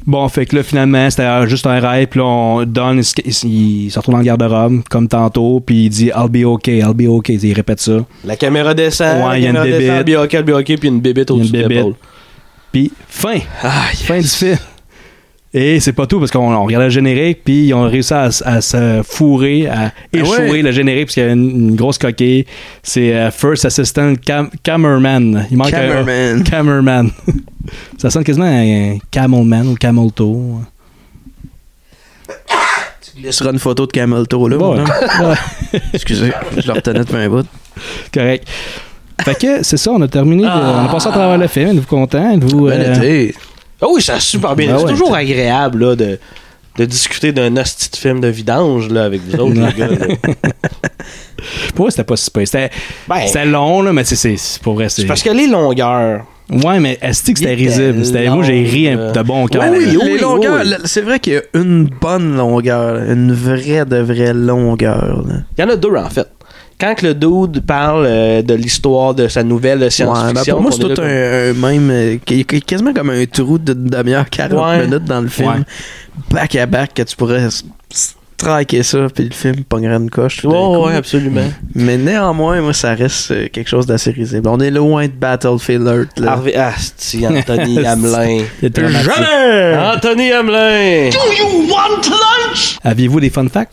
Speaker 1: Bon, fait que là, finalement, c'était juste un rêve. Puis là, on, Don, il, se- il se retrouve dans le garde-robe, comme tantôt. Puis il dit, I'll be okay, I'll be okay. Il répète ça.
Speaker 3: La caméra descend.
Speaker 1: Ouais,
Speaker 3: la
Speaker 1: il y a une
Speaker 3: caméra descend,
Speaker 1: bébite.
Speaker 3: Bioquet, bioquet, puis une bébite
Speaker 1: Il y a une
Speaker 3: au-dessus de
Speaker 1: bébite.
Speaker 3: l'épaule.
Speaker 1: Puis, fin.
Speaker 2: Ah,
Speaker 1: Fin du film. Et c'est pas tout, parce qu'on on regardait le générique, puis ils ont réussi à, s- à se fourrer, à échouer
Speaker 2: ouais.
Speaker 1: le générique, parce qu'il y a une, une grosse coquille. C'est euh, First Assistant Cam- Cameraman. Il manque un.
Speaker 2: Cameraman.
Speaker 1: Cameraman. Ça sonne quasiment un Camelman ou Camel Toe.
Speaker 2: Tu laisseras une photo de Camel Toe, là.
Speaker 1: Bon,
Speaker 2: mon homme.
Speaker 1: ouais.
Speaker 2: Excusez, je leur tenais depuis un bout.
Speaker 1: Correct. Fait que c'est ça, on a terminé. euh, On a passé à travers le film. Êtes-vous content? Êtes-vous,
Speaker 2: Ben,
Speaker 1: euh,
Speaker 2: l'été.
Speaker 3: Ah oui, ça a super bien.
Speaker 1: Ben
Speaker 3: c'est
Speaker 1: ouais.
Speaker 3: toujours agréable là, de, de discuter d'un hostie de film de vidange là, avec vous autres, les gars. là.
Speaker 1: pour vrai, c'était pas si pire. C'était
Speaker 3: Ben,
Speaker 1: c'était long, là, mais tu sais, c'est- c'est pour vrai.
Speaker 3: c'est parce que les longueurs.
Speaker 1: Ouais, mais est-ce que c'était
Speaker 3: Il était
Speaker 1: risible? C'était- Moi, j'ai ri
Speaker 3: long,
Speaker 1: un- de bon cœur.
Speaker 2: Ouais,
Speaker 1: là.
Speaker 2: oui,
Speaker 3: oui,
Speaker 2: les longueurs,
Speaker 3: oui.
Speaker 2: là, c'est vrai qu'il y a une bonne longueur, là, une vraie de vraie longueur. là.
Speaker 3: Il y en a deux, en fait. Quand que le dude parle euh, de l'histoire de sa nouvelle de
Speaker 2: Ouais,
Speaker 3: science-fiction...
Speaker 2: ben pour moi,
Speaker 3: qu'on
Speaker 2: c'est
Speaker 3: est là
Speaker 2: tout un,
Speaker 3: comme-
Speaker 2: un même. euh, qui- qui- quasiment comme un trou de demi-heure, 40
Speaker 3: Ouais.
Speaker 2: minutes dans le film.
Speaker 1: Ouais.
Speaker 2: Back à back, que tu pourrais s- striker ça, puis le film pognerait une coche. tout d'un
Speaker 3: Ouais,
Speaker 2: coup.
Speaker 3: ouais, absolument.
Speaker 2: Mais néanmoins, moi, ça reste euh, quelque chose d'assez risible. On est loin de Battlefield Earth. Là.
Speaker 3: Harvey... Ah, c'est Anthony Hamelin.
Speaker 1: C'est dramatique.
Speaker 3: Anthony Hamelin!
Speaker 1: Aviez-vous des fun facts?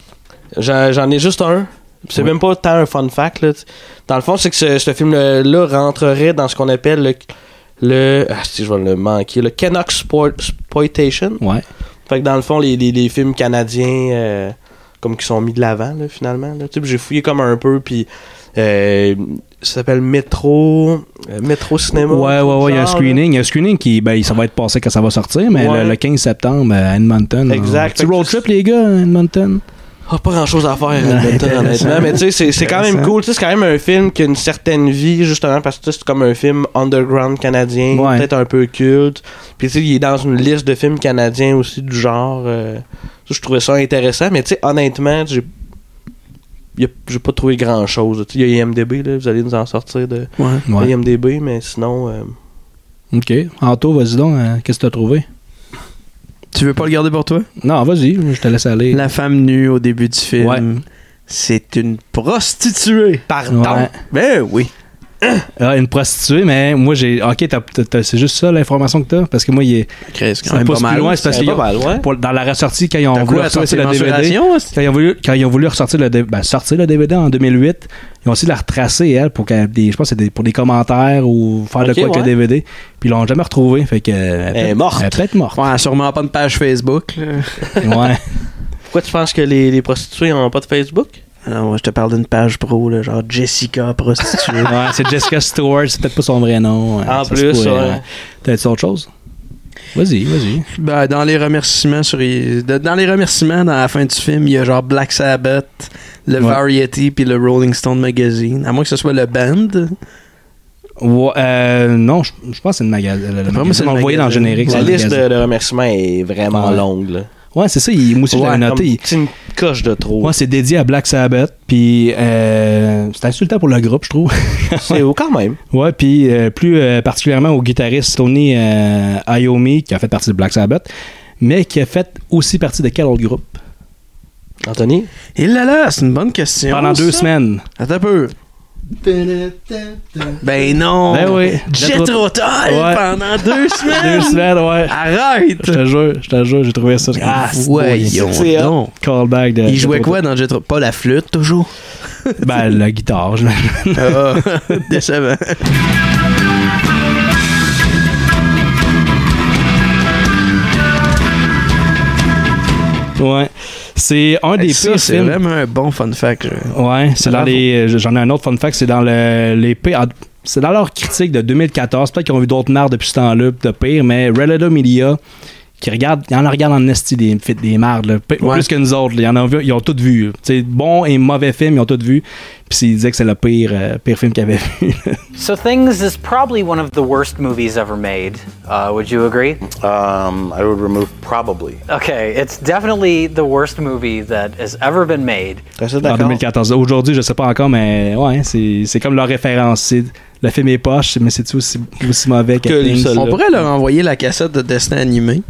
Speaker 3: J'en j'en ai juste un. C'est même pas tant un fun fact. Là. Dans le fond, c'est que ce, ce film-là rentrerait dans ce qu'on appelle le. le ah, si je vais le manquer. Le Canuck Sport, Exploitation.
Speaker 1: Ouais.
Speaker 3: Fait que dans le fond, les, les, les films canadiens, euh, comme qui sont mis de l'avant, là, finalement. là. Tu sais, puis j'ai fouillé comme un peu, puis Euh, ça s'appelle Métro. euh, Métro Cinéma.
Speaker 1: Ouais, ouais, ouais, il y a un
Speaker 3: genre,
Speaker 1: screening. Il y a un screening qui, ben, ça va être passé quand ça va sortir, mais
Speaker 3: Ouais.
Speaker 1: le, le 15 septembre à Edmonton.
Speaker 3: Exact.
Speaker 1: Un petit road trip, les gars, à Edmonton.
Speaker 3: Ah, pas grand chose à faire, Edmonton,
Speaker 1: intéressant.
Speaker 3: honnêtement. Mais tu sais, c'est- c'est quand même
Speaker 1: Intéressant.
Speaker 3: cool. Tu sais, C'est quand même un film qui a une certaine vie, justement, parce que tu sais, c'est comme un film underground canadien,
Speaker 1: Ouais.
Speaker 3: peut-être un peu culte. Puis tu sais, il est dans une liste de films canadiens aussi du genre. euh, ça, je trouvais ça intéressant, mais tu sais, honnêtement, j'ai y a- j'ai pas trouvé grand chose. Il y a IMDB, là, vous allez nous en sortir de,
Speaker 1: Ouais.
Speaker 3: de
Speaker 1: Ouais.
Speaker 3: IMDB, mais sinon. euh,
Speaker 1: OK. Anto, vas-y donc, hein, qu'est-ce que t'as trouvé?
Speaker 2: Tu veux pas le garder pour toi?
Speaker 1: Non, vas-y, je te laisse aller.
Speaker 2: La femme nue au début du film,
Speaker 1: Ouais.
Speaker 3: euh,
Speaker 2: c'est une prostituée.
Speaker 3: Pardon?
Speaker 1: Ouais.
Speaker 2: Ben oui.
Speaker 1: Ah, une prostituée, mais moi, j'ai. Ok, t'as- t'as- t'as- c'est juste ça l'information que t'as? Parce que moi, il est.
Speaker 2: Chris, quand
Speaker 1: ça
Speaker 2: même
Speaker 1: pousse
Speaker 2: pas mal.
Speaker 1: plus loin, c'est parce
Speaker 2: C'est
Speaker 1: qu'ils
Speaker 2: pas mal,
Speaker 1: ont-
Speaker 2: ouais.
Speaker 1: pour- Dans la ressortie, quand ils ont
Speaker 2: T'as
Speaker 1: voulu
Speaker 2: quoi,
Speaker 1: ressortir
Speaker 2: toi,
Speaker 1: le
Speaker 2: c'est
Speaker 1: DVD.
Speaker 2: mensuration,
Speaker 1: Quand ils ont voulu, quand ils ont voulu ressortir le, dé- ben, sortir le DVD en 2008, ils ont essayé de la retracer, elle, pour qu'elle. des- Je pense que c'était pour des commentaires ou faire
Speaker 3: Ok,
Speaker 1: de quoi avec
Speaker 3: ouais.
Speaker 1: le DVD. Puis ils l'ont jamais retrouvé. Fait que. Elle,
Speaker 3: est
Speaker 1: peut-
Speaker 3: morte.
Speaker 1: Elle est peut-être morte.
Speaker 2: Ouais, sûrement pas une page Facebook. là.
Speaker 1: ouais.
Speaker 3: Pourquoi tu penses que les, les prostituées ont pas de Facebook?
Speaker 2: Alors, Ah moi, je te parle d'une page pro, là, genre Jessica prostituée.
Speaker 1: Ouais, c'est Jessica Stewart, c'est peut-être pas son vrai nom. ouais, ça
Speaker 3: En
Speaker 1: se
Speaker 3: plus,
Speaker 1: pourrait,
Speaker 3: ouais.
Speaker 1: T'as-tu autre chose? Vas-y, vas-y.
Speaker 2: Ben, dans les remerciements sur de- dans les remerciements dans la fin du film, il y a genre Black Sabbath, le
Speaker 1: Ouais.
Speaker 2: Variety puis le Rolling Stone magazine. À moins que ce soit le band.
Speaker 1: Ouais, euh, non, je je pense que c'est le magasin. Le, le
Speaker 2: moi,
Speaker 1: magasin,
Speaker 2: c'est le
Speaker 1: on le voyait
Speaker 2: magasin.
Speaker 1: dans le générique.
Speaker 3: La
Speaker 1: c'est le
Speaker 3: liste
Speaker 1: magasin.
Speaker 3: de, de remerciements est vraiment
Speaker 1: Ouais.
Speaker 3: longue. Là.
Speaker 1: Ouais, c'est ça. il- Moi aussi, je l'avais
Speaker 3: Ouais,
Speaker 1: noté.
Speaker 3: comme-
Speaker 1: il-
Speaker 3: C'est une coche de trop.
Speaker 1: Ouais, c'est dédié à Black Sabbath. Puis, euh, c'est insultant pour le groupe, je trouve.
Speaker 3: c'est haut quand même.
Speaker 1: ouais, puis euh, plus euh, particulièrement au guitariste Tony euh, Iommi, qui a fait partie de Black Sabbath, mais qui a fait aussi partie de quel autre groupe
Speaker 3: Anthony
Speaker 2: Et là là, c'est une bonne question.
Speaker 1: Pendant deux
Speaker 2: ça.
Speaker 1: semaines.
Speaker 2: Attends un peu. Ben non.
Speaker 1: Ben oui.
Speaker 2: Jethro Tull
Speaker 1: Ouais.
Speaker 2: pendant deux semaines.
Speaker 1: Deux semaines, ouais.
Speaker 2: Arrête.
Speaker 1: Je te jure, je te jure, j'ai trouvé ça.
Speaker 2: Ah,
Speaker 1: ouais,
Speaker 2: voyons
Speaker 1: c'est-
Speaker 2: donc.
Speaker 1: Callback de.
Speaker 2: Il jouait quoi dans Jethro Pas la flûte toujours.
Speaker 1: Ben, la guitare, je
Speaker 2: Ah, décevant.
Speaker 1: Ouais. C'est un des
Speaker 2: Ça,
Speaker 1: pires
Speaker 2: c'est
Speaker 1: films.
Speaker 2: vraiment un bon fun fact. je-
Speaker 1: Ouais, c'est dans
Speaker 2: Bravo.
Speaker 1: les. euh, J'en ai un autre fun fact, c'est dans le, les pires. C'est dans leur critique de 2014. Peut-être qu'ils ont vu d'autres marres depuis ce temps-là, de pire, mais Relado Media, qui regarde, ils en regardent en esti des, fit- des mardes, là, p-
Speaker 2: Ouais.
Speaker 1: plus que nous autres. là. Ils, en ont vu- ils ont tout vu. Tu sais, Bon et mauvais film, ils ont tout vu. Puis ils disaient que c'est le pire, euh, pire film qu'ils avaient vu.
Speaker 21: So Things is probably one of the worst movies ever made. Uh, would you agree?
Speaker 22: Um, I would remove probably.
Speaker 21: Okay, it's definitely the worst movie that has ever been made.
Speaker 1: en 2014. Aujourd'hui, je sais pas encore, mais ouais, c'est c'est comme leur référence. C'est- Le film est poche, mais c'est aussi, aussi mauvais que,
Speaker 3: Que
Speaker 1: Things?
Speaker 3: seul.
Speaker 2: On pourrait leur envoyer la cassette de dessin animé.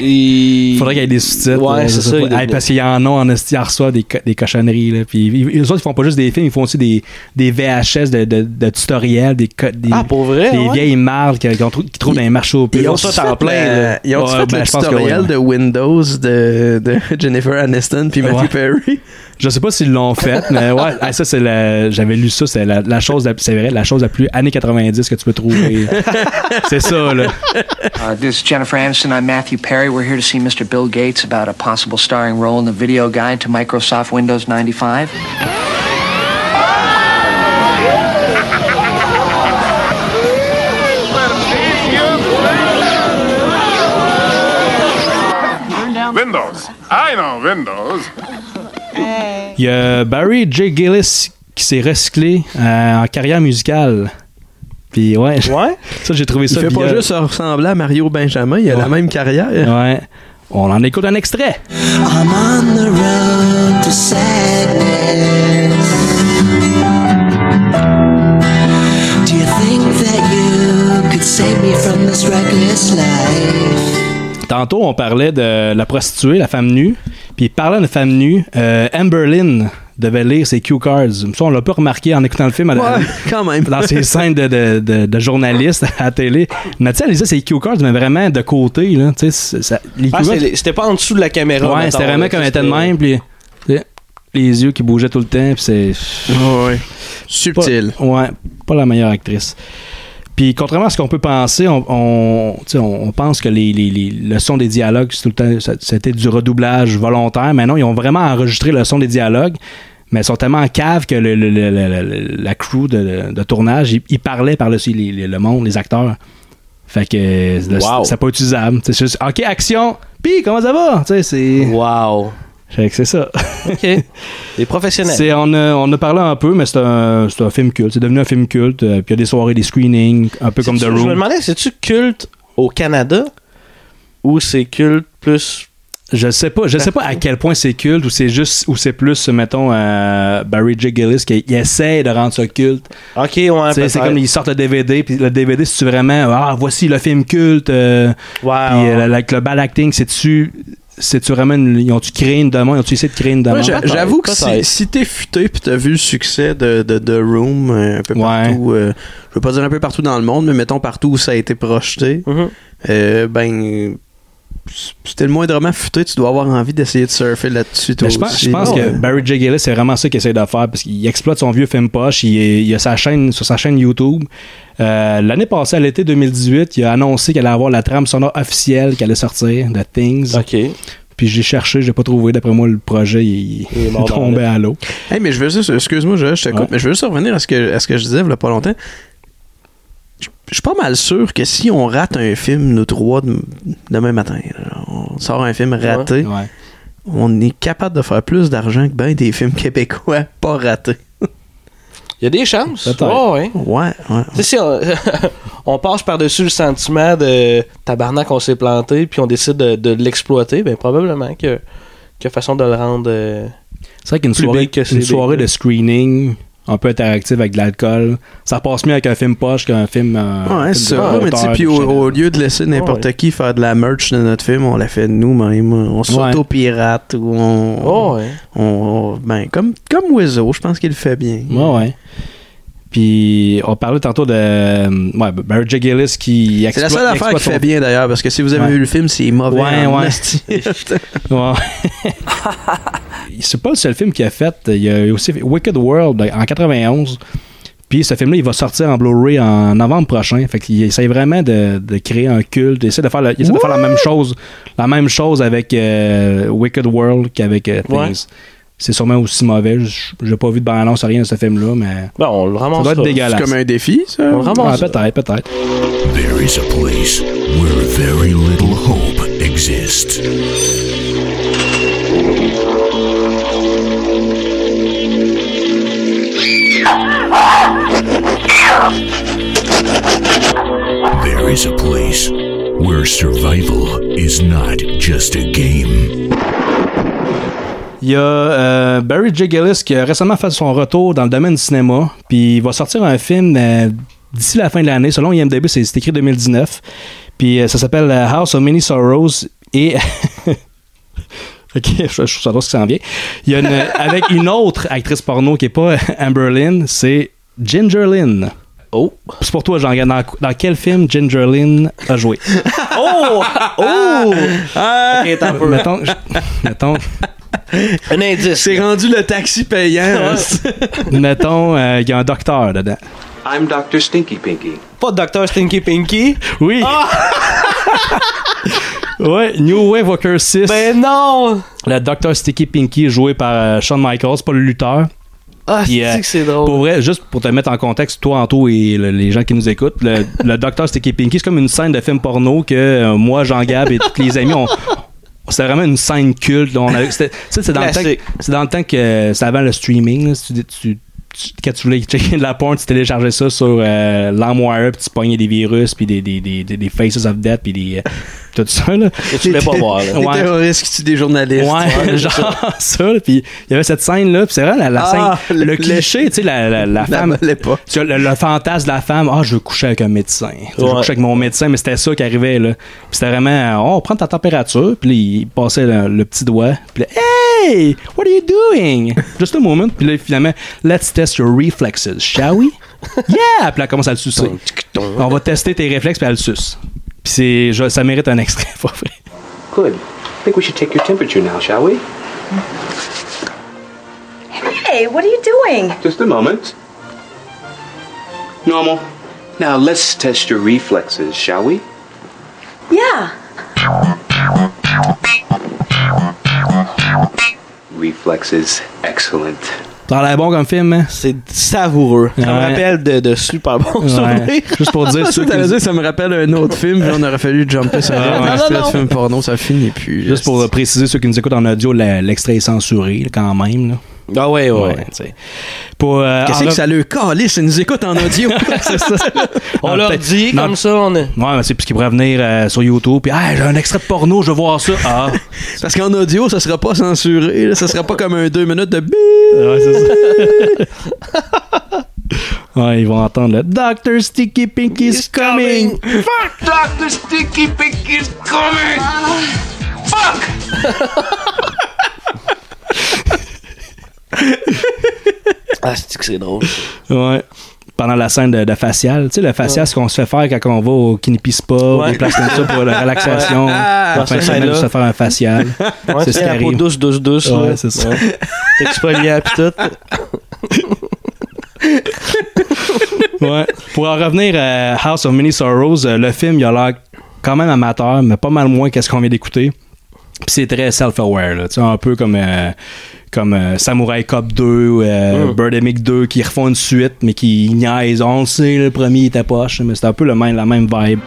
Speaker 3: Il
Speaker 1: faudrait qu'il y ait des sous-titres.
Speaker 3: Ouais,
Speaker 1: là, je
Speaker 3: c'est
Speaker 1: sais
Speaker 3: ça,
Speaker 1: pas.
Speaker 3: il y a-
Speaker 1: Hey, parce qu'il y en a en esti, ils reçoivent des, co- des cochonneries. Là, puis, ils, ils- eux autres, ils font pas juste des films, ils font aussi des, des VHS de, de, de tutoriels, des, co- des,
Speaker 3: Ah, pour vrai,
Speaker 1: des
Speaker 3: ouais?
Speaker 1: vieilles marles qu'ils trou- qu'ils trouvent dans les marchés au
Speaker 2: Ils
Speaker 1: pire.
Speaker 2: ont tout fait la- Ils ont
Speaker 1: Ouais,
Speaker 2: fait
Speaker 1: ben,
Speaker 2: le
Speaker 1: je pense que oui,
Speaker 2: tutoriel
Speaker 1: ouais.
Speaker 2: de Windows de, de Jennifer Aniston puis Matthew
Speaker 1: Ouais.
Speaker 2: Perry.
Speaker 1: Je sais pas s'ils l'ont fait, mais ouais, ah, ça c'est la- j'avais lu ça, c'est la, la chose, la- c'est vrai, la chose la plus années 90 que tu peux trouver. c'est ça là.
Speaker 23: Uh, this is Jennifer Aniston. I'm Matthew Perry. We're here to see Mr. Bill Gates about a possible starring role in the video guide to Microsoft Windows 95.
Speaker 24: Windows. I know Windows.
Speaker 1: Il y a Barry J. Gillis qui s'est recyclé euh, en carrière musicale. Puis ouais.
Speaker 3: Ouais.
Speaker 1: Ça j'ai trouvé
Speaker 2: Il
Speaker 1: ça
Speaker 2: fait pas
Speaker 1: via-
Speaker 2: juste ressembler à Mario Benjamin, il a la même carrière.
Speaker 1: Ouais. On en écoute un extrait.
Speaker 19: I'm on the road to sadness. Do you think that you could save me from this reckless life?
Speaker 1: Tantôt on parlait de la prostituée, la femme nue. Puis parlant de femme nue, euh, Amber Lynn devait lire ses cue cards. Ça on l'a pas remarqué en écoutant le film. elle-
Speaker 2: Ouais, quand même.
Speaker 1: dans ses scènes de, de, de, de journalistes à la télé. Mais tu sais, elle lisait ses cue cards, mais vraiment de côté, là. Tu sais, c'est- ça- les
Speaker 3: Ah,
Speaker 1: cue cards-
Speaker 3: c'est- c'était pas en dessous de la caméra.
Speaker 1: Ouais,
Speaker 3: mettons,
Speaker 1: c'était vraiment
Speaker 3: là,
Speaker 1: comme elle
Speaker 3: c'était-
Speaker 1: était de même, puis tu sais, les yeux qui bougeaient tout le temps, puis c'est.
Speaker 2: ouais. Subtil.
Speaker 1: Pas- ouais, pas la meilleure actrice. Puis contrairement à ce qu'on peut penser, on, on, tu sais, on- on pense que les, les- les- le son des dialogues, c'est tout le temps, ça- c'était du redoublage volontaire. Mais non, ils ont vraiment enregistré le son des dialogues. mais ils sont tellement en cave que le, le- le- le- le- la crew de, de tournage, ils, ils parlaient par-dessus les- les- le monde, les acteurs. Fait que là,
Speaker 3: Wow.
Speaker 1: c'est c'est pas utilisable. C'est juste, OK, action, puis comment ça va? Tu sais, c'est.
Speaker 3: Wow.
Speaker 1: Fait que c'est ça.
Speaker 3: OK. Des professionnels.
Speaker 1: C'est, euh, on, a, on a parlé un peu, mais c'est un, c'est un film culte. C'est devenu un film culte. euh, puis il y a des soirées, des screenings, un peu comme The
Speaker 3: C'est-tu- Je me
Speaker 1: Room.
Speaker 3: demandais, c'est-tu culte au Canada ou c'est culte plus.
Speaker 1: Je sais pas, je sais pas à quel point c'est culte ou c'est juste ou c'est plus mettons euh, Barry J Gillis qui il essaie de rendre ça culte.
Speaker 3: Ok, ouais,
Speaker 1: Tu sais, c'est
Speaker 3: peut-être.
Speaker 1: comme ils sortent le DVD puis le DVD c'est tu vraiment ah voici le film culte euh, puis euh, avec le bad acting c'est tu c'est tu vraiment une- ils ont tu créé une demande, ils ont tu essayé de créer une demande.
Speaker 2: Moi, j'a- J'avoue que si, si t'es futé pis t'as vu le succès de, de, The Room euh, un peu partout, euh, je veux pas dire un peu partout dans le monde, mais mettons partout où ça a été projeté,
Speaker 1: Mm-hmm.
Speaker 2: euh, ben c'était le moindrement futé, tu dois avoir envie d'essayer de surfer là-dessus toi
Speaker 1: Mais Ben, je pense,
Speaker 2: aussi.
Speaker 1: je pense
Speaker 2: Ouais.
Speaker 1: que Barry J. Gillis, c'est vraiment ça qu'il essaie de faire parce qu'il exploite son vieux film poche. Il, est- il a sa chaîne sur sa chaîne YouTube. Euh, L'année passée, à l'été 2018, il a annoncé qu'elle allait avoir la trame sonore officielle qui allait sortir de Things.
Speaker 3: OK.
Speaker 1: Puis j'ai cherché, je l'ai pas trouvé. D'après moi, le projet il,
Speaker 3: Il est mort dans
Speaker 1: tombé
Speaker 3: le-
Speaker 1: à l'eau.
Speaker 2: Hey, mais je veux juste, excuse-moi, je, je te coupe, mais je veux juste revenir à ce que, à ce que je disais il y a pas longtemps. Je je suis pas mal sûr que si on rate un film, nous trois, dem- demain matin, là, on sort un film raté,
Speaker 1: Ouais. Ouais.
Speaker 2: on est capable de faire plus d'argent que ben des films québécois pas ratés.
Speaker 3: Il y a des chances.
Speaker 2: Peut-être.
Speaker 3: Ouais, ouais.
Speaker 2: Ouais, ouais.
Speaker 3: Tu sais, si on, on passe par-dessus le sentiment de tabarnak, on s'est planté, puis on décide de, de l'exploiter, ben probablement que, que façon de le rendre. euh,
Speaker 1: C'est vrai qu'une
Speaker 3: plus
Speaker 1: soirée,
Speaker 3: big que c'est
Speaker 1: une
Speaker 3: big,
Speaker 1: soirée
Speaker 3: là.
Speaker 1: de screening un peu interactive avec de l'alcool, ça passe mieux avec un film poche qu'un film. euh,
Speaker 2: Ouais,
Speaker 1: film
Speaker 2: c'est
Speaker 1: de
Speaker 2: ça. Ouais, mais tu sais,
Speaker 1: auteur,
Speaker 2: puis
Speaker 1: de
Speaker 2: au,
Speaker 1: chef.
Speaker 2: au lieu de laisser n'importe qui faire de la merch de notre film, on la fait nous-mêmes. On s'auto-pirate ou on.
Speaker 3: Oh, ouais.
Speaker 2: on- on- ben, comme, comme Wizo, je pense qu'il le fait bien.
Speaker 1: Ouais, ouais. Puis on parlait tantôt de euh, ouais, Barry J. Gillis qui
Speaker 2: C'est
Speaker 1: exploite-
Speaker 2: la seule affaire
Speaker 1: exploite
Speaker 2: qui fait
Speaker 1: son-
Speaker 2: bien d'ailleurs, parce que si vous avez
Speaker 1: Ouais.
Speaker 2: vu le film, c'est mauvais.
Speaker 1: Ouais,
Speaker 2: en
Speaker 1: ouais.
Speaker 2: esti.
Speaker 1: Ouais. c'est pas le seul film qu'il a fait. Il y a aussi Wicked World en 91. Puis ce film-là, il va sortir en Blu-ray en novembre prochain. Fait qu'il essaie vraiment de, de créer un culte. Il essaie de faire, le- il essaie de faire la même chose, la même chose avec euh, Wicked World qu'avec euh, Things.
Speaker 3: Ouais.
Speaker 1: C'est sûrement aussi mauvais. J- J'ai pas vu de bande-annonce rien de ce film-là, mais
Speaker 3: Ben, on le ramasse.
Speaker 1: ça doit être dégueulasse.
Speaker 2: comme un défi, ça?
Speaker 1: Ouais,
Speaker 2: On ramasse Ah ça.
Speaker 1: peut-être, peut-être.
Speaker 5: There is a place where very little hope exists. There is a place where survival is not just a game.
Speaker 1: Il y a euh, Barry J. Gillis qui a récemment fait son retour dans le domaine du cinéma. Puis il va sortir un film euh, d'ici la fin de l'année. Selon IMDb, c'est c'est écrit 2019. Puis euh, ça s'appelle euh, House of Many Sorrows. Et. Ok, je, je trouve ça drôle ce qui s'en vient. Il y a une, euh, avec une autre actrice porno qui n'est pas Amber Lynn, c'est Ginger Lynn.
Speaker 3: Oh!
Speaker 1: C'est pour toi, jean regarde dans, dans quel film Ginger Lynn a joué?
Speaker 3: Oh! Oh! ok, attends un peu.
Speaker 1: mettons, je- mettons,
Speaker 3: Un indice.
Speaker 2: C'est rendu le taxi payant. hein, c'est-
Speaker 1: mettons, euh, il y a un docteur dedans.
Speaker 8: I'm Dr. Stinky Pinky.
Speaker 3: Pas Dr. Stinky Pinky.
Speaker 1: Oui. ouais, New Wave Walker 6.
Speaker 3: Ben non!
Speaker 1: Le Dr. Sticky Pinky joué par euh, Shawn Michaels, pas le lutteur.
Speaker 3: Ah,
Speaker 1: Puis,
Speaker 3: c'est
Speaker 1: euh,
Speaker 3: que c'est drôle.
Speaker 1: Pour vrai, juste pour te mettre en contexte, toi, Anto et le- les gens qui nous écoutent, le, le Dr. Sticky Pinky, c'est comme une scène de film porno que euh, moi, Jean-Gab et tous les amis, on. C'était vraiment une scène culte. là. On avait- c'était- tu sais, c'est dans, le temps
Speaker 3: Classique.
Speaker 1: que- c'est dans le temps que c'était avant le streaming. là. Si tu- tu- tu- quand tu voulais checker de la porn, tu téléchargeais ça sur euh, LimeWire, puis tu pognais des virus, puis des, des, des, des- des Faces of Death, puis des, euh, tout ça. Là.
Speaker 2: Des- Des
Speaker 1: Ouais.
Speaker 2: terroristes qui tuent des journalistes.
Speaker 1: Ouais, genre ça. là, Puis il y avait cette scène-là. Puis c'est vrai, la, la
Speaker 2: Ah,
Speaker 1: scène,
Speaker 2: le-
Speaker 1: le,
Speaker 2: le-
Speaker 1: cliché, tu sais, la, la, la femme. tu vois, le, le fantasme de la femme. Ah, je veux coucher avec un médecin. Tu sais, Je veux
Speaker 3: Ouais.
Speaker 1: coucher avec mon médecin, mais c'était ça qui arrivait, là. Puis c'était vraiment, oh, on prend ta température. Puis là, il passait le, le petit doigt. Puis là, hey, what are you doing? Just a moment. Puis là, finalement, let's test your reflexes, shall we? Yeah! Puis là, elle commence à le sucer. on va tester tes réflexes, puis elle le suce. Puis c'est, je- ça mérite un extrait, pour vrai.
Speaker 8: Good. I think we should take your temperature now, shall we?
Speaker 10: Hey, what are you doing?
Speaker 8: Just a moment. Normal. Now let's test your reflexes, shall we?
Speaker 10: Yeah.
Speaker 8: Reflexes, excellent.
Speaker 1: Ça a l'air bon comme film, hein?
Speaker 3: C'est savoureux. Ça me
Speaker 1: Ouais.
Speaker 3: rappelle de, de super bons
Speaker 1: Ouais.
Speaker 3: souvenirs.
Speaker 1: Juste pour dire
Speaker 2: Ah,
Speaker 1: ceux
Speaker 2: ça,
Speaker 1: qui- Ah,
Speaker 2: t'allais dire, ça me rappelle un autre film, puis on aurait fallu jumper sur
Speaker 1: Ouais,
Speaker 2: un
Speaker 1: ouais.
Speaker 2: espèce
Speaker 1: Non, non,
Speaker 2: de
Speaker 1: non.
Speaker 2: film porno, ça finit plus.
Speaker 1: Juste pour euh, préciser ceux qui nous écoutent en audio, la- l'extrait est censuré là, quand même. Là.
Speaker 3: Ah ouais, ouais.
Speaker 1: tu sais. Pour, euh,
Speaker 2: Qu'est-ce
Speaker 1: en
Speaker 2: que
Speaker 1: re-
Speaker 2: ça le calisse, ils nous écoutent en audio.
Speaker 1: C'est ça.
Speaker 3: On
Speaker 1: Non,
Speaker 3: leur
Speaker 1: peut-être-
Speaker 3: dit
Speaker 1: non.
Speaker 3: comme ça, on est.
Speaker 1: Ouais, mais c'est parce qu'ils pourraient venir euh, sur YouTube puis ah, j'ai un extrait de porno, je veux voir ça. Ah.
Speaker 2: Parce qu'en audio, ça sera pas censuré, là, ça sera pas comme un deux minutes de bip.
Speaker 1: ouais, c'est ça. Ouais, ils vont entendre le Dr Sticky Pink is coming.
Speaker 4: Fuck Dr. Sticky Pink is coming! Fuck!
Speaker 3: Ah, c'est que c'est drôle.
Speaker 1: Ouais. Pendant la scène de, de facial, tu sais, le facial, ce qu'on se fait faire quand on va au Kinipi Spa,
Speaker 3: Ouais.
Speaker 1: ou des places comme ça pour la relaxation.
Speaker 3: Ouais. Ah,
Speaker 1: La fin de
Speaker 3: Dans ce
Speaker 1: semaine,
Speaker 3: là.
Speaker 1: se faire un facial.
Speaker 3: Ouais,
Speaker 1: c'est
Speaker 3: c'est la peau
Speaker 1: terrible.
Speaker 3: douce, douce, douce.
Speaker 1: Ouais,
Speaker 3: là.
Speaker 1: c'est ça.
Speaker 3: Ouais. T'exfoliant pis tout.
Speaker 1: ouais. Pour en revenir à House of Many Sorrows, euh, le film, il a l'air quand même amateur, mais pas mal moins qu'est-ce qu'on vient d'écouter. Puis c'est très self-aware, là. Tu sais, un peu comme, euh, comme euh, Samurai Cop 2, euh,
Speaker 3: Mm.
Speaker 1: Birdemic 2, qui refont une suite, mais qui niaisent. On le sait, le premier il était poche, mais c'est un peu le même, la même vibe.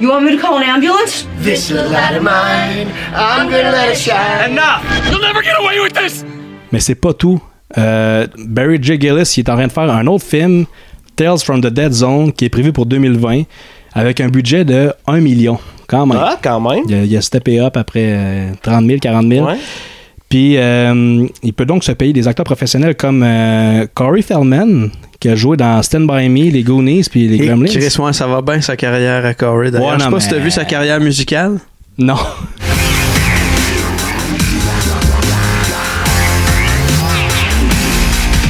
Speaker 10: You want me to call an ambulance?
Speaker 4: This little light of mine, I'm gonna let it shine. Enough! You'll never get away with this!
Speaker 1: Mais c'est pas tout. Euh, Barry J. Gillis, il est en train de faire un autre film, Tales from the Dead Zone, qui est prévu pour 2020, avec un budget de 1 million, quand même.
Speaker 3: Ah, quand même.
Speaker 1: Il a, il a steppé up après euh, 30 000, 40 000.
Speaker 3: Ouais.
Speaker 1: Puis, euh, il peut donc se payer des acteurs professionnels comme euh, Corey Feldman, qui a joué dans Stand By Me, les Goonies, puis les
Speaker 2: Et
Speaker 1: Gremlins.
Speaker 2: Chris, ouais, ça va bien sa carrière à Corey. D'ailleurs,
Speaker 1: Ouais,
Speaker 2: je sais
Speaker 1: non,
Speaker 2: pas si t'as
Speaker 1: mais-
Speaker 2: vu sa carrière musicale.
Speaker 1: Non.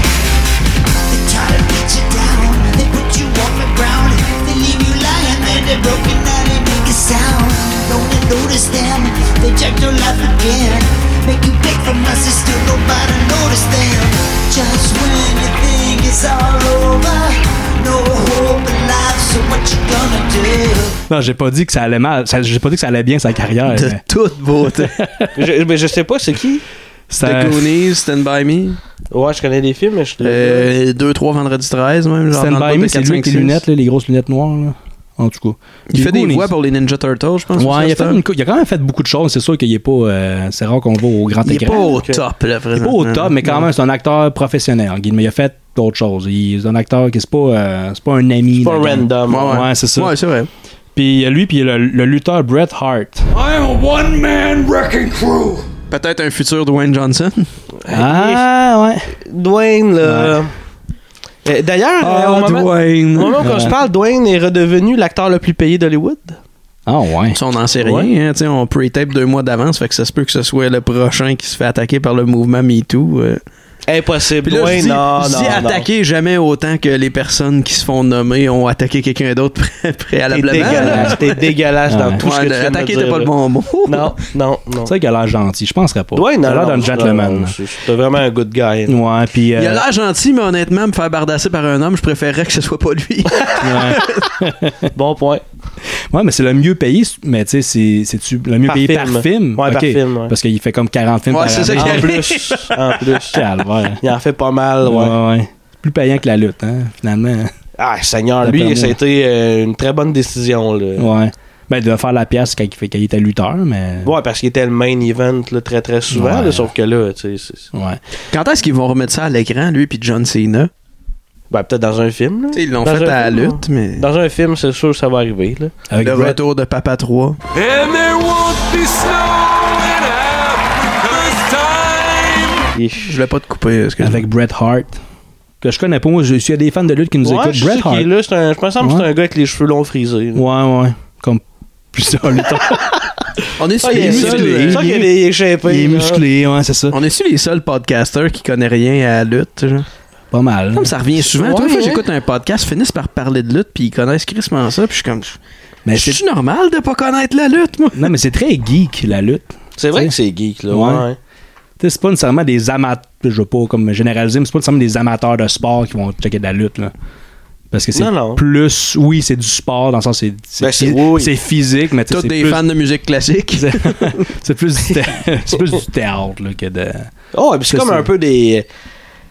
Speaker 19: They try to beat you down, they put you on the ground. They leave you lying there, they're broken down and make a sound. Don't you notice them, they check your life again. Make you beg for mercy, still nobody notice them. Just when you think it's all over, no hope in life, so what you gonna do?
Speaker 1: Non, j'ai pas dit que ça allait mal. Ça- J'ai pas dit que ça allait bien sa carrière.
Speaker 2: De
Speaker 1: mais
Speaker 2: toute beauté.
Speaker 3: je, mais je sais pas c'est qui.
Speaker 1: ça-
Speaker 2: The Goonies, Stand By Me.
Speaker 3: Ouais, je connais des films, mais je
Speaker 2: Euh, deux, trois vendredis 13, même. genre
Speaker 1: Stand
Speaker 2: dans
Speaker 1: By
Speaker 2: le bout
Speaker 1: Me,
Speaker 2: de
Speaker 1: c'est
Speaker 2: 4,
Speaker 1: lui avec
Speaker 2: 5,
Speaker 1: les
Speaker 2: 6.
Speaker 1: lunettes, là, les grosses lunettes noires. là. En tout cas.
Speaker 2: Il
Speaker 1: Les
Speaker 2: fait des
Speaker 1: Goonies.
Speaker 2: voix pour les Ninja Turtles, je pense. ou ça,
Speaker 1: Ouais, il a, fait
Speaker 2: c'est
Speaker 1: une cou- il a quand même fait beaucoup de choses. C'est sûr qu'il est pas. euh, c'est rare qu'on va au grand
Speaker 2: Il est
Speaker 1: écran.
Speaker 2: pas au top, hein. là,
Speaker 1: Il est pas au top, mais quand même, c'est un acteur professionnel. Guy, mais il a fait d'autres choses. Il c'est un acteur qui c'est pas, euh, c'est pas un ami.
Speaker 3: pas
Speaker 1: là,
Speaker 3: random.
Speaker 1: Ouais, ouais. c'est ça.
Speaker 2: Ouais, c'est vrai.
Speaker 1: Puis il y a lui, puis il y a le, le lutteur Bret Hart.
Speaker 4: I'm a one man wrecking crew!
Speaker 2: Peut-être un futur Dwayne Johnson.
Speaker 1: Ah, ouais.
Speaker 3: Dwayne, là. Euh, D'ailleurs,
Speaker 2: Ah,
Speaker 3: euh, au moment,
Speaker 2: Dwayne.
Speaker 3: au moment où
Speaker 1: Ouais.
Speaker 3: on se parle, Dwayne est redevenu l'acteur le plus payé d'Hollywood.
Speaker 1: Ah, ouais.
Speaker 2: Ça, on n'en sait rien.
Speaker 1: Ouais.
Speaker 2: hein, tu sais, on pre-tape deux mois d'avance, fait que ça se peut que ce soit le prochain qui se fait attaquer par le mouvement MeToo. euh.
Speaker 3: Impossible.
Speaker 2: Puis là, je
Speaker 3: Dwayne,
Speaker 2: dis,
Speaker 3: non,
Speaker 2: je
Speaker 3: non,
Speaker 2: dis
Speaker 3: non.
Speaker 2: attaquer jamais autant que les personnes qui se font nommer ont attaqué quelqu'un d'autre pré-
Speaker 3: T'es
Speaker 2: préalablement. là.
Speaker 3: dégueulasse, t'es dégueulasse dans
Speaker 1: Ouais.
Speaker 3: tout ce que
Speaker 2: Ouais,
Speaker 3: tu viens de
Speaker 2: attaquer,
Speaker 3: dire,
Speaker 2: t'es pas
Speaker 3: là.
Speaker 2: le bon mot.
Speaker 3: Non, non, non.
Speaker 1: C'est vrai qu'il a l'air gentil. Je penserais pas.
Speaker 3: Dwayne,
Speaker 1: il a
Speaker 3: non,
Speaker 1: l'air
Speaker 3: non,
Speaker 1: d'un
Speaker 3: non,
Speaker 1: gentleman.
Speaker 3: non, c'est- C'est vraiment un good guy. là.
Speaker 1: Ouais, puis. euh,
Speaker 2: Il a l'air gentil, mais honnêtement, me faire bardasser par un homme, je préférerais que ce soit pas lui.
Speaker 1: ouais.
Speaker 3: Bon point.
Speaker 1: Ouais, mais c'est le mieux payé, mais tu sais, c'est- c'est-tu le mieux
Speaker 3: Par
Speaker 1: payé
Speaker 3: film.
Speaker 1: par film?
Speaker 3: Ouais, par
Speaker 1: Ok.
Speaker 3: film, ouais.
Speaker 1: Parce qu'il fait comme 40 films
Speaker 2: Ouais,
Speaker 1: par
Speaker 2: c'est ça
Speaker 1: année. Ah,
Speaker 2: qui
Speaker 3: En
Speaker 2: arrive.
Speaker 3: plus, en plus.
Speaker 1: Calvaire.
Speaker 3: Il en fait pas mal, ouais.
Speaker 1: Ouais, ouais. Plus payant que la lutte, hein, finalement.
Speaker 3: Ah, Seigneur,
Speaker 1: D'après
Speaker 3: lui,
Speaker 1: moi.
Speaker 3: ça a été euh, une très bonne décision. Là. Ouais.
Speaker 1: Ouais. Ben, il doit faire la pièce quand il, fait, quand il était lutteur, mais.
Speaker 3: parce qu'il était le main event là, très très souvent,
Speaker 1: Ouais.
Speaker 3: là, sauf que là, tu sais, c'est-
Speaker 1: Ouais.
Speaker 2: Quand est-ce qu'ils vont remettre ça à l'écran, lui puis John Cena?
Speaker 3: ben, peut-être dans un film. Là.
Speaker 2: Tu sais, Ils l'ont
Speaker 3: Dans
Speaker 2: fait
Speaker 3: un
Speaker 2: à la
Speaker 3: film,
Speaker 2: lutte, mais...
Speaker 3: Dans un film, c'est sûr que ça va arriver. Là.
Speaker 1: Avec
Speaker 2: Le
Speaker 1: Brett-
Speaker 2: retour de Papa 3.
Speaker 4: And there won't be snow in Africa's time!
Speaker 2: Je voulais pas te couper, excuse
Speaker 1: avec Bret Hart. Que je connais pas, moi, je suis il y a des fans de lutte qui nous
Speaker 3: Ouais,
Speaker 1: écoutent.
Speaker 3: je
Speaker 1: Bret
Speaker 3: sais
Speaker 1: Hart.
Speaker 3: qu'il est là, c'est un- je me semble que c'est un gars avec les cheveux longs frisés. là.
Speaker 1: Ouais, ouais. Comme plusieurs lutteurs.
Speaker 2: On est-tu
Speaker 3: Ah, il
Speaker 2: les,
Speaker 3: est
Speaker 2: seuls-
Speaker 3: musclé. Ça qu'il est il est
Speaker 1: il
Speaker 3: shapé,
Speaker 1: est
Speaker 3: là.
Speaker 1: musclé, ouais, c'est ça.
Speaker 2: on est-tu les seuls podcasters qui connaissent rien à la lutte? genre?
Speaker 1: Pas mal.
Speaker 2: Comme ça revient souvent.
Speaker 3: Ouais,
Speaker 2: Toi,
Speaker 3: ouais.
Speaker 2: j'écoute un podcast, finissent par parler de lutte, puis ils connaissent crissement ça, puis je suis comme...
Speaker 1: Mais
Speaker 2: Mais
Speaker 1: c'est-
Speaker 2: c'est normal de pas connaître la lutte, moi?
Speaker 1: Non, mais c'est très geek, la lutte.
Speaker 3: C'est vrai
Speaker 1: Tu
Speaker 3: que
Speaker 1: sais.
Speaker 3: c'est geek, là.
Speaker 1: Ouais.
Speaker 3: ouais.
Speaker 1: Tu sais, c'est pas nécessairement des amateurs, je veux pas comme généraliser, mais c'est pas nécessairement des amateurs de sport qui vont checker de la lutte. Là. Parce que c'est
Speaker 3: Non, non.
Speaker 1: plus. Oui, c'est du sport, dans le sens c'est c'est
Speaker 3: Ben, c'est-
Speaker 1: phys-
Speaker 3: oui.
Speaker 1: c'est physique, mais tu sais,
Speaker 2: Tous
Speaker 1: c'est
Speaker 2: des
Speaker 1: plus-
Speaker 2: fans de musique classique.
Speaker 1: c'est plus, du thé- c'est plus du théâtre là, que de.
Speaker 3: Oh, et puis c'est
Speaker 1: Ça,
Speaker 3: comme
Speaker 1: c'est-
Speaker 3: un peu des.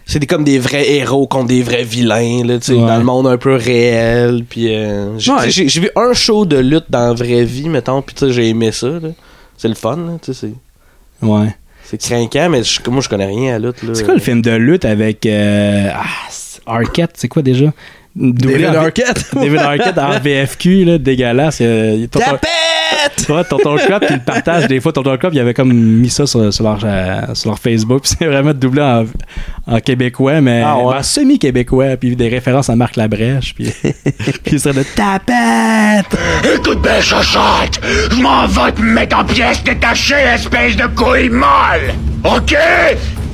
Speaker 3: C'est des- comme des vrais héros contre des vrais vilains, là, tu sais, dans le monde un peu réel. Puis euh, j'ai
Speaker 2: Ouais.
Speaker 3: tu sais, j'ai- j'ai vu un show de lutte dans la vraie vie, mettons, puis tu sais, j'ai aimé ça. là. C'est le fun, là, tu sais.
Speaker 1: Ouais.
Speaker 3: C'est c'est craquant, mais je- moi, je connais rien à la lutte. là.
Speaker 1: C'est quoi le film de lutte avec euh, ah, c'est- Arquette C'est quoi déjà Doublé
Speaker 3: David
Speaker 1: en V-
Speaker 3: Arquette.
Speaker 1: David Arquette en VFQ, là, dégueulasse. Euh, tonton- Ouais, Tonton Club, il le partage des fois. Tonton Club, il avait comme mis ça sur, sur leur, euh, sur leur Facebook. puis c'est vraiment doublé en, en québécois, mais
Speaker 3: Ah ouais.
Speaker 1: en semi-québécois. Puis des références à Marc Labrèche. Puis, puis il serait de tapette.
Speaker 11: Écoute bien, chachate, je m'en vais te mettre en pièces détachées, espèce de couille molle. Ok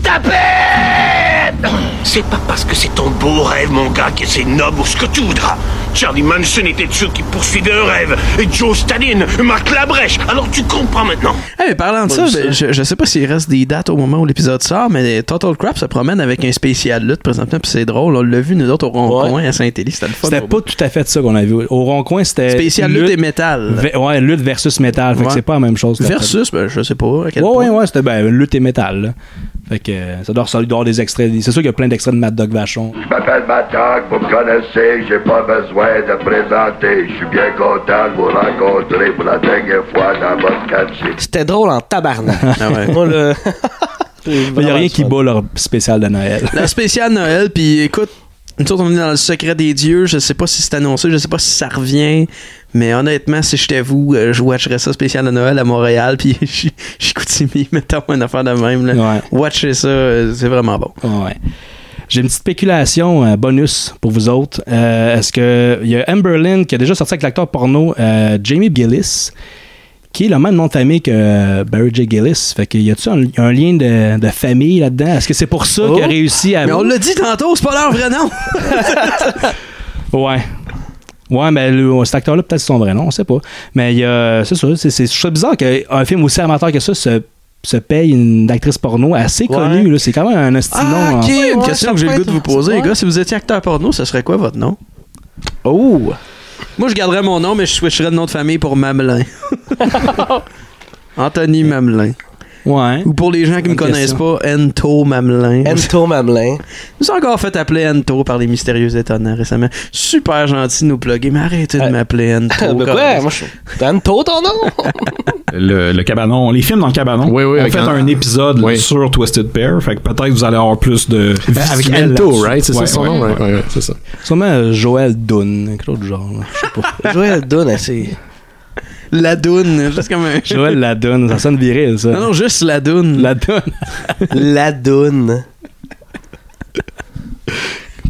Speaker 11: Tapette C'est pas parce que c'est ton beau rêve, mon gars, que c'est noble ou ce que tu voudras. Charlie Manson était de ceux qui poursuivaient un rêve. Et Joe Stalin, Marc Labrèche. Alors tu comprends maintenant.
Speaker 2: Eh, mais parlant de ça,
Speaker 11: Bon, ça.
Speaker 2: je, je sais pas s'il reste des dates au moment où l'épisode sort, mais Total Crap se promène avec un spécial lutte présentement, puis c'est drôle. On l'a vu, nous autres, au rond-coin à Saint-Élie, c'était le fun.
Speaker 1: C'était pas tout à fait ça qu'on avait. Au rond-coin, c'était.
Speaker 2: Spécial lutte et métal.
Speaker 1: Ve- Ouais, lutte versus métal. Fait que
Speaker 2: Ouais.
Speaker 1: c'est pas la même chose.
Speaker 2: Versus, ben, je sais pas. à quel
Speaker 1: Ouais,
Speaker 2: point.
Speaker 1: ouais, ouais, c'était ben, lutte et métal. là. Fait que euh, ça doit ressortir il doit y avoir des extraits. C'est sûr qu'il y a plein d'extraits de Mad Dog Vachon.
Speaker 12: Je m'appelle Matoc, vous me connaissez, j'ai pas besoin de présenter. Je suis bien content de vous rencontrer pour la dernière fois dans votre quartier.
Speaker 3: C'était drôle en tabarnak.
Speaker 2: Ah ouais.
Speaker 3: Moi, le-
Speaker 1: Il n'y a rien qui bat leur spécial de Noël.
Speaker 2: La spéciale Noël, puis écoute, nous autres, on est dans le secret des dieux. Je sais pas si c'est annoncé, je sais pas si ça revient, mais honnêtement, si j'étais vous, euh, je watcherais ça spécial de Noël à Montréal, puis j'écoute mettons une affaire de même. Là. Watchez ça, euh, c'est vraiment bon.
Speaker 1: Ah Ouais. J'ai une petite spéculation euh, bonus pour vous autres. Euh, Est-ce que il y a Amberlynn qui a déjà sorti avec l'acteur porno euh, Jamie Gillis, qui est le même nom de famille que euh, Barry J. Gillis. Fait qu'il y a-tu un, un lien de, de famille là-dedans? Est-ce que c'est pour ça qu'il a
Speaker 2: Oh.
Speaker 1: réussi à.
Speaker 2: Mais on l'a dit tantôt, c'est pas leur vrai nom!
Speaker 1: Ouais. Ouais, mais le- cet acteur-là, peut-être c'est son vrai nom, on sait pas. Mais il y a- c'est ça, c'est, c'est, je trouve ça bizarre qu'un film aussi amateur que ça se, se paye une actrice porno assez connue. là. C'est quand même un
Speaker 2: Ah,
Speaker 1: ostinon.
Speaker 2: ok, une question que j'ai le goût de vous poser, les gars. Si vous étiez acteur porno, ce serait quoi votre nom?
Speaker 1: Oh!
Speaker 2: Moi, je garderais mon nom, mais je switcherais de nom de famille pour Mamelin. Anthony Mamelin.
Speaker 1: Ouais.
Speaker 2: Ou pour les gens qui me
Speaker 3: Bonne
Speaker 2: connaissent
Speaker 3: question.
Speaker 2: pas, Ento Mamelin.
Speaker 3: Ento Mamelin.
Speaker 2: Nous sommes encore fait appeler Ento par les mystérieux étonnants récemment. Super gentil de nous plugger, mais arrêtez de m'appeler Ento.
Speaker 3: Ben quoi? Moi, je Danto, ton nom?
Speaker 15: le, le cabanon, les films dans le cabanon.
Speaker 2: Oui, oui,
Speaker 15: on
Speaker 2: avec
Speaker 15: fait
Speaker 2: un-
Speaker 15: un épisode sur Twisted Pair, fait que peut-être vous allez avoir plus de
Speaker 1: Avec
Speaker 15: visuel
Speaker 1: Ento,
Speaker 15: là-dessus.
Speaker 1: right? C'est ça
Speaker 15: Ouais,
Speaker 1: son
Speaker 15: ouais,
Speaker 1: nom,
Speaker 15: ouais,
Speaker 1: right?
Speaker 15: ouais, ouais, c'est ça.
Speaker 1: Sûrement euh, Joël Dunn, quelque chose du genre. là. Je sais pas.
Speaker 3: Joël Dunn, c'est.
Speaker 2: La Doune, juste comme un.
Speaker 1: Joël la Dunn, ça sonne viril, ça.
Speaker 2: Non, non, juste la Doune.
Speaker 1: La Dunn.
Speaker 3: La Doune.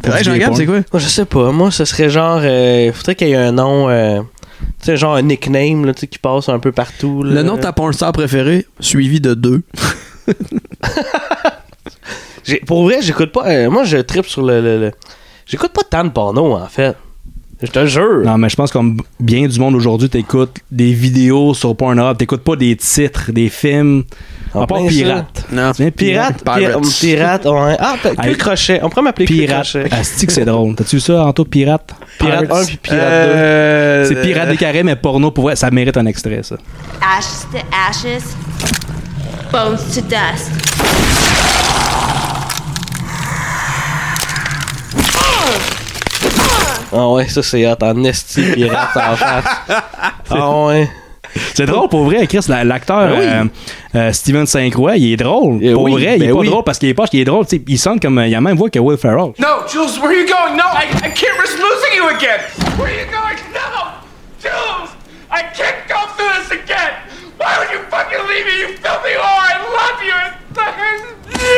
Speaker 2: Ouais, j'en regarde, c'est quoi?
Speaker 3: Moi, je sais pas. Moi, ce serait genre. euh, faudrait qu'il y ait un nom. euh, tu sais, genre un nickname là, tu sais, qui passe un peu partout. là.
Speaker 2: Le nom de ta porn star préférée, suivi de deux.
Speaker 3: J'ai- Pour vrai, j'écoute pas. euh, moi, je tripe sur le. le- le- J'écoute pas tant de porno, en fait. Je te jure.
Speaker 1: Non, mais je pense comme bien du monde aujourd'hui, t'écoutes des vidéos sur Pornhub, t'écoutes pas des titres, des films.
Speaker 3: En
Speaker 1: À part
Speaker 3: plein ça.
Speaker 1: Pirate.
Speaker 2: Non.
Speaker 3: Pirate, pirate, pirate, ouais. Ah, pe-
Speaker 1: Hey.
Speaker 3: cul crochet. On pourrait m'appeler cul
Speaker 1: Pirate.
Speaker 3: crochet.
Speaker 1: Asti que c'est drôle. T'as-tu vu ça, Anto? Pirate?
Speaker 3: Pirate
Speaker 1: Pirates.
Speaker 3: 1 Ah, puis Pirate
Speaker 1: Euh,
Speaker 3: 2.
Speaker 1: C'est Pirate des Carrés, mais porno, pour vrai, ça mérite un extrait, ça.
Speaker 18: Ashes to ashes, bones to dust.
Speaker 3: Ah ouais, ça c'est hot. En esti, pirate en face. Ah ouais.
Speaker 1: C'est drôle pour vrai, Chris, la- l'acteur
Speaker 3: Ben oui.
Speaker 1: euh, euh, Steven Saint-Croix, il est drôle.
Speaker 3: Eh
Speaker 1: pour
Speaker 3: oui,
Speaker 1: vrai, il est
Speaker 3: ben
Speaker 1: pas
Speaker 3: oui.
Speaker 1: drôle parce qu'il est poche, il est drôle. tu sais, Il sonne comme. euh, Il a la même voix que Will Ferrell.
Speaker 6: No, Jules, where are you going? No, I, I can't risk losing you again. Where are you going? No, Jules, I can't go through this again. Why would you fucking leave me? You filthy whore! I love you. It
Speaker 3: Ouais.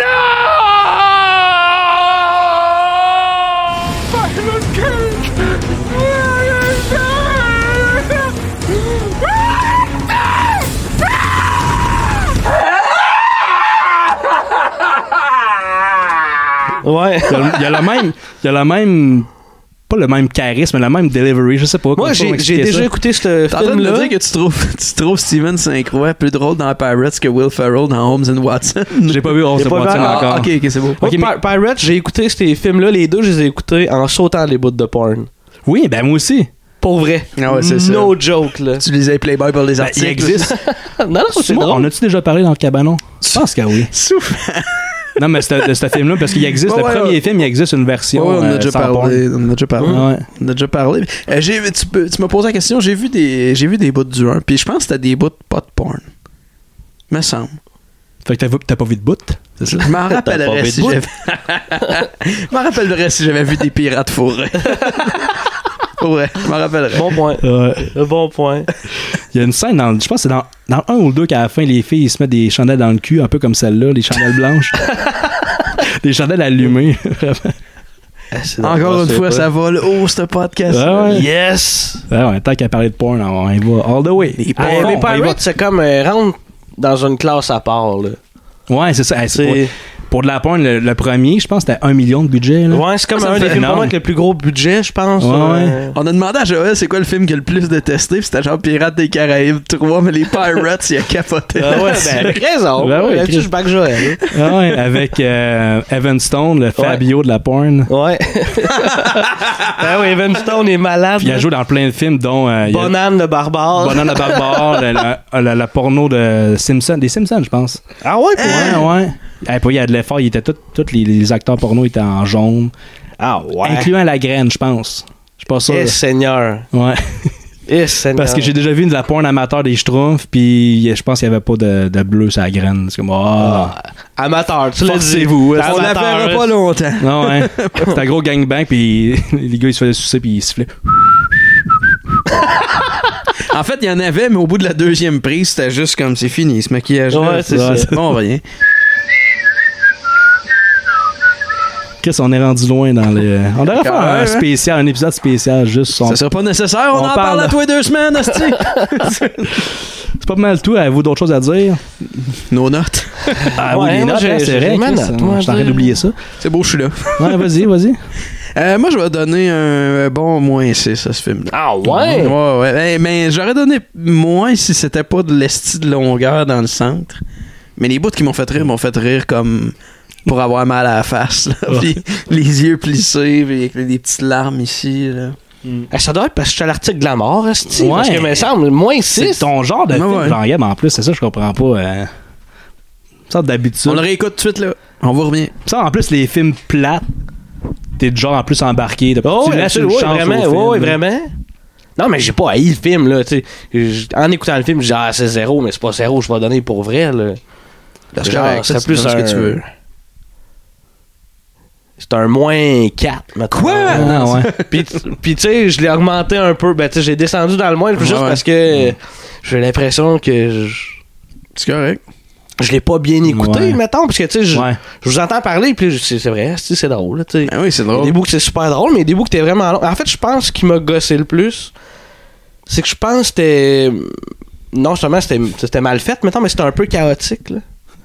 Speaker 1: Il y a, il y a la même. Il y a la même pas le même charisme, la même delivery, je sais pas.
Speaker 3: Moi,
Speaker 1: comment
Speaker 3: j'ai
Speaker 1: expliquer
Speaker 3: j'ai déjà
Speaker 1: ça.
Speaker 3: écouté ce
Speaker 2: T'es en train de me
Speaker 3: film-là.
Speaker 2: dire que tu trouves, tu trouves Steven Sincroix plus drôle dans Pirates que Will Ferrell dans Holmes and Watson?
Speaker 1: J'ai pas vu Holmes
Speaker 2: J'ai
Speaker 1: and
Speaker 2: pas vu
Speaker 1: Watson encore.
Speaker 2: ah, ok, ok, c'est beau.
Speaker 3: Moi, Pi- Pirates, j'ai écouté ces films-là, les deux, je les ai écoutés en sautant les bouts de porn.
Speaker 1: Oui, ben moi aussi.
Speaker 3: Pour vrai.
Speaker 2: Ah ouais, c'est ça.
Speaker 3: no joke, là.
Speaker 2: Tu lisais Playboy pour les
Speaker 1: Ben,
Speaker 2: articles.
Speaker 1: il existe.
Speaker 3: non, non, c'est
Speaker 1: Moi,
Speaker 3: drôle.
Speaker 1: on a-tu déjà parlé dans le cabanon? Je pense que oui.
Speaker 2: Souffle.
Speaker 1: Non, mais c'est- de ce film-là, parce qu'il existe,
Speaker 2: Ouais,
Speaker 1: le
Speaker 2: ouais,
Speaker 1: premier
Speaker 2: ouais.
Speaker 1: film, il existe une version.
Speaker 2: Ouais, ouais, on,
Speaker 1: euh,
Speaker 2: a déjà
Speaker 1: sans
Speaker 2: parlé, on a déjà parlé.
Speaker 1: porn. Ouais.
Speaker 2: On a déjà parlé. Euh, j'ai- tu peux- tu m'as posé la question, j'ai vu des j'ai vu des bouts du 1, puis je pense que c'était des bouts pas de porn. Me semble.
Speaker 1: Fait que t'as vu- t'as pas vu de bout? C'est ça?
Speaker 2: Je m'en
Speaker 1: pas vu
Speaker 2: rappellerai
Speaker 1: de
Speaker 2: si
Speaker 1: bout.
Speaker 2: j'avais. je m'en rappellerai si j'avais vu des pirates fourrés. ouais, je m'en rappellerai.
Speaker 3: Bon point.
Speaker 1: Ouais.
Speaker 3: Le bon point.
Speaker 1: Euh, Il y a une scène dans, je pense que c'est dans, dans un ou le deux qu'à la fin, les filles, ils se mettent des chandelles dans le cul, un peu comme celle-là, les chandelles blanches. des chandelles allumées. Vraiment.
Speaker 2: Encore une fois, ça vole haut ce podcast.
Speaker 1: Ouais, ouais.
Speaker 3: Yes!
Speaker 1: Ah ouais, tant qu'à parler de porn, on y va all the way.
Speaker 3: Eh,
Speaker 1: All
Speaker 3: mais
Speaker 1: the way.
Speaker 3: Pirates, c'est comme euh, rentre dans une classe à part, là.
Speaker 1: Ouais, c'est ça. Eh, c'est
Speaker 3: C'est-
Speaker 1: Pour, pour de la porn, le, le premier, je pense que c'était un million de budget. Là.
Speaker 3: Ouais, c'est comme
Speaker 1: Ça me
Speaker 3: un des
Speaker 1: fait
Speaker 3: films
Speaker 1: énorme.
Speaker 3: vraiment avec le plus gros budget, je pense.
Speaker 1: Ouais,
Speaker 3: euh,
Speaker 2: On a demandé à Joël c'est quoi le film qu'il a le plus détesté, puis c'était genre Pirates des Caraïbes 3, mais les Pirates, il a capoté.
Speaker 3: Ah ouais,
Speaker 1: C'est
Speaker 3: ben, avec raison.
Speaker 1: Ben oui,
Speaker 3: Là-dessus,
Speaker 1: Chris.
Speaker 3: je back Joël.
Speaker 1: Ah ouais, avec euh, Evan Stone, le Fabio de la porn.
Speaker 3: Ouais. ben oui, Evan Stone est malade.
Speaker 1: Puis il a
Speaker 3: là.
Speaker 1: joué dans plein de films, dont euh, il y a
Speaker 3: Bonhomme de barbare.
Speaker 1: Bonhomme de Barbare, le- le- le- la porno de Simpson, des Simpsons, je pense.
Speaker 3: Ah ouais, pour vrai?
Speaker 1: Ouais, ouais. Et puis il y a de l'effort, il était tout- tous les, les acteurs porno étaient en jaune,
Speaker 3: Ah ouais.
Speaker 1: incluant la graine, je pense. Je suis pas sûr.
Speaker 3: Eh Seigneur.
Speaker 1: Ouais.
Speaker 3: Eh Seigneur.
Speaker 1: Parce que j'ai déjà vu de la porn amateur des Schtroumpfs, puis je pense qu'il y avait pas de, de bleu sur la graine. C'est comme ah.
Speaker 3: Amateur,
Speaker 2: Ben,
Speaker 3: tu l'as dit.
Speaker 1: Forcez-vous, hein,
Speaker 3: On la
Speaker 1: amateur.
Speaker 3: verra pas
Speaker 2: longtemps.
Speaker 1: Non, hein. C'était un gros gangbang, puis les gars ils se faisaient sucer, puis ils sifflaient.
Speaker 2: En fait, il y en avait, mais au bout de la deuxième prise, c'était juste comme c'est fini, ce maquillage.
Speaker 3: Ouais, c'est ça.
Speaker 2: Bon, rien.
Speaker 1: Qu'est-ce qu'on est rendu loin dans les. On devrait faire un
Speaker 2: même, hein.
Speaker 1: spécial, un épisode spécial juste sur.
Speaker 2: Ça sera pas nécessaire, on,
Speaker 1: On
Speaker 2: en parle,
Speaker 1: parle.
Speaker 2: à toi deux semaines, hostie.
Speaker 1: C'est pas mal tout. Avez-vous d'autres choses à dire?
Speaker 2: Nos notes.
Speaker 1: Ah
Speaker 3: Ouais,
Speaker 1: oui, les
Speaker 3: moi,
Speaker 1: notes,
Speaker 3: j'ai-
Speaker 1: hein,
Speaker 3: j'ai
Speaker 1: c'est vrai.
Speaker 3: ma
Speaker 1: Chris,
Speaker 3: note, moi,
Speaker 1: hein, Je suis en train
Speaker 3: j'ai-
Speaker 1: d'oublier ça.
Speaker 2: C'est beau, je suis là.
Speaker 1: Ouais, vas-y, vas-y.
Speaker 2: Euh, moi, je vais donner un bon moins 6 à ce film-là.
Speaker 3: Ah ouais?
Speaker 2: Ouais, ouais. Eh, mais j'aurais donné moins si c'était pas de l'esti de longueur dans le centre. Mais les bouts qui m'ont fait rire m'ont fait rire comme pour avoir mal à la face. là. Puis les yeux plissés, puis avec des petites larmes ici. Là.
Speaker 3: Eh, Ça doit être parce que je suis à l'article de la mort, Esti.
Speaker 1: Ouais.
Speaker 3: Parce que, il me semble, moins
Speaker 1: C'est
Speaker 3: 6.
Speaker 1: ton genre de
Speaker 2: Ouais,
Speaker 1: film,
Speaker 2: ouais.
Speaker 1: jean en plus, c'est ça, je comprends pas. euh, Ça, d'habitude.
Speaker 2: On le réécoute tout de suite, là. On vous revient.
Speaker 1: Ça, en plus, les films plates, t'es du genre en plus embarqué. de-
Speaker 3: Oh,
Speaker 1: tu laisses une
Speaker 3: absolument,
Speaker 1: chance
Speaker 3: ouais, vraiment,
Speaker 1: au film,
Speaker 3: ouais, ouais,
Speaker 1: là.
Speaker 3: vraiment. Non, mais j'ai pas haï le film, là. tu sais. Je- En écoutant le film, j'ai dit, ah, c'est zéro, mais c'est pas zéro, je vais donner pour vrai, là.
Speaker 2: Parce que ah,
Speaker 3: Genre,
Speaker 2: correct,
Speaker 3: ce serait
Speaker 2: c'est
Speaker 3: plus
Speaker 2: dans ce que
Speaker 3: un-
Speaker 2: tu veux.
Speaker 3: C'est un moins 4, maintenant.
Speaker 1: Ah, non, ouais.
Speaker 3: Puis, puis, tu sais, je l'ai augmenté un peu. Ben, tu sais, j'ai descendu dans le moins, juste
Speaker 2: Ouais, ouais.
Speaker 3: parce que j'ai l'impression que je,
Speaker 2: C'est correct.
Speaker 3: je l'ai pas bien écouté,
Speaker 1: Ouais.
Speaker 3: mettons. Parce que, tu sais, je,
Speaker 1: Ouais. Ben
Speaker 3: je vous entends parler, puis je- c'est c'est vrai, c'est c'est drôle, tu sais.
Speaker 2: Ah oui, c'est
Speaker 3: Il y a des
Speaker 2: drôle.
Speaker 3: bouts que c'est super drôle, mais il y a des bouts que t'es vraiment long. En fait, je pense qu'il m'a gossé le plus. C'est que je pense que c'était. Non, seulement c'était c'était mal fait, mettons, mais c'était un peu chaotique, là.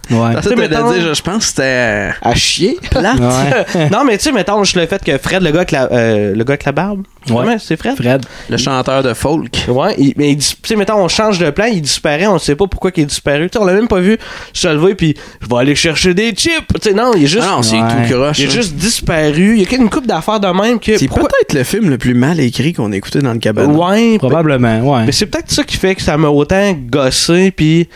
Speaker 1: Ouais.
Speaker 2: Parce que
Speaker 3: Tu sais,
Speaker 2: t'allais
Speaker 3: mettons-
Speaker 2: dire, je pense que c'était
Speaker 3: À chier.
Speaker 2: plate.
Speaker 1: Ouais.
Speaker 3: non, mais tu sais, mettons, je le fait que Fred, le gars avec la, euh, le gars avec la barbe.
Speaker 1: Ouais.
Speaker 3: Comment? C'est Fred?
Speaker 1: Fred.
Speaker 2: Le chanteur de folk.
Speaker 3: Ouais, il- mais il dis- tu sais, mettons, on change de plan, il disparaît, on sait pas pourquoi qu'il est disparu. Tu sais, on l'a même pas vu se lever, puis je vais aller chercher des chips. Tu sais, non, il est juste.
Speaker 2: Ah non, c'est
Speaker 1: Ouais.
Speaker 2: tout croche.
Speaker 3: il est
Speaker 2: là.
Speaker 3: juste disparu. Il y a qu'une coupe d'affaires de même que.
Speaker 2: C'est Ben,
Speaker 3: pourquoi-
Speaker 2: peut-être le film le plus mal écrit qu'on a écouté dans le cabanon.
Speaker 3: Ouais,
Speaker 1: Probablement, ouais.
Speaker 3: Mais c'est peut-être ça qui fait que ça m'a autant gossé, puis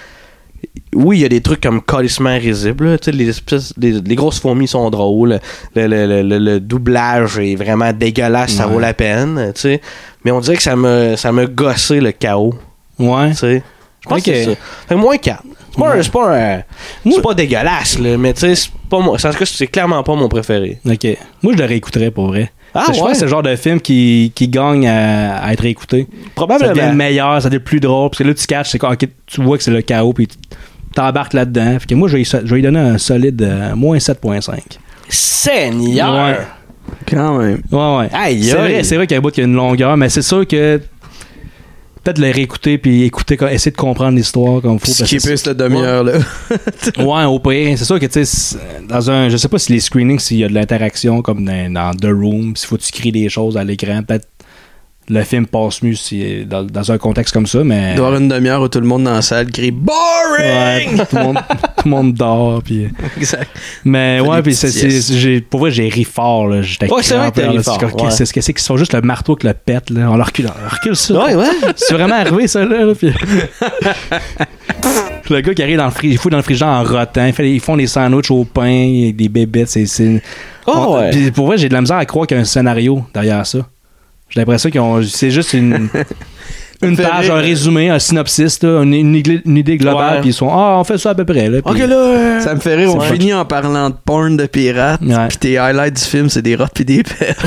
Speaker 3: oui, il y a des trucs comme calissement risible, là, tu sais, les, espèces- les, les grosses fourmis sont drôles, le, le- le- le- le doublage est vraiment dégueulasse, ça
Speaker 1: Ouais.
Speaker 3: vaut la peine, tu sais. Mais on dirait que ça me ça me gossé le chaos,
Speaker 1: Ouais.
Speaker 3: tu sais. Je pense
Speaker 1: Ok.
Speaker 3: que c'est ça. Fait que moins 4. C'est pas, un-
Speaker 1: Ouais.
Speaker 3: c'est pas, un- c'est pas dégueulasse, là, mais tu sais, c'est pas moi. En tout cas, c'est clairement pas mon préféré.
Speaker 1: Ok. Moi, je le réécouterais pour vrai.
Speaker 3: Ah,
Speaker 1: je pense
Speaker 3: ouais?
Speaker 1: que c'est le genre de film qui, qui gagne à, à être réécouté. Ça devient
Speaker 3: Probablement.
Speaker 1: meilleur, ça devient plus drôle. Parce que là, tu catches, c'est quoi, ok, tu vois que c'est le chaos, puis tu t'embarques là-dedans. Fait que moi, je vais, y so- je vais lui donner un solide euh, moins 7.5.
Speaker 3: Seigneur!
Speaker 1: Ouais.
Speaker 2: Quand même.
Speaker 1: Ouais, ouais.
Speaker 3: Aïe,
Speaker 1: C'est
Speaker 3: aïe.
Speaker 1: vrai, c'est vrai qu'il y a un bout qui a une longueur, mais c'est sûr que peut-être le réécouter puis écouter, comme- essayer de comprendre l'histoire comme faut.
Speaker 2: Puis
Speaker 1: parce que
Speaker 2: skipper
Speaker 1: c'est-
Speaker 2: cette demi-heure, là.
Speaker 1: ouais, au pire. C'est sûr que, tu sais, c'est- euh, dans un. Je sais pas si les screenings, s'il y a de l'interaction comme dans, dans The Room, s'il faut que tu cries des choses à l'écran, peut-être le film passe mieux si, dans, dans un contexte comme ça, mais.
Speaker 2: Il doit y avoir une demi-heure où tout le monde dans la salle crie
Speaker 1: Ouais,
Speaker 2: Boring!
Speaker 1: tout, le monde, tout le monde dort. Puis...
Speaker 2: Exact.
Speaker 1: Mais
Speaker 2: Fait
Speaker 1: ouais,
Speaker 2: des
Speaker 1: puis
Speaker 2: petites
Speaker 1: c'est, c'est-
Speaker 2: siestes.
Speaker 1: j'ai- pour vrai, j'ai ri fort. Là. J'étais
Speaker 2: Ouais, c'est vrai que t'as
Speaker 1: crampé,
Speaker 2: ri
Speaker 1: là.
Speaker 2: fort,
Speaker 1: C'est-
Speaker 2: ouais.
Speaker 1: C'est ce que c'est qu'ils sont juste le marteau avec le pet. Là. On leur recule, on leur recule ça.
Speaker 2: Ouais, ouais.
Speaker 1: C'est vraiment arrivé, ça. Là, là, puis- le gars qui arrive dans le, fri- il fout dans le frigidaire en rotant. Il fait- ils font des sandwichs au pain, il y a des bébêtes. C'est, c'est-
Speaker 3: Oh,
Speaker 1: On-
Speaker 3: ouais.
Speaker 1: puis pour vrai, j'ai de la misère à croire qu'il y a un scénario derrière ça. J'ai l'impression qu'ils ont. C'est juste une. Une
Speaker 3: Fait
Speaker 1: page,
Speaker 3: rire.
Speaker 1: un résumé, un synopsis, là, une, une igli- une idée globale,
Speaker 2: Ouais.
Speaker 1: puis ils sont Ah, on fait ça à peu près. Là, puis-
Speaker 2: Ok, là, euh, ça me fait rire. On
Speaker 1: Ouais.
Speaker 2: finit en parlant de porn de pirates. Puis tes highlights du film, c'est des rats pis des pets.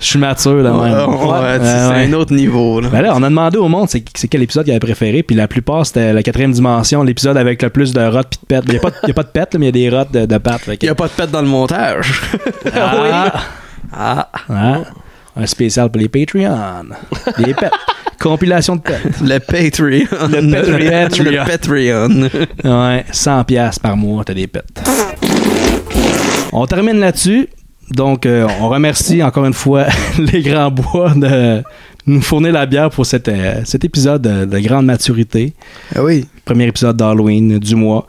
Speaker 1: Je suis mature, là, même.
Speaker 2: Ouais, ouais, c'est- c'est un autre niveau, là.
Speaker 1: Ben là, on a demandé au monde c'est c'est quel épisode qu'il avait préféré, puis la plupart, c'était la quatrième dimension, l'épisode avec le plus de rottes pis de pets. Il n'y a, pas de- il y a pas de pets, là, mais il y a des rottes de, de pattes. Il n'y
Speaker 2: a pas de pets dans le montage.
Speaker 1: Ah, Ah. Un spécial pour les Patreon. Les pets. Compilation de pets.
Speaker 2: Le Patreon.
Speaker 1: Le Patreon.
Speaker 2: Le
Speaker 1: Patreon. ouais, 100$ piastres par mois, t'as des pets. On termine là-dessus. Donc, euh, on remercie encore une fois les Grands Bois de nous fournir la bière pour cet, euh, cet épisode de, de grande maturité.
Speaker 2: Ah oui.
Speaker 1: Premier épisode d'Halloween du mois.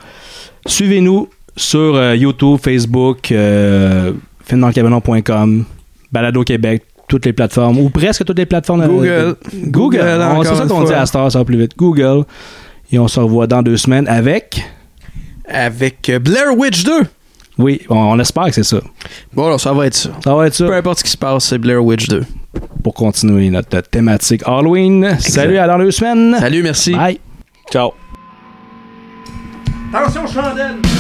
Speaker 1: Suivez-nous sur euh, YouTube, Facebook, euh, filmdanslecabanon.com, Balado Québec, toutes les plateformes, ou presque toutes les plateformes. euh,
Speaker 2: Google.
Speaker 1: Google. On-
Speaker 2: Google,
Speaker 1: C'est
Speaker 2: encore
Speaker 1: ça
Speaker 2: une
Speaker 1: qu'on dit
Speaker 2: fois.
Speaker 1: à Star, ça va plus vite. Google. Et on se revoit dans deux semaines avec...
Speaker 2: Avec euh, Blair Witch 2.
Speaker 1: Oui, on, on espère que c'est ça.
Speaker 2: Bon, alors, ça va être ça.
Speaker 1: Ça va être ça.
Speaker 2: Peu importe ce qui se passe, c'est Blair Witch 2.
Speaker 1: Pour continuer notre thématique Halloween. Salut, à dans
Speaker 2: Ah.
Speaker 1: deux semaines.
Speaker 2: Salut, merci.
Speaker 1: Bye. Ciao.
Speaker 6: Attention, chandelle!